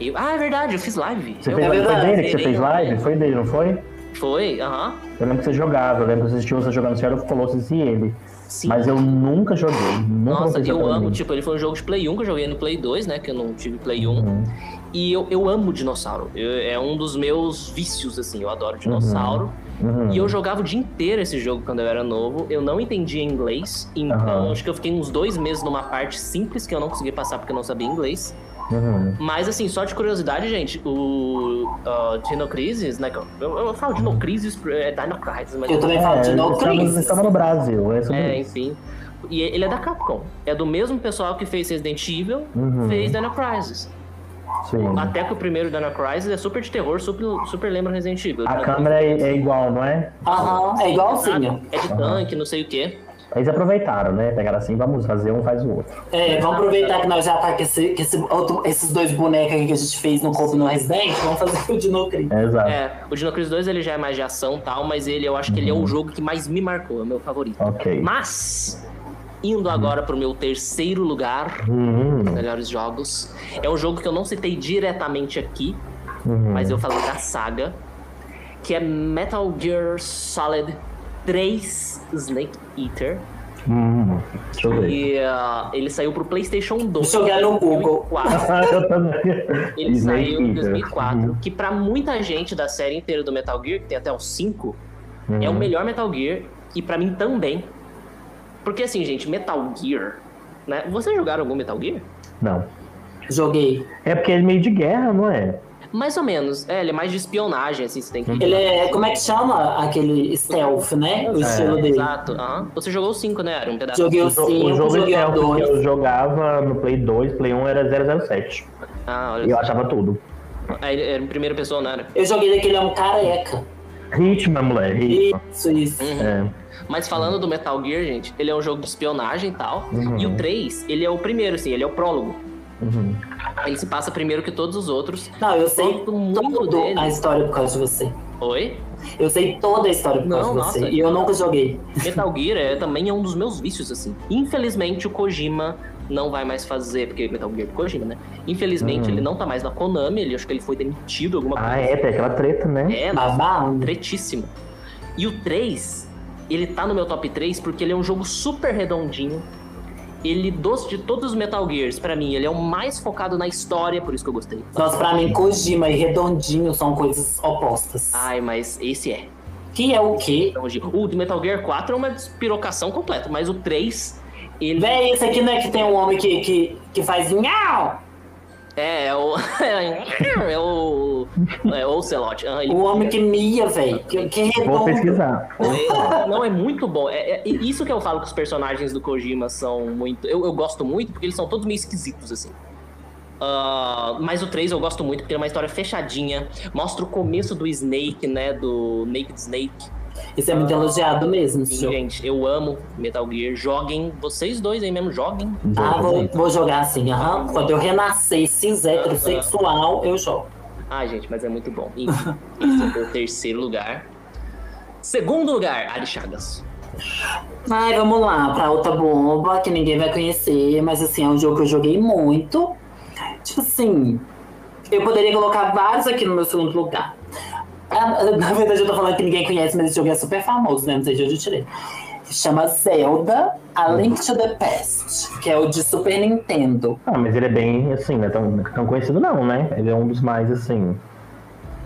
Speaker 1: Eu- ah, é verdade, eu fiz live.
Speaker 3: Você
Speaker 1: Eu-
Speaker 3: fez,
Speaker 2: É
Speaker 3: foi
Speaker 2: verdade,
Speaker 3: dele que você
Speaker 1: zerei
Speaker 3: fez live?
Speaker 1: live.
Speaker 3: Foi dele, não foi?
Speaker 1: Foi? Aham.
Speaker 3: Eu lembro que você jogava, eu lembro que você assistiu você jogando Shadow of Colossus e ele.
Speaker 1: Sim.
Speaker 3: Mas eu nunca joguei. Nunca
Speaker 1: Nossa,
Speaker 3: aconteceu
Speaker 1: eu
Speaker 3: é pra
Speaker 1: amo,
Speaker 3: mim.
Speaker 1: tipo, ele foi um jogo de Play 1 que eu joguei no Play 2, né? Que eu não tive Play 1.
Speaker 3: Uhum.
Speaker 1: E eu, eu amo dinossauro. Eu- é um dos meus vícios, assim, eu adoro dinossauro.
Speaker 3: Uhum.
Speaker 1: E eu jogava o dia inteiro esse jogo quando eu era novo. Eu não entendia inglês, então
Speaker 3: Aham.
Speaker 1: acho que eu fiquei uns dois meses numa parte simples que eu não consegui passar porque eu não sabia inglês.
Speaker 3: Uhum.
Speaker 1: Mas assim, só de curiosidade, gente, o uh, Dino Crisis, né? que Eu, eu, eu falo Dino Crisis, é Dino Crisis, mas.
Speaker 2: Eu também falo de
Speaker 3: É,
Speaker 2: No
Speaker 3: estamos,
Speaker 2: Crisis.
Speaker 3: estamos no Brasil, é sobre
Speaker 1: É,
Speaker 3: isso.
Speaker 1: enfim. E ele é da Capcom. É do mesmo pessoal que fez Resident Evil,
Speaker 3: Uhum.
Speaker 1: fez Dino Crisis.
Speaker 3: Sim.
Speaker 1: Até que o primeiro Dino Crisis é super de terror, super, super lembra Resident Evil.
Speaker 3: A câmera é, é igual, não é?
Speaker 2: Aham, é igualzinho.
Speaker 1: É de tanque, não sei o quê.
Speaker 3: Eles aproveitaram, né? Pegaram assim, vamos fazer um, faz o outro.
Speaker 2: É, vamos aproveitar que nós já tá com, esse, com esse outro- esses dois bonecos aqui que a gente fez no corpo no Resident, vamos fazer o de No Crisis.
Speaker 3: É, exato.
Speaker 1: É, o Dino Crisis 2 ele já é mais de ação e tal, mas ele eu acho que ele é o jogo que mais me marcou, é o meu favorito.
Speaker 3: Ok.
Speaker 1: Mas, indo agora pro meu terceiro lugar,
Speaker 3: Hum,
Speaker 1: melhores jogos, é um jogo que eu não citei diretamente aqui,
Speaker 3: uhum.
Speaker 1: mas
Speaker 3: Hum.
Speaker 1: eu falei da saga, que é Metal Gear Solid 3 Snake Eater.
Speaker 3: hum. Deixa eu ver.
Speaker 1: E ah, ele saiu pro PlayStation 2.
Speaker 2: Deixa eu olhar no Google.
Speaker 1: 2004.
Speaker 3: Ah, eu também.
Speaker 1: Ele
Speaker 3: Snake
Speaker 1: saiu em
Speaker 3: Eater.
Speaker 1: 2004,
Speaker 3: Uhum.
Speaker 1: que pra muita gente da série inteira do Metal Gear, que tem até os 5,
Speaker 3: Uhum,
Speaker 1: é o melhor Metal Gear e pra mim também. Porque assim, gente, Metal Gear, né? Vocês jogaram algum Metal Gear?
Speaker 3: Não.
Speaker 2: Joguei.
Speaker 3: É porque ele é meio de guerra, não é?
Speaker 1: Mais ou menos. É, ele é mais de espionagem, assim, você tem que
Speaker 3: Uhum.
Speaker 2: Ele é, como é que chama aquele stealth, né? O estilo dele.
Speaker 1: Exato. aham. Você jogou o 5, né? Era um pedaço.
Speaker 2: Joguei o
Speaker 3: jo- É, o
Speaker 2: 5,
Speaker 3: jogo é
Speaker 2: joguei o
Speaker 3: stealth que
Speaker 2: 2.
Speaker 3: eu jogava no Play 2, Play 1 era 007.
Speaker 1: Ah,
Speaker 3: E
Speaker 1: olha
Speaker 3: eu
Speaker 1: só.
Speaker 3: achava tudo.
Speaker 1: Ah, ele Era em primeira pessoa, não era?
Speaker 2: Eu joguei daquele homem careca.
Speaker 3: Hitman, mulher. Hitman.
Speaker 2: Isso, isso.
Speaker 3: É.
Speaker 1: Mas falando do Metal Gear, gente, ele é um jogo de espionagem e tal. E o 3, ele é o primeiro, assim, ele é o prólogo.
Speaker 3: Uhum.
Speaker 1: Ele se passa primeiro que todos os outros.
Speaker 2: Não, eu sei
Speaker 1: Gosto muito dele.
Speaker 2: toda a história por causa de você.
Speaker 1: Oi?
Speaker 2: Eu sei toda a história por
Speaker 1: Não,
Speaker 2: causa de
Speaker 1: nossa.
Speaker 2: você. E eu nunca joguei.
Speaker 1: Metal Gear é, também é um dos meus vícios, assim. Infelizmente, o Kojima não vai mais fazer, porque Metal Gear é do Kojima, né? Infelizmente, ele não tá mais na Konami, ele, acho que ele foi demitido, alguma
Speaker 3: Uhum. Ah,
Speaker 1: coisa.
Speaker 3: é, tem aquela treta, né?
Speaker 1: É, nossa,
Speaker 2: Babado.
Speaker 1: tretíssimo. E o 3, ele tá no meu top 3 porque ele é um jogo super redondinho. Ele, dos de todos os Metal Gears, pra mim, ele é o mais focado na história, por isso que eu gostei.
Speaker 2: Nossa, pra mim, Kojima e Redondinho são coisas opostas.
Speaker 1: Ai, mas esse é.
Speaker 2: Que é o quê?
Speaker 1: redondinho. O do Metal Gear 4 é uma despirocação completa, mas o 3, ele
Speaker 2: Véi, esse aqui não é que tem um homem que, que, que faz nhau?
Speaker 1: É, é o. É o. É, ou Celote. Ah, ele-
Speaker 2: O homem que mia, velho. Que, que
Speaker 3: Vou
Speaker 2: redondo.
Speaker 3: pesquisar.
Speaker 1: Não, é muito bom. É, é- e isso que eu falo que os personagens do Kojima são muito. Eu, eu gosto muito porque eles são todos meio esquisitos, assim. Ah, mas o 3 eu gosto muito porque é uma história fechadinha. Mostra o começo do Snake, né? Do Naked Snake.
Speaker 2: Isso é muito elogiado mesmo,
Speaker 1: Sim,
Speaker 2: senhor.
Speaker 1: gente, eu amo Metal Gear. Joguem, vocês dois aí mesmo, joguem.
Speaker 2: Ah, vou, vou jogar assim, aham. Quando eu renascer cis heterossexual, eu jogo.
Speaker 1: Ai, gente, mas é muito bom. Enfim, esse foi o terceiro lugar. Segundo lugar, Ari Chagas.
Speaker 2: Ai, vamos lá, pra outra bomba que ninguém vai conhecer, mas assim, é um jogo que eu joguei muito. Tipo assim, eu poderia colocar vários aqui no meu segundo lugar. Ah, Na verdade, eu tô falando que ninguém conhece, mas esse jogo é super famoso, né? Não sei de onde eu tirei. Chama Zelda A Link to the Past, que é o de Super Nintendo.
Speaker 3: Ah, mas ele é bem assim, não é tão, tão conhecido não, né? Ele é um dos mais assim.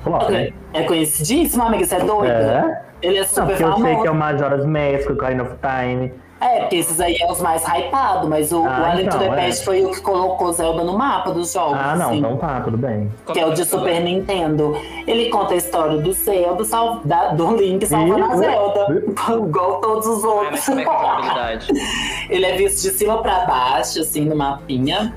Speaker 3: Flop, né?
Speaker 2: É conhecidíssimo, amiga, você é doida? Ele é
Speaker 3: Não,
Speaker 2: super
Speaker 3: porque eu sei
Speaker 2: famoso.
Speaker 3: que é o Majora's Mask, o Ocarina of Time.
Speaker 2: É, porque esses aí é os mais hypados, mas o,
Speaker 3: Ah,
Speaker 2: o A Link to
Speaker 3: então,
Speaker 2: the
Speaker 3: é.
Speaker 2: Past foi o que colocou Zelda no mapa dos jogos.
Speaker 3: Ah, não,
Speaker 2: assim.
Speaker 3: então tá, tudo bem.
Speaker 2: que é o de Super Nintendo. Ele conta a história do Zelda, sal- da- do Link salvando a
Speaker 3: Ih,
Speaker 2: Zelda,
Speaker 3: ih.
Speaker 2: igual todos os
Speaker 1: Ah,
Speaker 2: outros.
Speaker 1: mas como é que é a jogabilidade?
Speaker 2: Ele é visto de cima pra baixo, assim, no mapinha.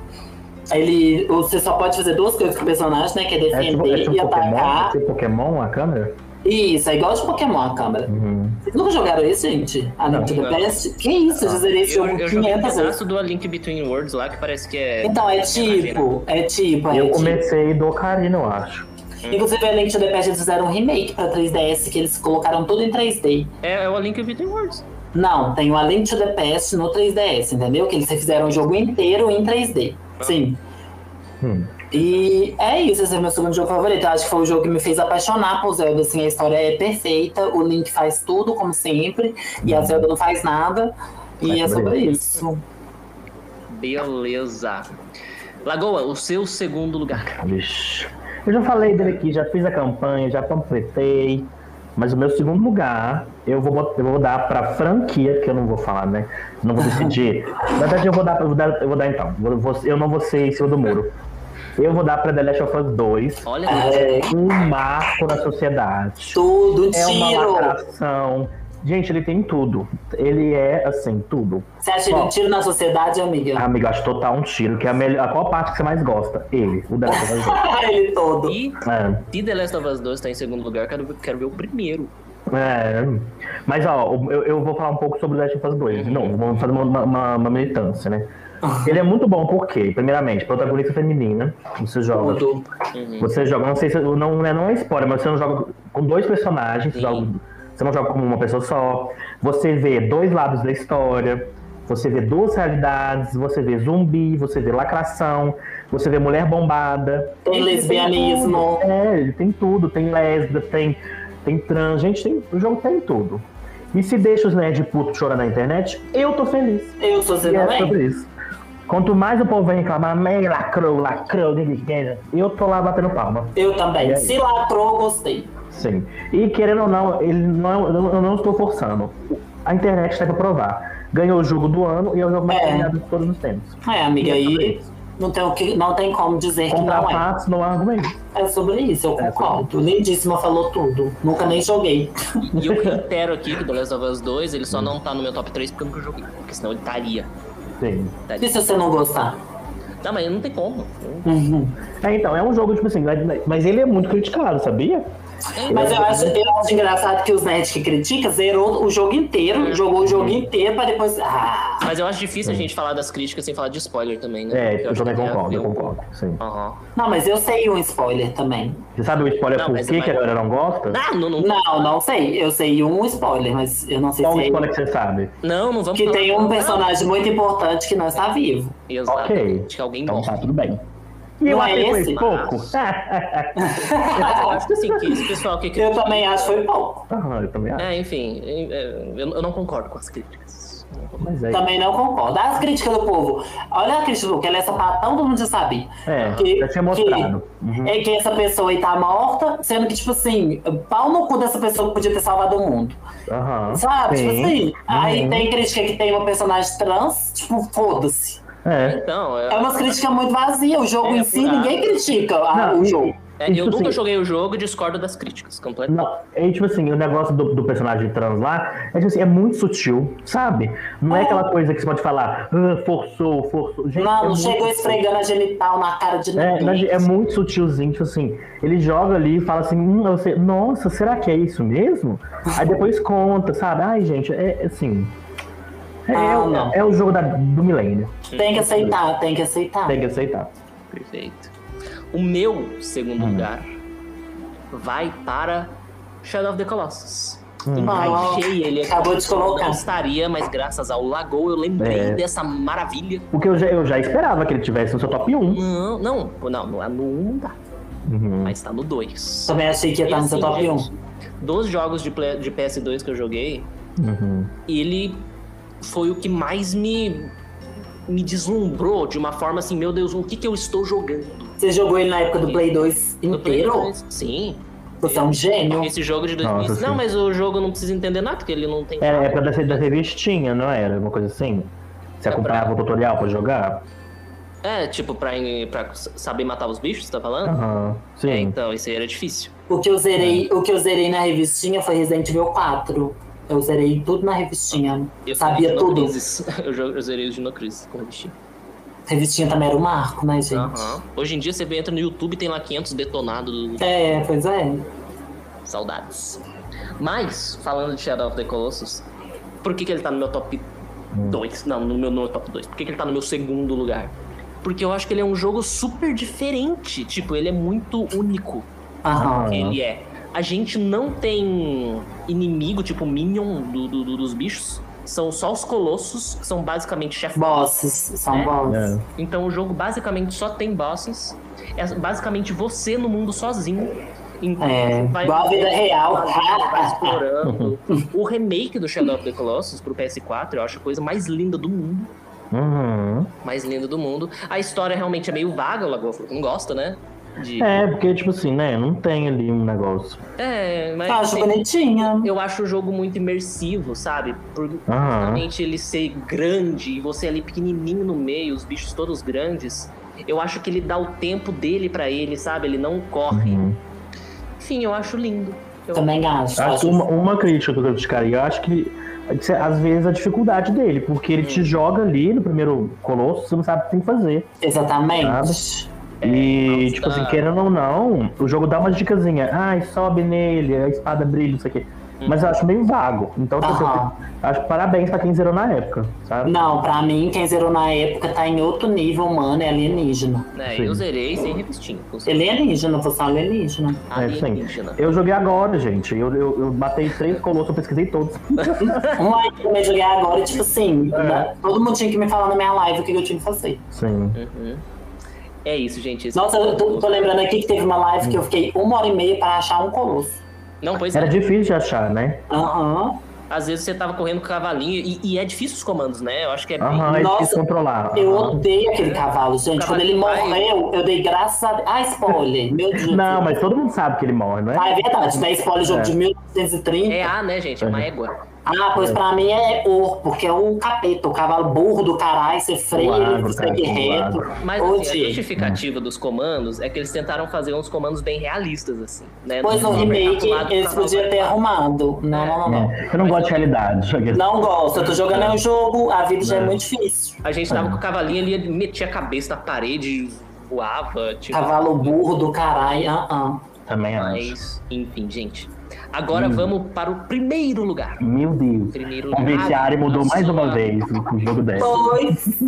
Speaker 2: Ele, você só pode fazer duas coisas com o personagem, né? Que é
Speaker 3: É tipo,
Speaker 2: defender
Speaker 3: é tipo
Speaker 2: e
Speaker 3: Pokémon, é
Speaker 2: atacar.
Speaker 3: tipo Pokémon a câmera?
Speaker 2: Isso, é igual de Pokémon a câmera.
Speaker 3: Uhum.
Speaker 2: Vocês nunca jogaram isso, gente? A Link to the
Speaker 1: Não.
Speaker 2: Past? Que isso, eu já zerei esse
Speaker 1: Eu,
Speaker 2: jogo
Speaker 1: eu joguei um
Speaker 2: 500 vezes.
Speaker 1: pedaço do A Link Between Worlds lá que parece que é.
Speaker 2: Então, é
Speaker 1: Imagina.
Speaker 2: tipo, é tipo, é
Speaker 3: Eu
Speaker 2: tipo.
Speaker 3: comecei do Ocarina, eu acho.
Speaker 2: Inclusive, a Link to the Past, eles fizeram um remake pra 3DS, que eles colocaram tudo em 3D.
Speaker 1: É, é o A Link Between Worlds.
Speaker 2: Não, tem o A Link to the Past no 3DS, entendeu? Que eles fizeram o jogo inteiro em 3D. Sim.
Speaker 3: Hum.
Speaker 2: E é isso, esse é meu segundo jogo favorito. Eu acho que foi o jogo que me fez apaixonar por Zelda, assim, a história é perfeita, o Link faz tudo, como sempre, e a Zelda não faz nada. E
Speaker 3: Ai, que
Speaker 2: é sobre
Speaker 3: bonito.
Speaker 2: isso.
Speaker 1: Beleza. Lagoa, o seu segundo lugar.
Speaker 3: Vixe. Eu já falei dele aqui, já fiz a campanha, já panfletei. Mas o meu segundo lugar, eu vou, bot- eu vou dar pra franquia, que eu não vou falar, né? Não vou decidir. Na verdade, eu vou dar, eu vou dar, eu vou dar então. Vou- vou- eu não vou ser em cima do muro. Eu vou dar pra The Last of Us 2.
Speaker 1: Olha,
Speaker 2: É,
Speaker 3: Um marco na sociedade.
Speaker 2: tudo,
Speaker 3: É uma
Speaker 2: tiro!
Speaker 3: lacração. Gente, ele tem tudo. Ele é, assim, tudo.
Speaker 2: Você acha ele um tiro na sociedade, amiga?
Speaker 3: Amigo, acho total um tiro, que é a melhor. Qual parte que você mais gosta? Ele, o The Last of Us
Speaker 2: ele todo.
Speaker 1: e
Speaker 3: 2. É.
Speaker 1: se The Last of Us 2 tá em segundo lugar, quero, ver- quero ver o primeiro.
Speaker 3: É, mas ó, eu, eu vou falar um pouco sobre o Last of Us 2. Não, vamos fazer uma, uma- uma militância, né? Ele é muito bom porque, primeiramente, protagonista feminina, você joga.
Speaker 2: Tudo.
Speaker 3: Você joga, não sei se não, é- não é spoiler, mas você não joga com dois personagens, você,
Speaker 1: Sim.
Speaker 3: joga- você não joga como uma pessoa só. Você vê dois lados da história, você vê duas realidades, você vê zumbi, você vê lacração, você vê mulher bombada.
Speaker 2: Tem lesbianismo.
Speaker 3: É, ele tem tudo, tem lésbica, tem, tem trans, gente, tem, o jogo tem tudo. E se deixa os nerds putos chorando na internet, eu tô feliz.
Speaker 2: Eu sou
Speaker 3: E
Speaker 2: você
Speaker 3: é
Speaker 2: também?
Speaker 3: sobre isso. Quanto mais o povo vem reclamar, meio lacrou, lacrou, eu tô lá batendo palma.
Speaker 2: Eu também.
Speaker 3: E é aí?
Speaker 2: Se lacrou, gostei.
Speaker 3: Sim. E querendo ou não, ele não, eu não- eu não estou forçando. A internet tá pra provar. Ganhou o jogo do ano e é o jogo mais
Speaker 2: É.
Speaker 3: ganhado de todos os tempos.
Speaker 2: É, amiga, aí não tem, o que, não tem como dizer que não é.
Speaker 3: Contrafatos não há argumento.
Speaker 2: É sobre isso, eu
Speaker 3: É
Speaker 2: concordo. Lindíssima falou tudo. Nunca nem joguei.
Speaker 1: E eu reitero aqui que The Last of Us 2 ele só não tá no meu top 3 porque eu nunca joguei. Porque senão ele estaria.
Speaker 3: Sim.
Speaker 2: E se você não gostar?
Speaker 1: Não, mas não tem como.
Speaker 2: Uhum.
Speaker 3: É, então, é um jogo, tipo assim, mas ele é muito criticado, sabia?
Speaker 2: Mas eu acho, eu acho engraçado que os nerds que criticam zerou o jogo inteiro, jogou o jogo inteiro pra depois. Ah,
Speaker 1: Mas eu acho difícil a gente falar das críticas sem falar de spoiler também, né?
Speaker 3: É, eu também
Speaker 1: acho que tem a
Speaker 3: concordo,
Speaker 1: ver
Speaker 3: eu
Speaker 1: um-
Speaker 3: concordo. Sim.
Speaker 1: Aham.
Speaker 2: não, mas eu sei um spoiler também.
Speaker 3: Você sabe o spoiler
Speaker 1: Não,
Speaker 3: por
Speaker 1: mas-
Speaker 3: que,
Speaker 1: mas-
Speaker 3: que a galera não gosta?
Speaker 1: Ah, não, não,
Speaker 2: Não, não sei. Eu sei um spoiler, mas eu não sei
Speaker 3: Qual o
Speaker 2: se é.
Speaker 3: spoiler que você sabe?
Speaker 1: não, não vamos
Speaker 2: Que
Speaker 1: falar.
Speaker 2: tem um personagem muito importante que não está vivo.
Speaker 1: Exato.
Speaker 3: Ok.
Speaker 1: Acho que alguém
Speaker 3: então
Speaker 1: morre.
Speaker 3: tá, tudo bem. E eu
Speaker 2: Não é
Speaker 3: achei que
Speaker 2: esse?
Speaker 3: foi pouco. É,
Speaker 1: Mas eu acho que assim, que esse pessoal que
Speaker 2: Eu também acho que foi pouco.
Speaker 3: Aham, eu também acho.
Speaker 1: É, enfim, é, eu eu não concordo com as críticas. Não concordo.
Speaker 3: Mas é.
Speaker 2: Também não concordo. As críticas do povo. Olha a crítica do povo, que ela é sapatão, todo mundo já sabia.
Speaker 3: É,
Speaker 2: Que-
Speaker 3: já tinha mostrado. Uhum.
Speaker 2: que- É que essa pessoa aí tá morta, sendo que, tipo assim, pau no cu dessa pessoa que podia ter salvado o mundo.
Speaker 3: Aham.
Speaker 2: Sabe? Tipo assim.
Speaker 3: Sim.
Speaker 2: Aí
Speaker 3: Uhum.
Speaker 2: tem crítica que tem uma personagem trans, tipo, foda-se.
Speaker 3: É.
Speaker 1: Então,
Speaker 2: É
Speaker 1: é,
Speaker 2: umas críticas muito vazias. O jogo
Speaker 1: É,
Speaker 2: em si,
Speaker 1: furado.
Speaker 2: ninguém critica a-
Speaker 3: Não,
Speaker 2: Ah, o
Speaker 3: e-
Speaker 2: jogo.
Speaker 1: É,
Speaker 3: Isso
Speaker 1: eu nunca
Speaker 3: sim.
Speaker 1: joguei o jogo e discordo das críticas completamente.
Speaker 3: Não, é tipo assim, o negócio do, do personagem trans lá é, tipo assim, é muito sutil, sabe? Não é aquela coisa que você pode falar, "Ah, forçou, forçou. Gente,
Speaker 2: Não,
Speaker 3: é
Speaker 2: não
Speaker 3: muito
Speaker 2: chegou
Speaker 3: sutil.
Speaker 2: esfregando a genital na cara de
Speaker 3: É, mas
Speaker 2: ninguém.
Speaker 3: é muito sutilzinho, tipo assim, ele joga ali e fala assim, hum, aí você, nossa, será que é isso mesmo? Aí depois conta, sabe? Ai, gente, é é assim. É,
Speaker 2: Ah,
Speaker 3: é o-
Speaker 2: não.
Speaker 3: é o jogo da- do milênio.
Speaker 2: Tem que aceitar, tem que aceitar.
Speaker 3: Tem que aceitar.
Speaker 1: Perfeito. O meu segundo lugar vai para Shadow of the Colossus. Encaixei ele aqui.
Speaker 2: Acabou de colocar.
Speaker 1: Não estaria, mas graças ao Lagoa eu lembrei
Speaker 3: É.
Speaker 1: dessa maravilha.
Speaker 3: Porque eu já, eu já esperava que ele tivesse no seu top
Speaker 1: Não,
Speaker 3: 1.
Speaker 1: não, não, não, é no 1 não dá,
Speaker 3: Uhum,
Speaker 1: mas tá no 2.
Speaker 2: Também achei que ia estar no seu top 1.
Speaker 1: Dos jogos de, play- de PS2 que eu joguei,
Speaker 3: uhum.
Speaker 1: ele foi o que mais me, me deslumbrou de uma forma assim, meu Deus, o que, que eu estou jogando?
Speaker 2: Você jogou ele na época do Play 2
Speaker 1: No Play
Speaker 2: inteiro?
Speaker 1: 2? Sim.
Speaker 2: Você é um gênio.
Speaker 1: Esse jogo de
Speaker 3: Nossa,
Speaker 1: 2000. não,
Speaker 3: sim.
Speaker 1: mas o jogo não precisa entender nada, porque ele não tem.
Speaker 3: Era a época É, da, da revistinha, não era? Uma coisa assim? Você
Speaker 1: É
Speaker 3: acompanhava
Speaker 1: pra-
Speaker 3: o tutorial pra jogar?
Speaker 1: É, tipo, pra, pra saber matar os bichos, você tá falando? É,
Speaker 3: Aham, Ah, sim.
Speaker 1: então, isso aí era difícil.
Speaker 2: O que eu zerei, o que eu zerei na revistinha foi Resident Evil 4. Eu zerei tudo na revistinha.
Speaker 1: Eu
Speaker 2: Sabia
Speaker 1: joguei
Speaker 2: tudo.
Speaker 1: Dinocrisis. Eu, jo- eu zerei os Dinocrisis com o bichinho.
Speaker 2: Revistinha também era o marco, né, gente?
Speaker 1: Aham. Hoje em dia você entra no YouTube e tem lá 500 detonados.
Speaker 2: É, pois é.
Speaker 1: Saudades. Mas, falando de Shadow of the Colossus, por que, que ele tá no meu top 2? Não, no meu, no meu top 2. Por que, que ele tá no meu segundo lugar? Porque eu acho que ele é um jogo super diferente. Tipo, ele é muito único.
Speaker 2: Aham.
Speaker 3: Ah.
Speaker 1: Ele é. A gente não tem inimigo, tipo minion do, do- do- dos bichos. São só os colossos, que são basicamente chefes.
Speaker 2: Bosses, são
Speaker 1: É.
Speaker 2: bosses.
Speaker 3: É.
Speaker 1: Então o jogo basicamente só tem bosses. É basicamente você no mundo sozinho. Então,
Speaker 2: É,
Speaker 1: vai-
Speaker 2: igual a vida real.
Speaker 1: vai né? explorando. o remake do Shadow of the Colossus pro PS4 eu acho a coisa mais linda do mundo.
Speaker 3: Uhum.
Speaker 1: Mais linda do mundo. A história realmente é meio vaga, o Lagoa falou que não gosta, né? De...
Speaker 3: É, porque, tipo assim, né? Não tem ali um negócio.
Speaker 1: É, mas.
Speaker 2: Eu acho
Speaker 1: assim,
Speaker 2: bonitinha.
Speaker 1: eu acho o jogo muito imersivo, sabe? Por
Speaker 3: Aham.
Speaker 1: justamente ele ser grande e você ali pequenininho no meio, os bichos todos grandes. Eu acho que ele dá o tempo dele pra ele, sabe? Ele não corre.
Speaker 3: Uhum.
Speaker 1: Enfim, eu acho lindo. Eu-
Speaker 2: Também acho.
Speaker 3: Acho que
Speaker 2: acho-
Speaker 3: uma, uma crítica que eu criticaria, eu acho que é que cê- às vezes a dificuldade dele, porque ele
Speaker 2: Hum.
Speaker 3: te joga ali no primeiro colosso, você não sabe o que tem que fazer.
Speaker 1: vamos
Speaker 2: Exatamente.
Speaker 3: e, tipo
Speaker 1: dar-
Speaker 2: ah.
Speaker 3: assim, querendo ou não, o jogo dá uma dicasinha. Ai, sobe nele, a espada brilha, isso aqui. Mas eu acho meio vago. Então, tipo, assim,
Speaker 2: Hum. Aham.
Speaker 3: eu acho que parabéns pra quem zerou na época, sabe?
Speaker 2: Não, pra mim, quem zerou na época tá em outro nível, mano, é alienígena.
Speaker 1: né,
Speaker 3: sim.
Speaker 1: eu zerei sem revistinha. com certeza.
Speaker 2: Alienígena, você é um alienígena.
Speaker 3: É, sim.
Speaker 1: Alienígena.
Speaker 3: Eu joguei agora, gente. Eu, eu, eu batei três colossos, eu pesquisei todos.
Speaker 2: Um aí que eu me joguei agora, e, tipo assim,
Speaker 3: É.
Speaker 2: na- todo mundo tinha que me falar na minha live o que que eu tinha que fazer.
Speaker 3: Sim.
Speaker 1: Uhum. É isso, gente. Esse-
Speaker 2: Nossa, eu tô, tô lembrando aqui que teve uma live que eu fiquei uma hora e meia pra achar um colosso.
Speaker 1: Não, pois
Speaker 3: Era
Speaker 1: é.
Speaker 3: difícil de achar, né?
Speaker 2: Aham.
Speaker 1: Às vezes você tava correndo com o cavalinho e, e é difícil os comandos, né? Eu acho que é bem.
Speaker 3: Aham, é
Speaker 2: Nossa,
Speaker 3: difícil controlar.
Speaker 2: Eu
Speaker 3: Aham.
Speaker 2: odeio aquele cavalo, gente. Quando ele
Speaker 1: Cavalo
Speaker 2: morreu, eu dei graças a Deus. Ah, spoiler, meu Deus.
Speaker 3: Não, mas todo mundo sabe que ele morre, não é?
Speaker 2: Ah, é verdade, né? Spoiler jogo
Speaker 3: É.
Speaker 2: de 1930.
Speaker 1: É A, né, gente? É uma égua.
Speaker 2: Ah, pois pra mim é or, porque é um capeta, o cavalo burro do caralho, você freia,
Speaker 3: Claro,
Speaker 2: ele segue
Speaker 3: cara,
Speaker 2: reto.
Speaker 3: claro.
Speaker 1: Mas
Speaker 2: Ô,
Speaker 1: assim, a
Speaker 2: Diego.
Speaker 1: justificativa dos comandos é que eles tentaram fazer uns comandos bem realistas, assim. Né?
Speaker 2: Pois no
Speaker 1: Não
Speaker 2: remake,
Speaker 1: calculado
Speaker 2: eles
Speaker 1: pra-
Speaker 2: podiam ter arrumado. Não, não, não, não.
Speaker 3: É, Eu não gosto de realidade.
Speaker 2: Não gosto, eu tô jogando é um jogo, a vida já é
Speaker 3: Não.
Speaker 2: muito difícil.
Speaker 1: A gente
Speaker 3: É.
Speaker 1: tava com o cavalinho, ele ia- metia a cabeça na parede, voava, tipo.
Speaker 2: Cavalo burro do caralho, ah, ah.
Speaker 3: Também acho.
Speaker 1: Mas, enfim, gente. Agora
Speaker 3: Hum.
Speaker 1: vamos para o primeiro lugar.
Speaker 3: Meu Deus.
Speaker 1: Primeiro
Speaker 3: O vestiário Um mudou mais uma vez o jogo dele.
Speaker 2: Pois,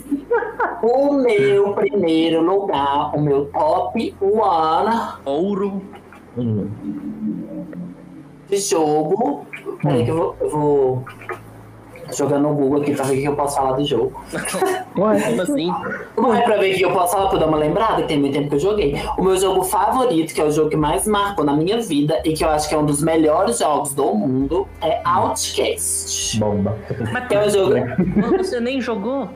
Speaker 2: o meu primeiro lugar, o meu top one
Speaker 1: Ouro.
Speaker 3: Hum.
Speaker 2: de jogo. Peraí que eu vou, eu vou jogando no Google aqui pra ver o que eu posso falar do jogo.
Speaker 3: Ué,
Speaker 1: Como assim?
Speaker 2: Não é pra ver que eu posso falar pra eu dar uma lembrada, que tem muito tempo que eu joguei. O meu jogo favorito, que é o jogo que mais marcou na minha vida e que eu acho que é um dos melhores jogos do mundo, é Outcast.
Speaker 3: bomba.
Speaker 1: Mas
Speaker 2: Que é um jogo.
Speaker 1: você nem jogou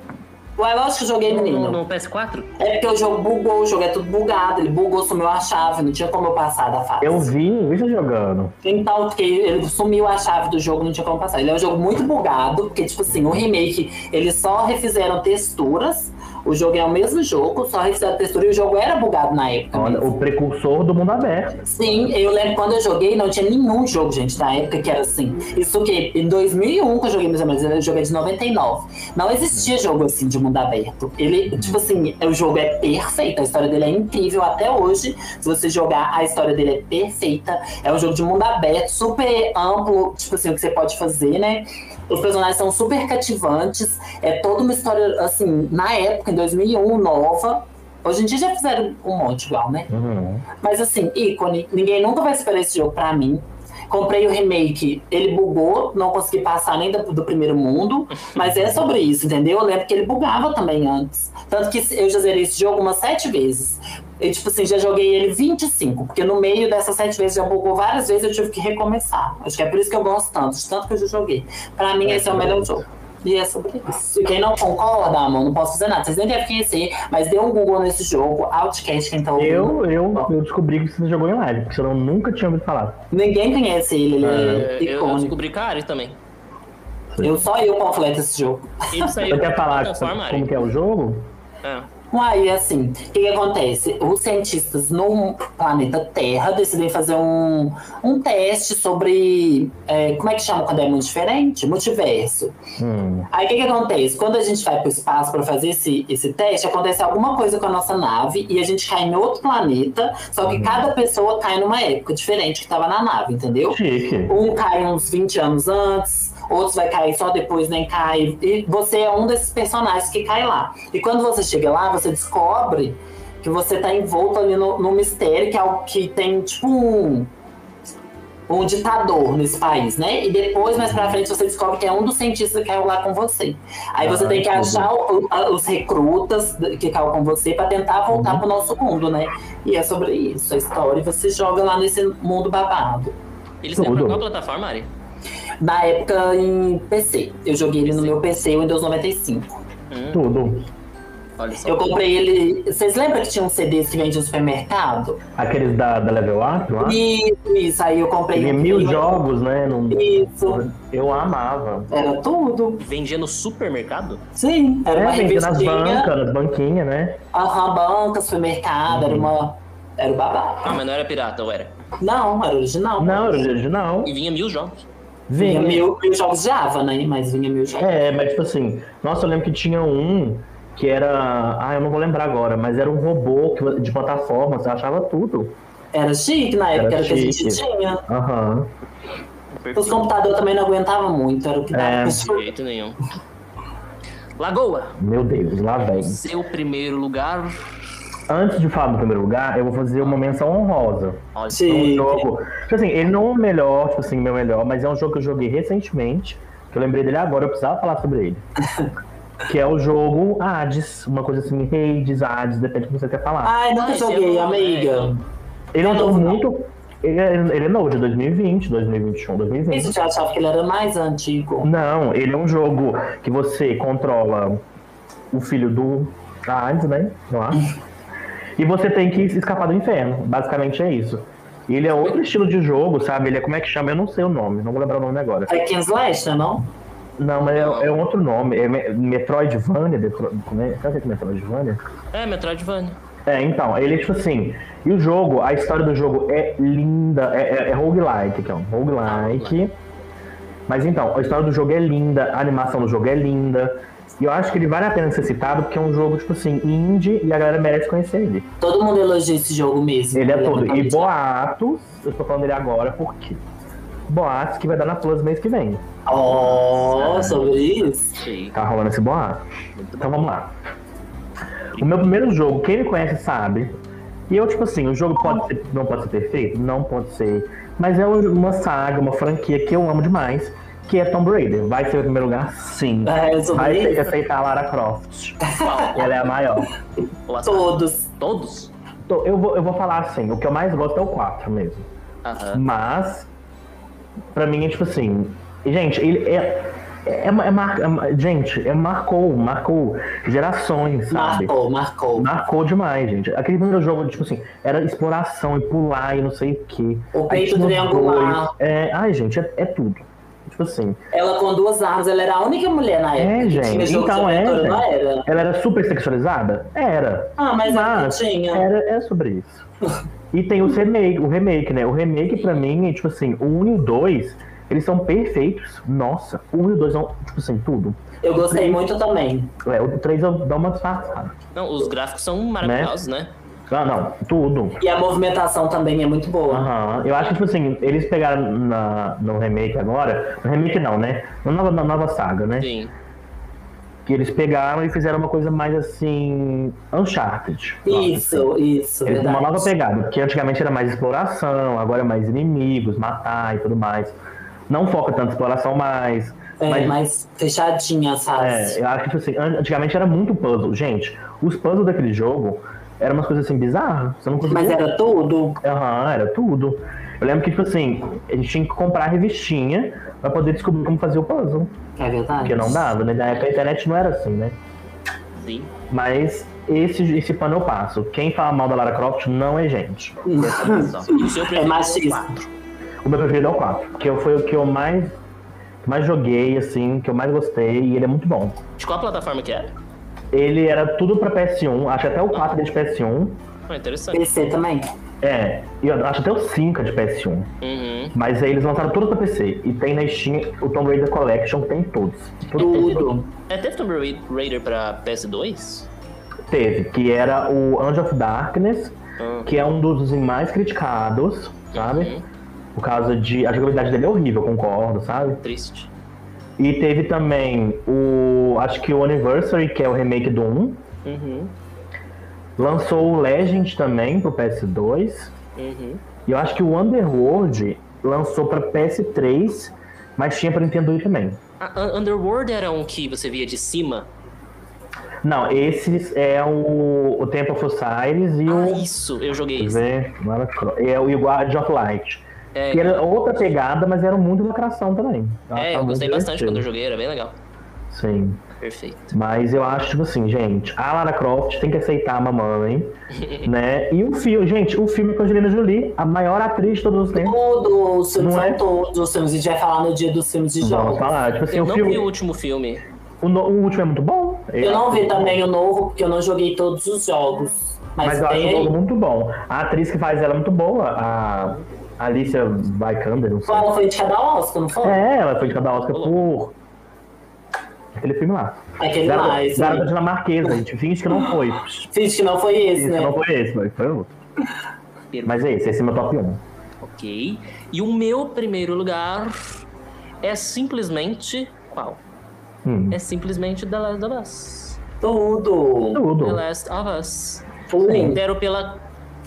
Speaker 2: Ué, eu acho que eu joguei,
Speaker 1: no,
Speaker 2: menino.
Speaker 1: no PS4?
Speaker 2: É porque o jogo bugou, o jogo é tudo bugado, ele bugou, sumiu a chave, não tinha como eu passar da fase.
Speaker 3: Eu vi, vi você jogando.
Speaker 2: Então, porque ele sumiu a chave do jogo, não tinha como passar. Ele é um jogo muito bugado, porque, tipo assim, o remake, eles só refizeram texturas. O jogo é o mesmo jogo, só refizeram a textura e o jogo era bugado na época.
Speaker 3: Olha,
Speaker 2: mesmo.
Speaker 3: o precursor do mundo aberto.
Speaker 2: Sim, eu lembro quando eu joguei, não tinha nenhum jogo, gente, da época que era assim. Isso que em 2001 que eu joguei, mais ou menos, eu joguei de 99. Não existia jogo assim de mundo aberto. Ele, tipo assim, o jogo é perfeito, a história dele é incrível até hoje. Se você jogar, a história dele é perfeita. É um jogo de mundo aberto, super amplo, tipo assim, o que você pode fazer, né? Os personagens são super cativantes. É toda uma história, assim, na época, em 2001, nova. Hoje em dia já fizeram um monte igual, né?
Speaker 3: Uhum.
Speaker 2: Mas assim, ícone. Ninguém nunca vai esperar esse jogo pra mim. Comprei o remake, ele bugou, não consegui passar nem do, do primeiro mundo. Mas é sobre isso, entendeu? Eu lembro que ele bugava também antes. Tanto que eu já zerei esse jogo umas sete vezes. Eu, tipo assim, já joguei ele 25, porque no meio dessas sete vezes já bugou várias vezes eu tive que recomeçar. Acho que é por isso que eu gosto tanto, de tanto que eu já joguei. Pra mim, esse é o melhor jogo. E é sobre isso. E quem não concorda, amor, não posso fazer nada. Vocês nem devem conhecer, mas dê um Google nesse jogo, Outcast, quem tá ouvindo.
Speaker 3: Eu, eu, eu descobri que você jogou em live, porque senão eu nunca tinha ouvido falar.
Speaker 2: Ninguém conhece ele, ele é,
Speaker 1: Eu, eu
Speaker 3: né?
Speaker 2: icônico.
Speaker 1: descobri com a Ari também.
Speaker 2: Eu, só eu panfleto esse jogo.
Speaker 1: Ele saiu
Speaker 3: Você
Speaker 1: da
Speaker 3: quer falar
Speaker 1: plataforma, Ari.
Speaker 3: como que é o jogo?
Speaker 1: É.
Speaker 2: Aí, assim, o que, que acontece? Os cientistas no planeta Terra decidem fazer um, um teste sobre. é, como é que chama quando é muito diferente? Multiverso.
Speaker 3: Hum.
Speaker 2: Aí o que, que acontece? Quando a gente vai para o espaço para fazer esse, esse teste, acontece alguma coisa com a nossa nave e a gente cai em outro planeta, só que cada pessoa cai numa época diferente que estava na nave, entendeu?
Speaker 3: Chique.
Speaker 2: Um cai uns 20 anos antes, outros vai cair só depois, nem cai. E você é um desses personagens que cai lá. E quando você chega lá, você descobre que você tá envolto ali no, no mistério, que é o que tem, tipo, um, um ditador nesse país, né? E depois, mais pra frente, você descobre que é um dos cientistas que caiu lá com você. Aí você
Speaker 3: Ah,
Speaker 2: tem que
Speaker 3: entendi.
Speaker 2: achar o- a- os recrutas que caiu com você pra tentar voltar
Speaker 3: Uhum.
Speaker 2: pro nosso mundo, né? E é sobre isso a história. E você joga lá nesse mundo babado.
Speaker 1: Ele saiu pra
Speaker 3: Tudo.
Speaker 1: qual plataforma, Ari?
Speaker 2: Na época em PC. Eu joguei ele no meu PC, o Windows 95.
Speaker 1: Hum,
Speaker 3: Tudo.
Speaker 1: olha só.
Speaker 2: Eu comprei ele. Vocês lembram que tinha uns CDs que vendia no supermercado?
Speaker 3: Aqueles da, da Level Up lá.
Speaker 2: Isso, isso. Aí eu comprei.
Speaker 3: Tinha
Speaker 2: um
Speaker 3: é mil
Speaker 2: primeiro.
Speaker 3: jogos, né? num-
Speaker 2: Isso.
Speaker 3: Eu amava.
Speaker 2: Era tudo.
Speaker 1: Vendia no supermercado?
Speaker 2: Sim, era uma
Speaker 3: É, vendia nas
Speaker 2: revistinha.
Speaker 3: bancas, nas banquinhas, né?
Speaker 2: Aham, banca, supermercado, era uma. Era o babado.
Speaker 1: Ah, mas não era pirata, ou era?
Speaker 2: Não, era original.
Speaker 3: Não, era original.
Speaker 1: E vinha mil jogos.
Speaker 2: Vinha
Speaker 3: Vinha.
Speaker 2: mil, mil jogos Java, né? Mas vinha mil jogos.
Speaker 3: É, mas tipo assim, nossa, eu lembro que tinha um que era. Ah, eu não vou lembrar agora, mas era um robô que- de plataforma, você achava tudo.
Speaker 2: Era chique na época, era,
Speaker 3: Era
Speaker 2: o que a gente
Speaker 3: chique.
Speaker 2: tinha.
Speaker 3: Aham.
Speaker 2: Os computadores também não aguentavam muito, era o que dava.
Speaker 3: É.
Speaker 1: De jeito nenhum. Lagoa,
Speaker 3: Meu Deus, lá vem.
Speaker 1: seu primeiro lugar.
Speaker 3: Antes de falar do primeiro lugar, eu vou fazer uma menção honrosa.
Speaker 1: Olha,
Speaker 3: É um
Speaker 2: Sim.
Speaker 3: jogo. Tipo assim, ele não é o melhor, tipo assim, meu melhor, mas é um jogo que eu joguei recentemente, que eu lembrei dele agora, eu precisava falar sobre ele. que é o jogo Hades, uma coisa assim, Hades, Hades, depende do que você quer falar.
Speaker 2: Ai, nunca
Speaker 1: Ah, esse
Speaker 2: joguei,
Speaker 1: é bom,
Speaker 2: amiga.
Speaker 3: ele é um jogo
Speaker 2: novo, não?
Speaker 3: muito. Ele é, ele é novo, de 2020, 2021, 2020.
Speaker 2: Isso, eu achava que ele era mais antigo.
Speaker 3: Não, ele é um jogo que você controla o filho do Hades, né? Eu acho. E você tem que escapar do inferno. Basicamente é isso. E ele é outro estilo de jogo, sabe? Ele é como é que chama? Eu não sei o nome, não vou lembrar o nome agora.
Speaker 2: É Ken Slash, né, não?
Speaker 3: Não, mas é, é outro nome. É Me- Metroidvania? Detro... Como é? Sabe o que é Metroidvania?
Speaker 1: É, Metroidvania.
Speaker 3: É, então, ele é tipo assim. E o jogo, a história do jogo é linda. É, é, é roguelike, que é um roguelike. Mas então, a história do jogo é linda, a animação do jogo é linda. E eu acho que ele vale a pena ser citado, porque é um jogo, tipo assim, indie e a galera merece conhecer ele.
Speaker 2: Todo mundo elogia esse jogo mesmo.
Speaker 3: Ele é todo. E
Speaker 2: totalmente-
Speaker 3: boatos, eu tô falando dele agora porque. Boatos que vai dar na Plus mês que vem.
Speaker 2: Oh, sobre isso?
Speaker 1: Sei.
Speaker 3: Tá rolando esse boato. Então vamos lá. O meu primeiro jogo, quem me conhece sabe. E eu, tipo assim, o jogo pode ser- não pode ser perfeito? Não pode ser. Mas é um- uma saga, uma franquia que eu amo demais, que é Tomb Raider. Vai ser o primeiro lugar? Sim.
Speaker 2: É,
Speaker 3: Vai
Speaker 2: sobre
Speaker 3: ter que
Speaker 2: isso?
Speaker 3: aceitar a Lara Croft.
Speaker 1: Qual?
Speaker 3: Ela é a maior.
Speaker 1: Ou as-
Speaker 2: Todos.
Speaker 1: Todos?
Speaker 3: Então, eu, vou, eu vou falar assim, o que eu mais gosto é o 4 mesmo.
Speaker 2: É.
Speaker 1: Aham.
Speaker 3: Mas, pra mim é tipo assim. Gente, ele é. é, é, mar- é mar- gente, é marcou, marcou gerações, sabe?
Speaker 2: Marcou, marcou.
Speaker 3: Marcou demais, gente. Aquele primeiro jogo, tipo assim, era exploração e pular e não sei o quê.
Speaker 2: O
Speaker 3: Aí
Speaker 2: peito
Speaker 3: tinha os
Speaker 2: triangular.
Speaker 3: dois. É, ai, gente, é, é tudo. Tipo Tipo assim.
Speaker 2: Ela com duas armas, ela era a única mulher na época.
Speaker 3: É,
Speaker 2: que tinha
Speaker 3: gente.
Speaker 2: jogo de
Speaker 3: Então é.
Speaker 2: aventura, Não
Speaker 3: gente.
Speaker 2: era.
Speaker 3: Ela era super sexualizada? Era.
Speaker 2: Ah, mas ela não
Speaker 3: Mas
Speaker 2: tinha.
Speaker 3: Era, é sobre isso. E tem os remake, o remake, né? O remake, pra mim, é tipo assim, o 1 e o 2, eles são perfeitos. Nossa, o 1 e o 2 são, tipo assim, tudo.
Speaker 2: Eu gostei muito também.
Speaker 3: É, o 3 dá uma disfarçada.
Speaker 1: Não, os gráficos são maravilhosos, né?
Speaker 3: Não, Ah, não, tudo.
Speaker 2: E a movimentação também é muito boa.
Speaker 3: Aham. Eu acho que, tipo assim, eles pegaram na, no remake agora. No remake não, né? Na nova, na nova saga, né?
Speaker 1: Sim.
Speaker 3: Que eles pegaram e fizeram uma coisa mais assim. Uncharted.
Speaker 2: Isso, isso,
Speaker 3: Eles dão
Speaker 2: verdade.
Speaker 3: uma nova pegada, porque antigamente era mais exploração, agora é mais inimigos, matar e tudo mais. Não foca tanto em exploração mais.
Speaker 2: É,
Speaker 3: mas,
Speaker 2: mais fechadinha, sabe?
Speaker 3: é, eu acho que tipo assim, an- antigamente era muito puzzle. Gente, os puzzles daquele jogo eram umas coisas assim bizarras. Você não conseguia.
Speaker 2: Mas era tudo.
Speaker 3: Aham, era tudo. Eu lembro que, tipo assim, a gente tinha que comprar a revistinha pra poder descobrir como fazer o puzzle.
Speaker 2: É verdade.
Speaker 3: Porque não dava, né? Na época a internet não era assim, né?
Speaker 1: Sim.
Speaker 3: Mas esse, esse pano eu passo. Quem fala mal da Lara Croft não é gente.
Speaker 1: Só. O seu preferido
Speaker 2: machista.
Speaker 1: é o quatro.
Speaker 3: O meu preferido é o 4, que eu- foi o que eu mais, mais joguei, assim, que eu mais gostei, e ele é muito bom.
Speaker 1: De qual plataforma que é? era?
Speaker 3: Ele era tudo pra PS1, acho que até o 4 é de PS1.
Speaker 1: Foi Ah, interessante.
Speaker 2: PC também.
Speaker 3: É, e eu acho até o 5 é de PS1.
Speaker 1: Uhum.
Speaker 3: Mas aí eles lançaram tudo pra PC. E tem na Steam o Tomb Raider Collection, tem todos.
Speaker 2: Tudo.
Speaker 1: É, teve Tomb Ra- Raider pra PS2?
Speaker 3: Teve, que era o Angel of Darkness,
Speaker 1: Ah.
Speaker 3: que é um dos mais criticados, sabe? Por causa de. A jogabilidade dele é horrível, concordo, sabe?
Speaker 1: É Triste.
Speaker 3: E teve também o. Acho que o Anniversary, que é o remake do 1.
Speaker 1: Uhum.
Speaker 3: Lançou o Legend também pro PS2.
Speaker 1: Uhum.
Speaker 3: E eu acho que o Underworld lançou pra PS3, mas tinha pra Nintendo Wii também.
Speaker 1: A Un- Underworld era um que você via de cima?
Speaker 3: Não, esses é o, o Temple of Osiris e
Speaker 1: Ah,
Speaker 3: o.
Speaker 1: isso, eu joguei
Speaker 3: Deixa
Speaker 1: isso.
Speaker 3: eu ver, Lara Croft. É o Guard of Light.
Speaker 1: É,
Speaker 3: Que era outra pegada, mas era muito lacração também.
Speaker 1: é,
Speaker 3: tá
Speaker 1: eu gostei bastante quando eu
Speaker 3: joguei.
Speaker 1: joguei, era bem legal.
Speaker 3: Sim.
Speaker 1: Perfeito.
Speaker 3: Mas eu acho, tipo assim, gente, a Lara Croft tem que aceitar a mamãe, né? E o filme, gente, o filme com a Angelina Jolie, a maior atriz de todos os tempos.
Speaker 2: Tudo. Os filmes
Speaker 3: Não é?
Speaker 2: são todos. Os filmes. A gente vai falar no dia dos filmes de
Speaker 3: Vamos
Speaker 2: jogos.
Speaker 3: falar, tipo assim,
Speaker 1: Eu
Speaker 3: o
Speaker 1: não vi o
Speaker 3: filme,
Speaker 1: último filme.
Speaker 3: o, no- o último é muito bom.
Speaker 2: Eu não
Speaker 1: tá,
Speaker 2: vi também o novo, porque eu não joguei todos os jogos. Mas,
Speaker 3: Mas eu acho
Speaker 2: tem
Speaker 3: o
Speaker 2: aí.
Speaker 3: jogo muito bom. A atriz que faz ela é muito boa, a Alicia Vikander, não sei.
Speaker 2: Ela foi de cada um, Oscar, não foi?
Speaker 3: É, ela foi indicada ao Oscar por aquele filme lá.
Speaker 2: É Aquele lá,
Speaker 3: Garota,
Speaker 2: esse
Speaker 3: Garota
Speaker 2: aí.
Speaker 3: dinamarquesa, gente finge que não foi.
Speaker 2: Finge que não foi esse,
Speaker 3: Isso
Speaker 2: né?
Speaker 3: não foi esse, mas foi outro. Mas é esse, esse é meu top 1.
Speaker 1: Ok. E o meu primeiro lugar é simplesmente. Qual?
Speaker 3: Hum.
Speaker 1: É simplesmente The Last of Us.
Speaker 2: Tudo.
Speaker 3: é Tudo.
Speaker 1: The Last of Us.
Speaker 2: Tudo.
Speaker 1: Reitero pela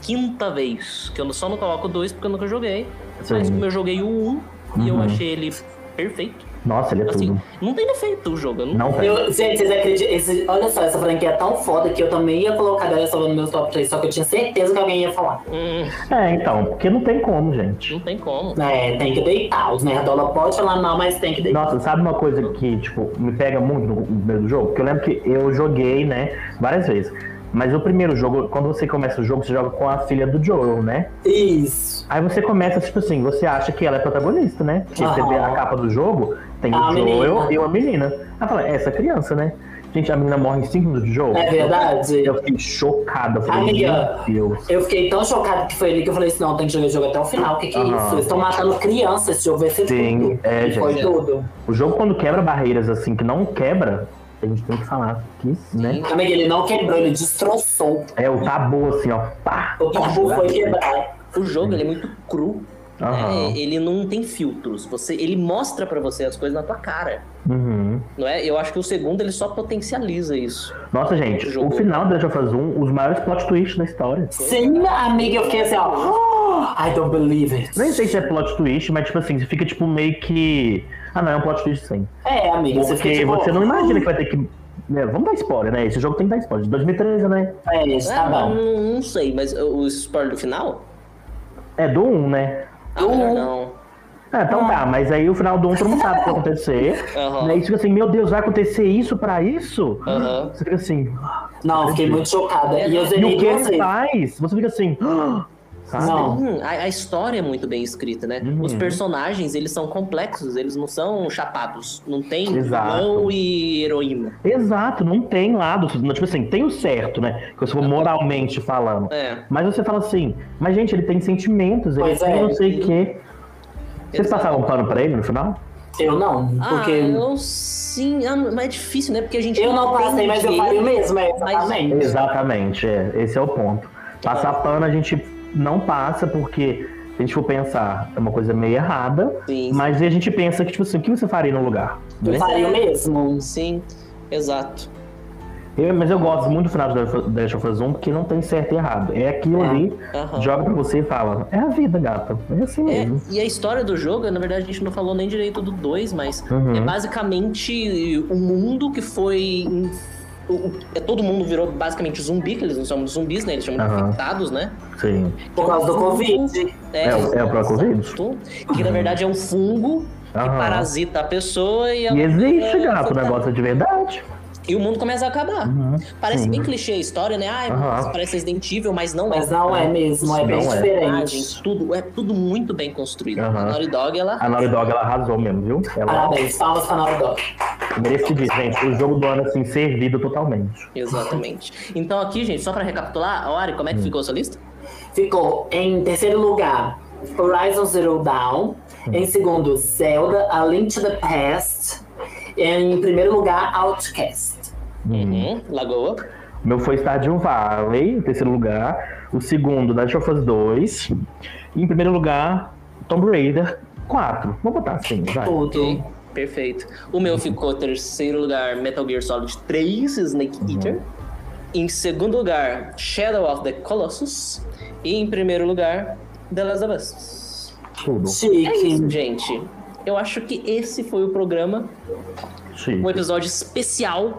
Speaker 1: quinta vez, que eu não- só não coloco dois porque eu nunca joguei.
Speaker 2: é
Speaker 3: Sim.
Speaker 1: Mas como eu joguei o um, e eu
Speaker 3: Uhum.
Speaker 1: achei ele perfeito.
Speaker 3: Nossa, ele é
Speaker 1: Assim,
Speaker 3: tudo.
Speaker 1: não tem defeito o jogo. eu Não...
Speaker 3: Não tem.
Speaker 2: Eu, gente, vocês acreditam? esse- olha só, essa franquia é tão foda que eu também ia colocar dela só no meu top 3, só que eu tinha certeza que alguém ia falar.
Speaker 1: Hum,
Speaker 3: É, então, porque não tem como, gente.
Speaker 1: não tem como.
Speaker 2: É, tem que deitar. Os nerdola pode falar mal, mas tem que deitar.
Speaker 3: Nossa, sabe uma coisa que, tipo, me pega muito no primeiro jogo? Porque eu lembro que eu joguei, né, várias vezes. Mas o primeiro jogo, quando você começa o jogo, você joga com a filha do Joel, né?
Speaker 2: Isso.
Speaker 3: Aí você começa, tipo assim, você acha que ela é protagonista, né? Porque você
Speaker 2: Aham.
Speaker 3: vê a capa do jogo, tem
Speaker 2: Ah. A
Speaker 3: o Joel
Speaker 2: menina.
Speaker 3: e uma menina. Aí fala, é essa criança, né? Gente, a menina morre em 5 minutos de jogo.
Speaker 2: É verdade?
Speaker 3: Eu fiquei chocada. Eu falei,
Speaker 2: Amiga.
Speaker 3: meu Deus.
Speaker 2: Eu fiquei tão chocado que foi ali que eu falei assim: não, tem que jogar o jogo até o final. O que, que é
Speaker 3: Aham.
Speaker 2: isso? Eles estão matando crianças, esse jogo vai ser
Speaker 3: Sim,
Speaker 2: tudo.
Speaker 3: é,
Speaker 2: e foi
Speaker 3: gente.
Speaker 2: tudo.
Speaker 3: O jogo quando quebra barreiras assim que não quebra, a gente tem que falar que, né?
Speaker 2: Amiga, ele não quebrou, ele destroçou.
Speaker 3: É o tabu assim, ó. Pá!
Speaker 2: O
Speaker 1: Tá
Speaker 2: tabu foi quebrado.
Speaker 1: O jogo ele é muito cru.
Speaker 3: Aham.
Speaker 1: né? Ele não tem filtros. Você, ele mostra pra você as coisas na tua cara.
Speaker 3: Uhum.
Speaker 1: Não é? Eu acho que o segundo ele só potencializa isso.
Speaker 3: Nossa, gente,
Speaker 1: Esse
Speaker 3: o
Speaker 1: jogo-
Speaker 3: final do Death of Us 1, os maiores plot twists da história.
Speaker 2: Sim, amiga, eu fiquei assim, ó. "Oh, I don't believe it.
Speaker 3: Nem sei se é plot twist, mas tipo assim, você fica tipo meio que. Ah não, é um plot twist sim.
Speaker 2: É, amiga, você fica
Speaker 3: Porque
Speaker 2: tipo,
Speaker 3: você não imagina que vai ter que. né, vamos dar spoiler, né? Esse jogo tem que dar spoiler. De 2013, né?
Speaker 2: É, isso, tá
Speaker 1: É,
Speaker 2: bom.
Speaker 1: Não, não sei, mas o spoiler do final?
Speaker 3: É do 1, né?
Speaker 1: Ah, melhor não.
Speaker 3: Ah, então tá, mas aí o final do 1 todo mundo sabe o que vai acontecer.
Speaker 1: Aham.
Speaker 3: Né? E fica assim, meu Deus, vai acontecer isso pra isso?
Speaker 1: Aham.
Speaker 3: Você fica assim,
Speaker 2: Não, eu fiquei muito chocada. E eu
Speaker 3: E o
Speaker 2: zerei
Speaker 3: que
Speaker 2: duas
Speaker 3: ele
Speaker 2: vezes.
Speaker 3: faz? Você fica assim. "Ah, sabe?
Speaker 2: Não.
Speaker 1: Sim, a, a história é muito bem escrita, né?
Speaker 3: Uhum.
Speaker 1: Os personagens, eles são complexos, eles não são chapados. Não tem
Speaker 3: Exato.
Speaker 1: vilão e heroína.
Speaker 3: Exato, não tem lado. não, Tipo assim, tem o certo, né? Que eu sou moralmente falando.
Speaker 1: É.
Speaker 3: Mas você fala assim, mas gente, ele tem sentimentos, ele
Speaker 2: Pois
Speaker 3: tem
Speaker 2: é.
Speaker 3: não sei o quê. Vocês
Speaker 1: Exato.
Speaker 3: passaram um pano pra ele no final?
Speaker 2: Eu não, porque
Speaker 1: Ah, eu sim, ah, mas é difícil, né? Porque a gente
Speaker 2: eu não passei, mas eu
Speaker 1: entende.
Speaker 2: faria o mesmo, é,
Speaker 1: Mas-
Speaker 2: exatamente.
Speaker 3: Exatamente, é. Esse é o ponto. Passar pano a gente não passa, porque se a gente for pensar, é uma coisa meio errada.
Speaker 1: Sim,
Speaker 3: Mas aí a gente pensa que, tipo assim, o que você faria no lugar?
Speaker 2: Eu
Speaker 3: né?
Speaker 2: faria o mesmo.
Speaker 1: sim, exato.
Speaker 3: Eu- mas eu gosto muito do final do The Last of Us 1, porque não tem certo e errado. É aquilo
Speaker 2: É.
Speaker 3: ali,
Speaker 1: Aham.
Speaker 3: joga pra você e fala, é a vida, gata. É assim
Speaker 1: É,
Speaker 3: mesmo.
Speaker 1: e a história do jogo, na verdade, a gente não falou nem direito do 2, mas
Speaker 3: Uhum.
Speaker 1: é basicamente o mundo que foi. em- o- o- é, todo mundo virou basicamente zumbi, que eles não chamam de zumbis, né? Eles chamam de
Speaker 3: Aham.
Speaker 1: infectados, né?
Speaker 3: Sim.
Speaker 2: Por causa do Covid.
Speaker 3: É o- é o próprio vírus?
Speaker 1: Que na verdade é um fungo que
Speaker 3: Aham.
Speaker 1: parasita a pessoa e, ela-
Speaker 3: E existe,
Speaker 1: é,
Speaker 3: gato, o
Speaker 1: infectada.
Speaker 3: negócio é de verdade.
Speaker 1: E o mundo começa a acabar.
Speaker 3: Uhum.
Speaker 1: Parece
Speaker 3: Sim.
Speaker 1: bem clichê a história, né? Ah,
Speaker 3: Aham.
Speaker 1: parece Resident Evil, mas não é.
Speaker 2: Mas não é mesmo, é
Speaker 3: Não
Speaker 2: bem
Speaker 3: é.
Speaker 2: diferente.
Speaker 1: Imagens, Tudo, é tudo muito bem construído.
Speaker 3: Aham. Ah.
Speaker 1: A Naughty Dog, ela
Speaker 3: A Naughty Dog, ela arrasou mesmo, viu?
Speaker 1: Tá
Speaker 3: Ela
Speaker 2: Parabéns, palmas pra Naughty Dog.
Speaker 3: merecido, gente. O jogo do ano, assim, servido totalmente.
Speaker 1: Exatamente. Então aqui, gente, só pra recapitular, a Ori, como
Speaker 3: Hum.
Speaker 1: é que ficou a sua lista?
Speaker 2: Ficou em terceiro lugar Horizon Zero
Speaker 1: Uhum.
Speaker 2: Dawn. Em segundo, Zelda, A Link to the Past. Em primeiro lugar, Outcast.
Speaker 3: Hum.
Speaker 1: Uhum. Lagoa.
Speaker 3: O meu foi Stardew Valley, em terceiro lugar. O segundo, Last of Us 2. E em primeiro lugar, Tomb Raider 4. Vou botar assim, vai.
Speaker 1: Ok,
Speaker 2: Tudo.
Speaker 1: Perfeito. O meu ficou em terceiro lugar, Metal Gear Solid 3, Snake
Speaker 3: Uhum.
Speaker 1: Eater. Em segundo lugar, Shadow of the Colossus. E em primeiro lugar, The Last of Us.
Speaker 3: Tudo.
Speaker 1: É isso,
Speaker 2: Chique.
Speaker 1: gente. Eu acho que esse foi o programa,
Speaker 3: Chique.
Speaker 1: um episódio especial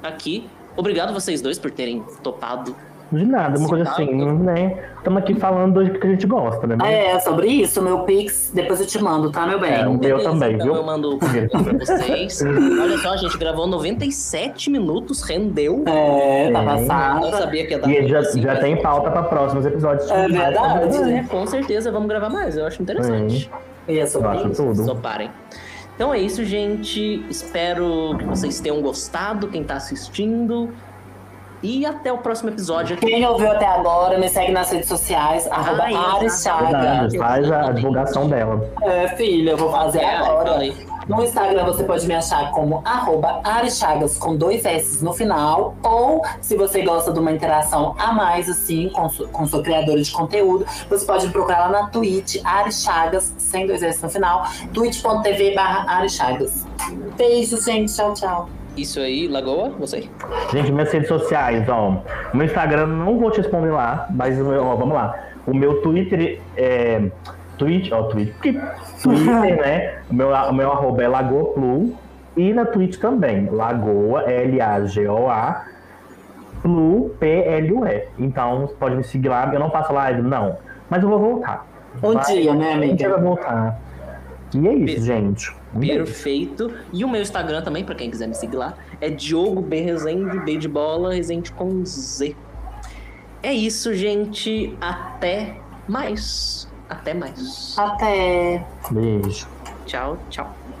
Speaker 1: aqui. Obrigado vocês dois por terem topado.
Speaker 3: De nada, uma coisa assim, né? Estamos aqui falando do que a gente gosta, né?
Speaker 2: Ah, É, sobre isso, meu Pix, depois eu te mando, tá, meu bem?
Speaker 3: É, um- Eu
Speaker 1: Beleza,
Speaker 3: também,
Speaker 1: então
Speaker 3: viu?
Speaker 1: Eu mando o programa pra vocês. Olha só, a gente gravou 97 minutos, rendeu.
Speaker 2: É, tá
Speaker 3: Sim.
Speaker 1: Não
Speaker 2: passada.
Speaker 1: sabia que ia dar
Speaker 3: Ah, E
Speaker 1: tanto
Speaker 3: já,
Speaker 1: assim,
Speaker 3: já
Speaker 1: mas-
Speaker 3: tem pauta para próximos episódios.
Speaker 1: Uhum.
Speaker 2: É verdade.
Speaker 1: Pois é, com certeza, vamos gravar mais. Eu acho interessante.
Speaker 2: E é
Speaker 3: Eu
Speaker 2: sobre
Speaker 3: acho
Speaker 2: isso.
Speaker 3: tudo.
Speaker 1: Só parem. Então é isso, gente. Espero que vocês tenham gostado, quem tá assistindo. E até o próximo episódio aqui.
Speaker 2: Quem ouviu até agora, me segue nas redes sociais, arroba
Speaker 1: Ah, isso,
Speaker 2: Ares Chaga.
Speaker 3: Verdade, faz a divulgação dela.
Speaker 2: É, filha, eu vou fazer
Speaker 1: É,
Speaker 2: agora.
Speaker 1: falei.
Speaker 2: No Instagram você pode me achar como arroba Arichagas com dois S no final. Ou se você gosta de uma interação a mais, assim, com, su- com sua criadora de conteúdo, você pode me procurar lá na Twitch, Arichagas, sem dois S no final, twitch.tv barra Arichagas. Beijo, gente. Tchau, tchau.
Speaker 1: Isso aí, Lagoa, você.
Speaker 3: Gente, minhas redes sociais, ó. O meu Instagram não vou te responder lá, mas o meu- ó, vamos lá. O meu Twitter é. Twitch, ó, Twitch. Twitter, né? O meu, o meu arroba é LagoaPlu. E na Twitch também. Lagoa, L-A-G-O-A. Plu, P-L-U-E. Então, você pode me seguir lá. Eu não faço live, não. Mas eu vou voltar.
Speaker 2: Um
Speaker 3: Vai,
Speaker 2: dia, né,
Speaker 3: Um dia
Speaker 2: amiga?
Speaker 3: vai voltar. E é
Speaker 1: Be-
Speaker 3: isso, gente. Um beijo.
Speaker 1: Perfeito. E o meu Instagram também, pra quem quiser me seguir lá, é Diogo B. Rezende, B de bola, Rezende com Z. É isso, gente. Até mais. Até mais.
Speaker 2: Até.
Speaker 3: Beijo.
Speaker 1: Tchau, tchau.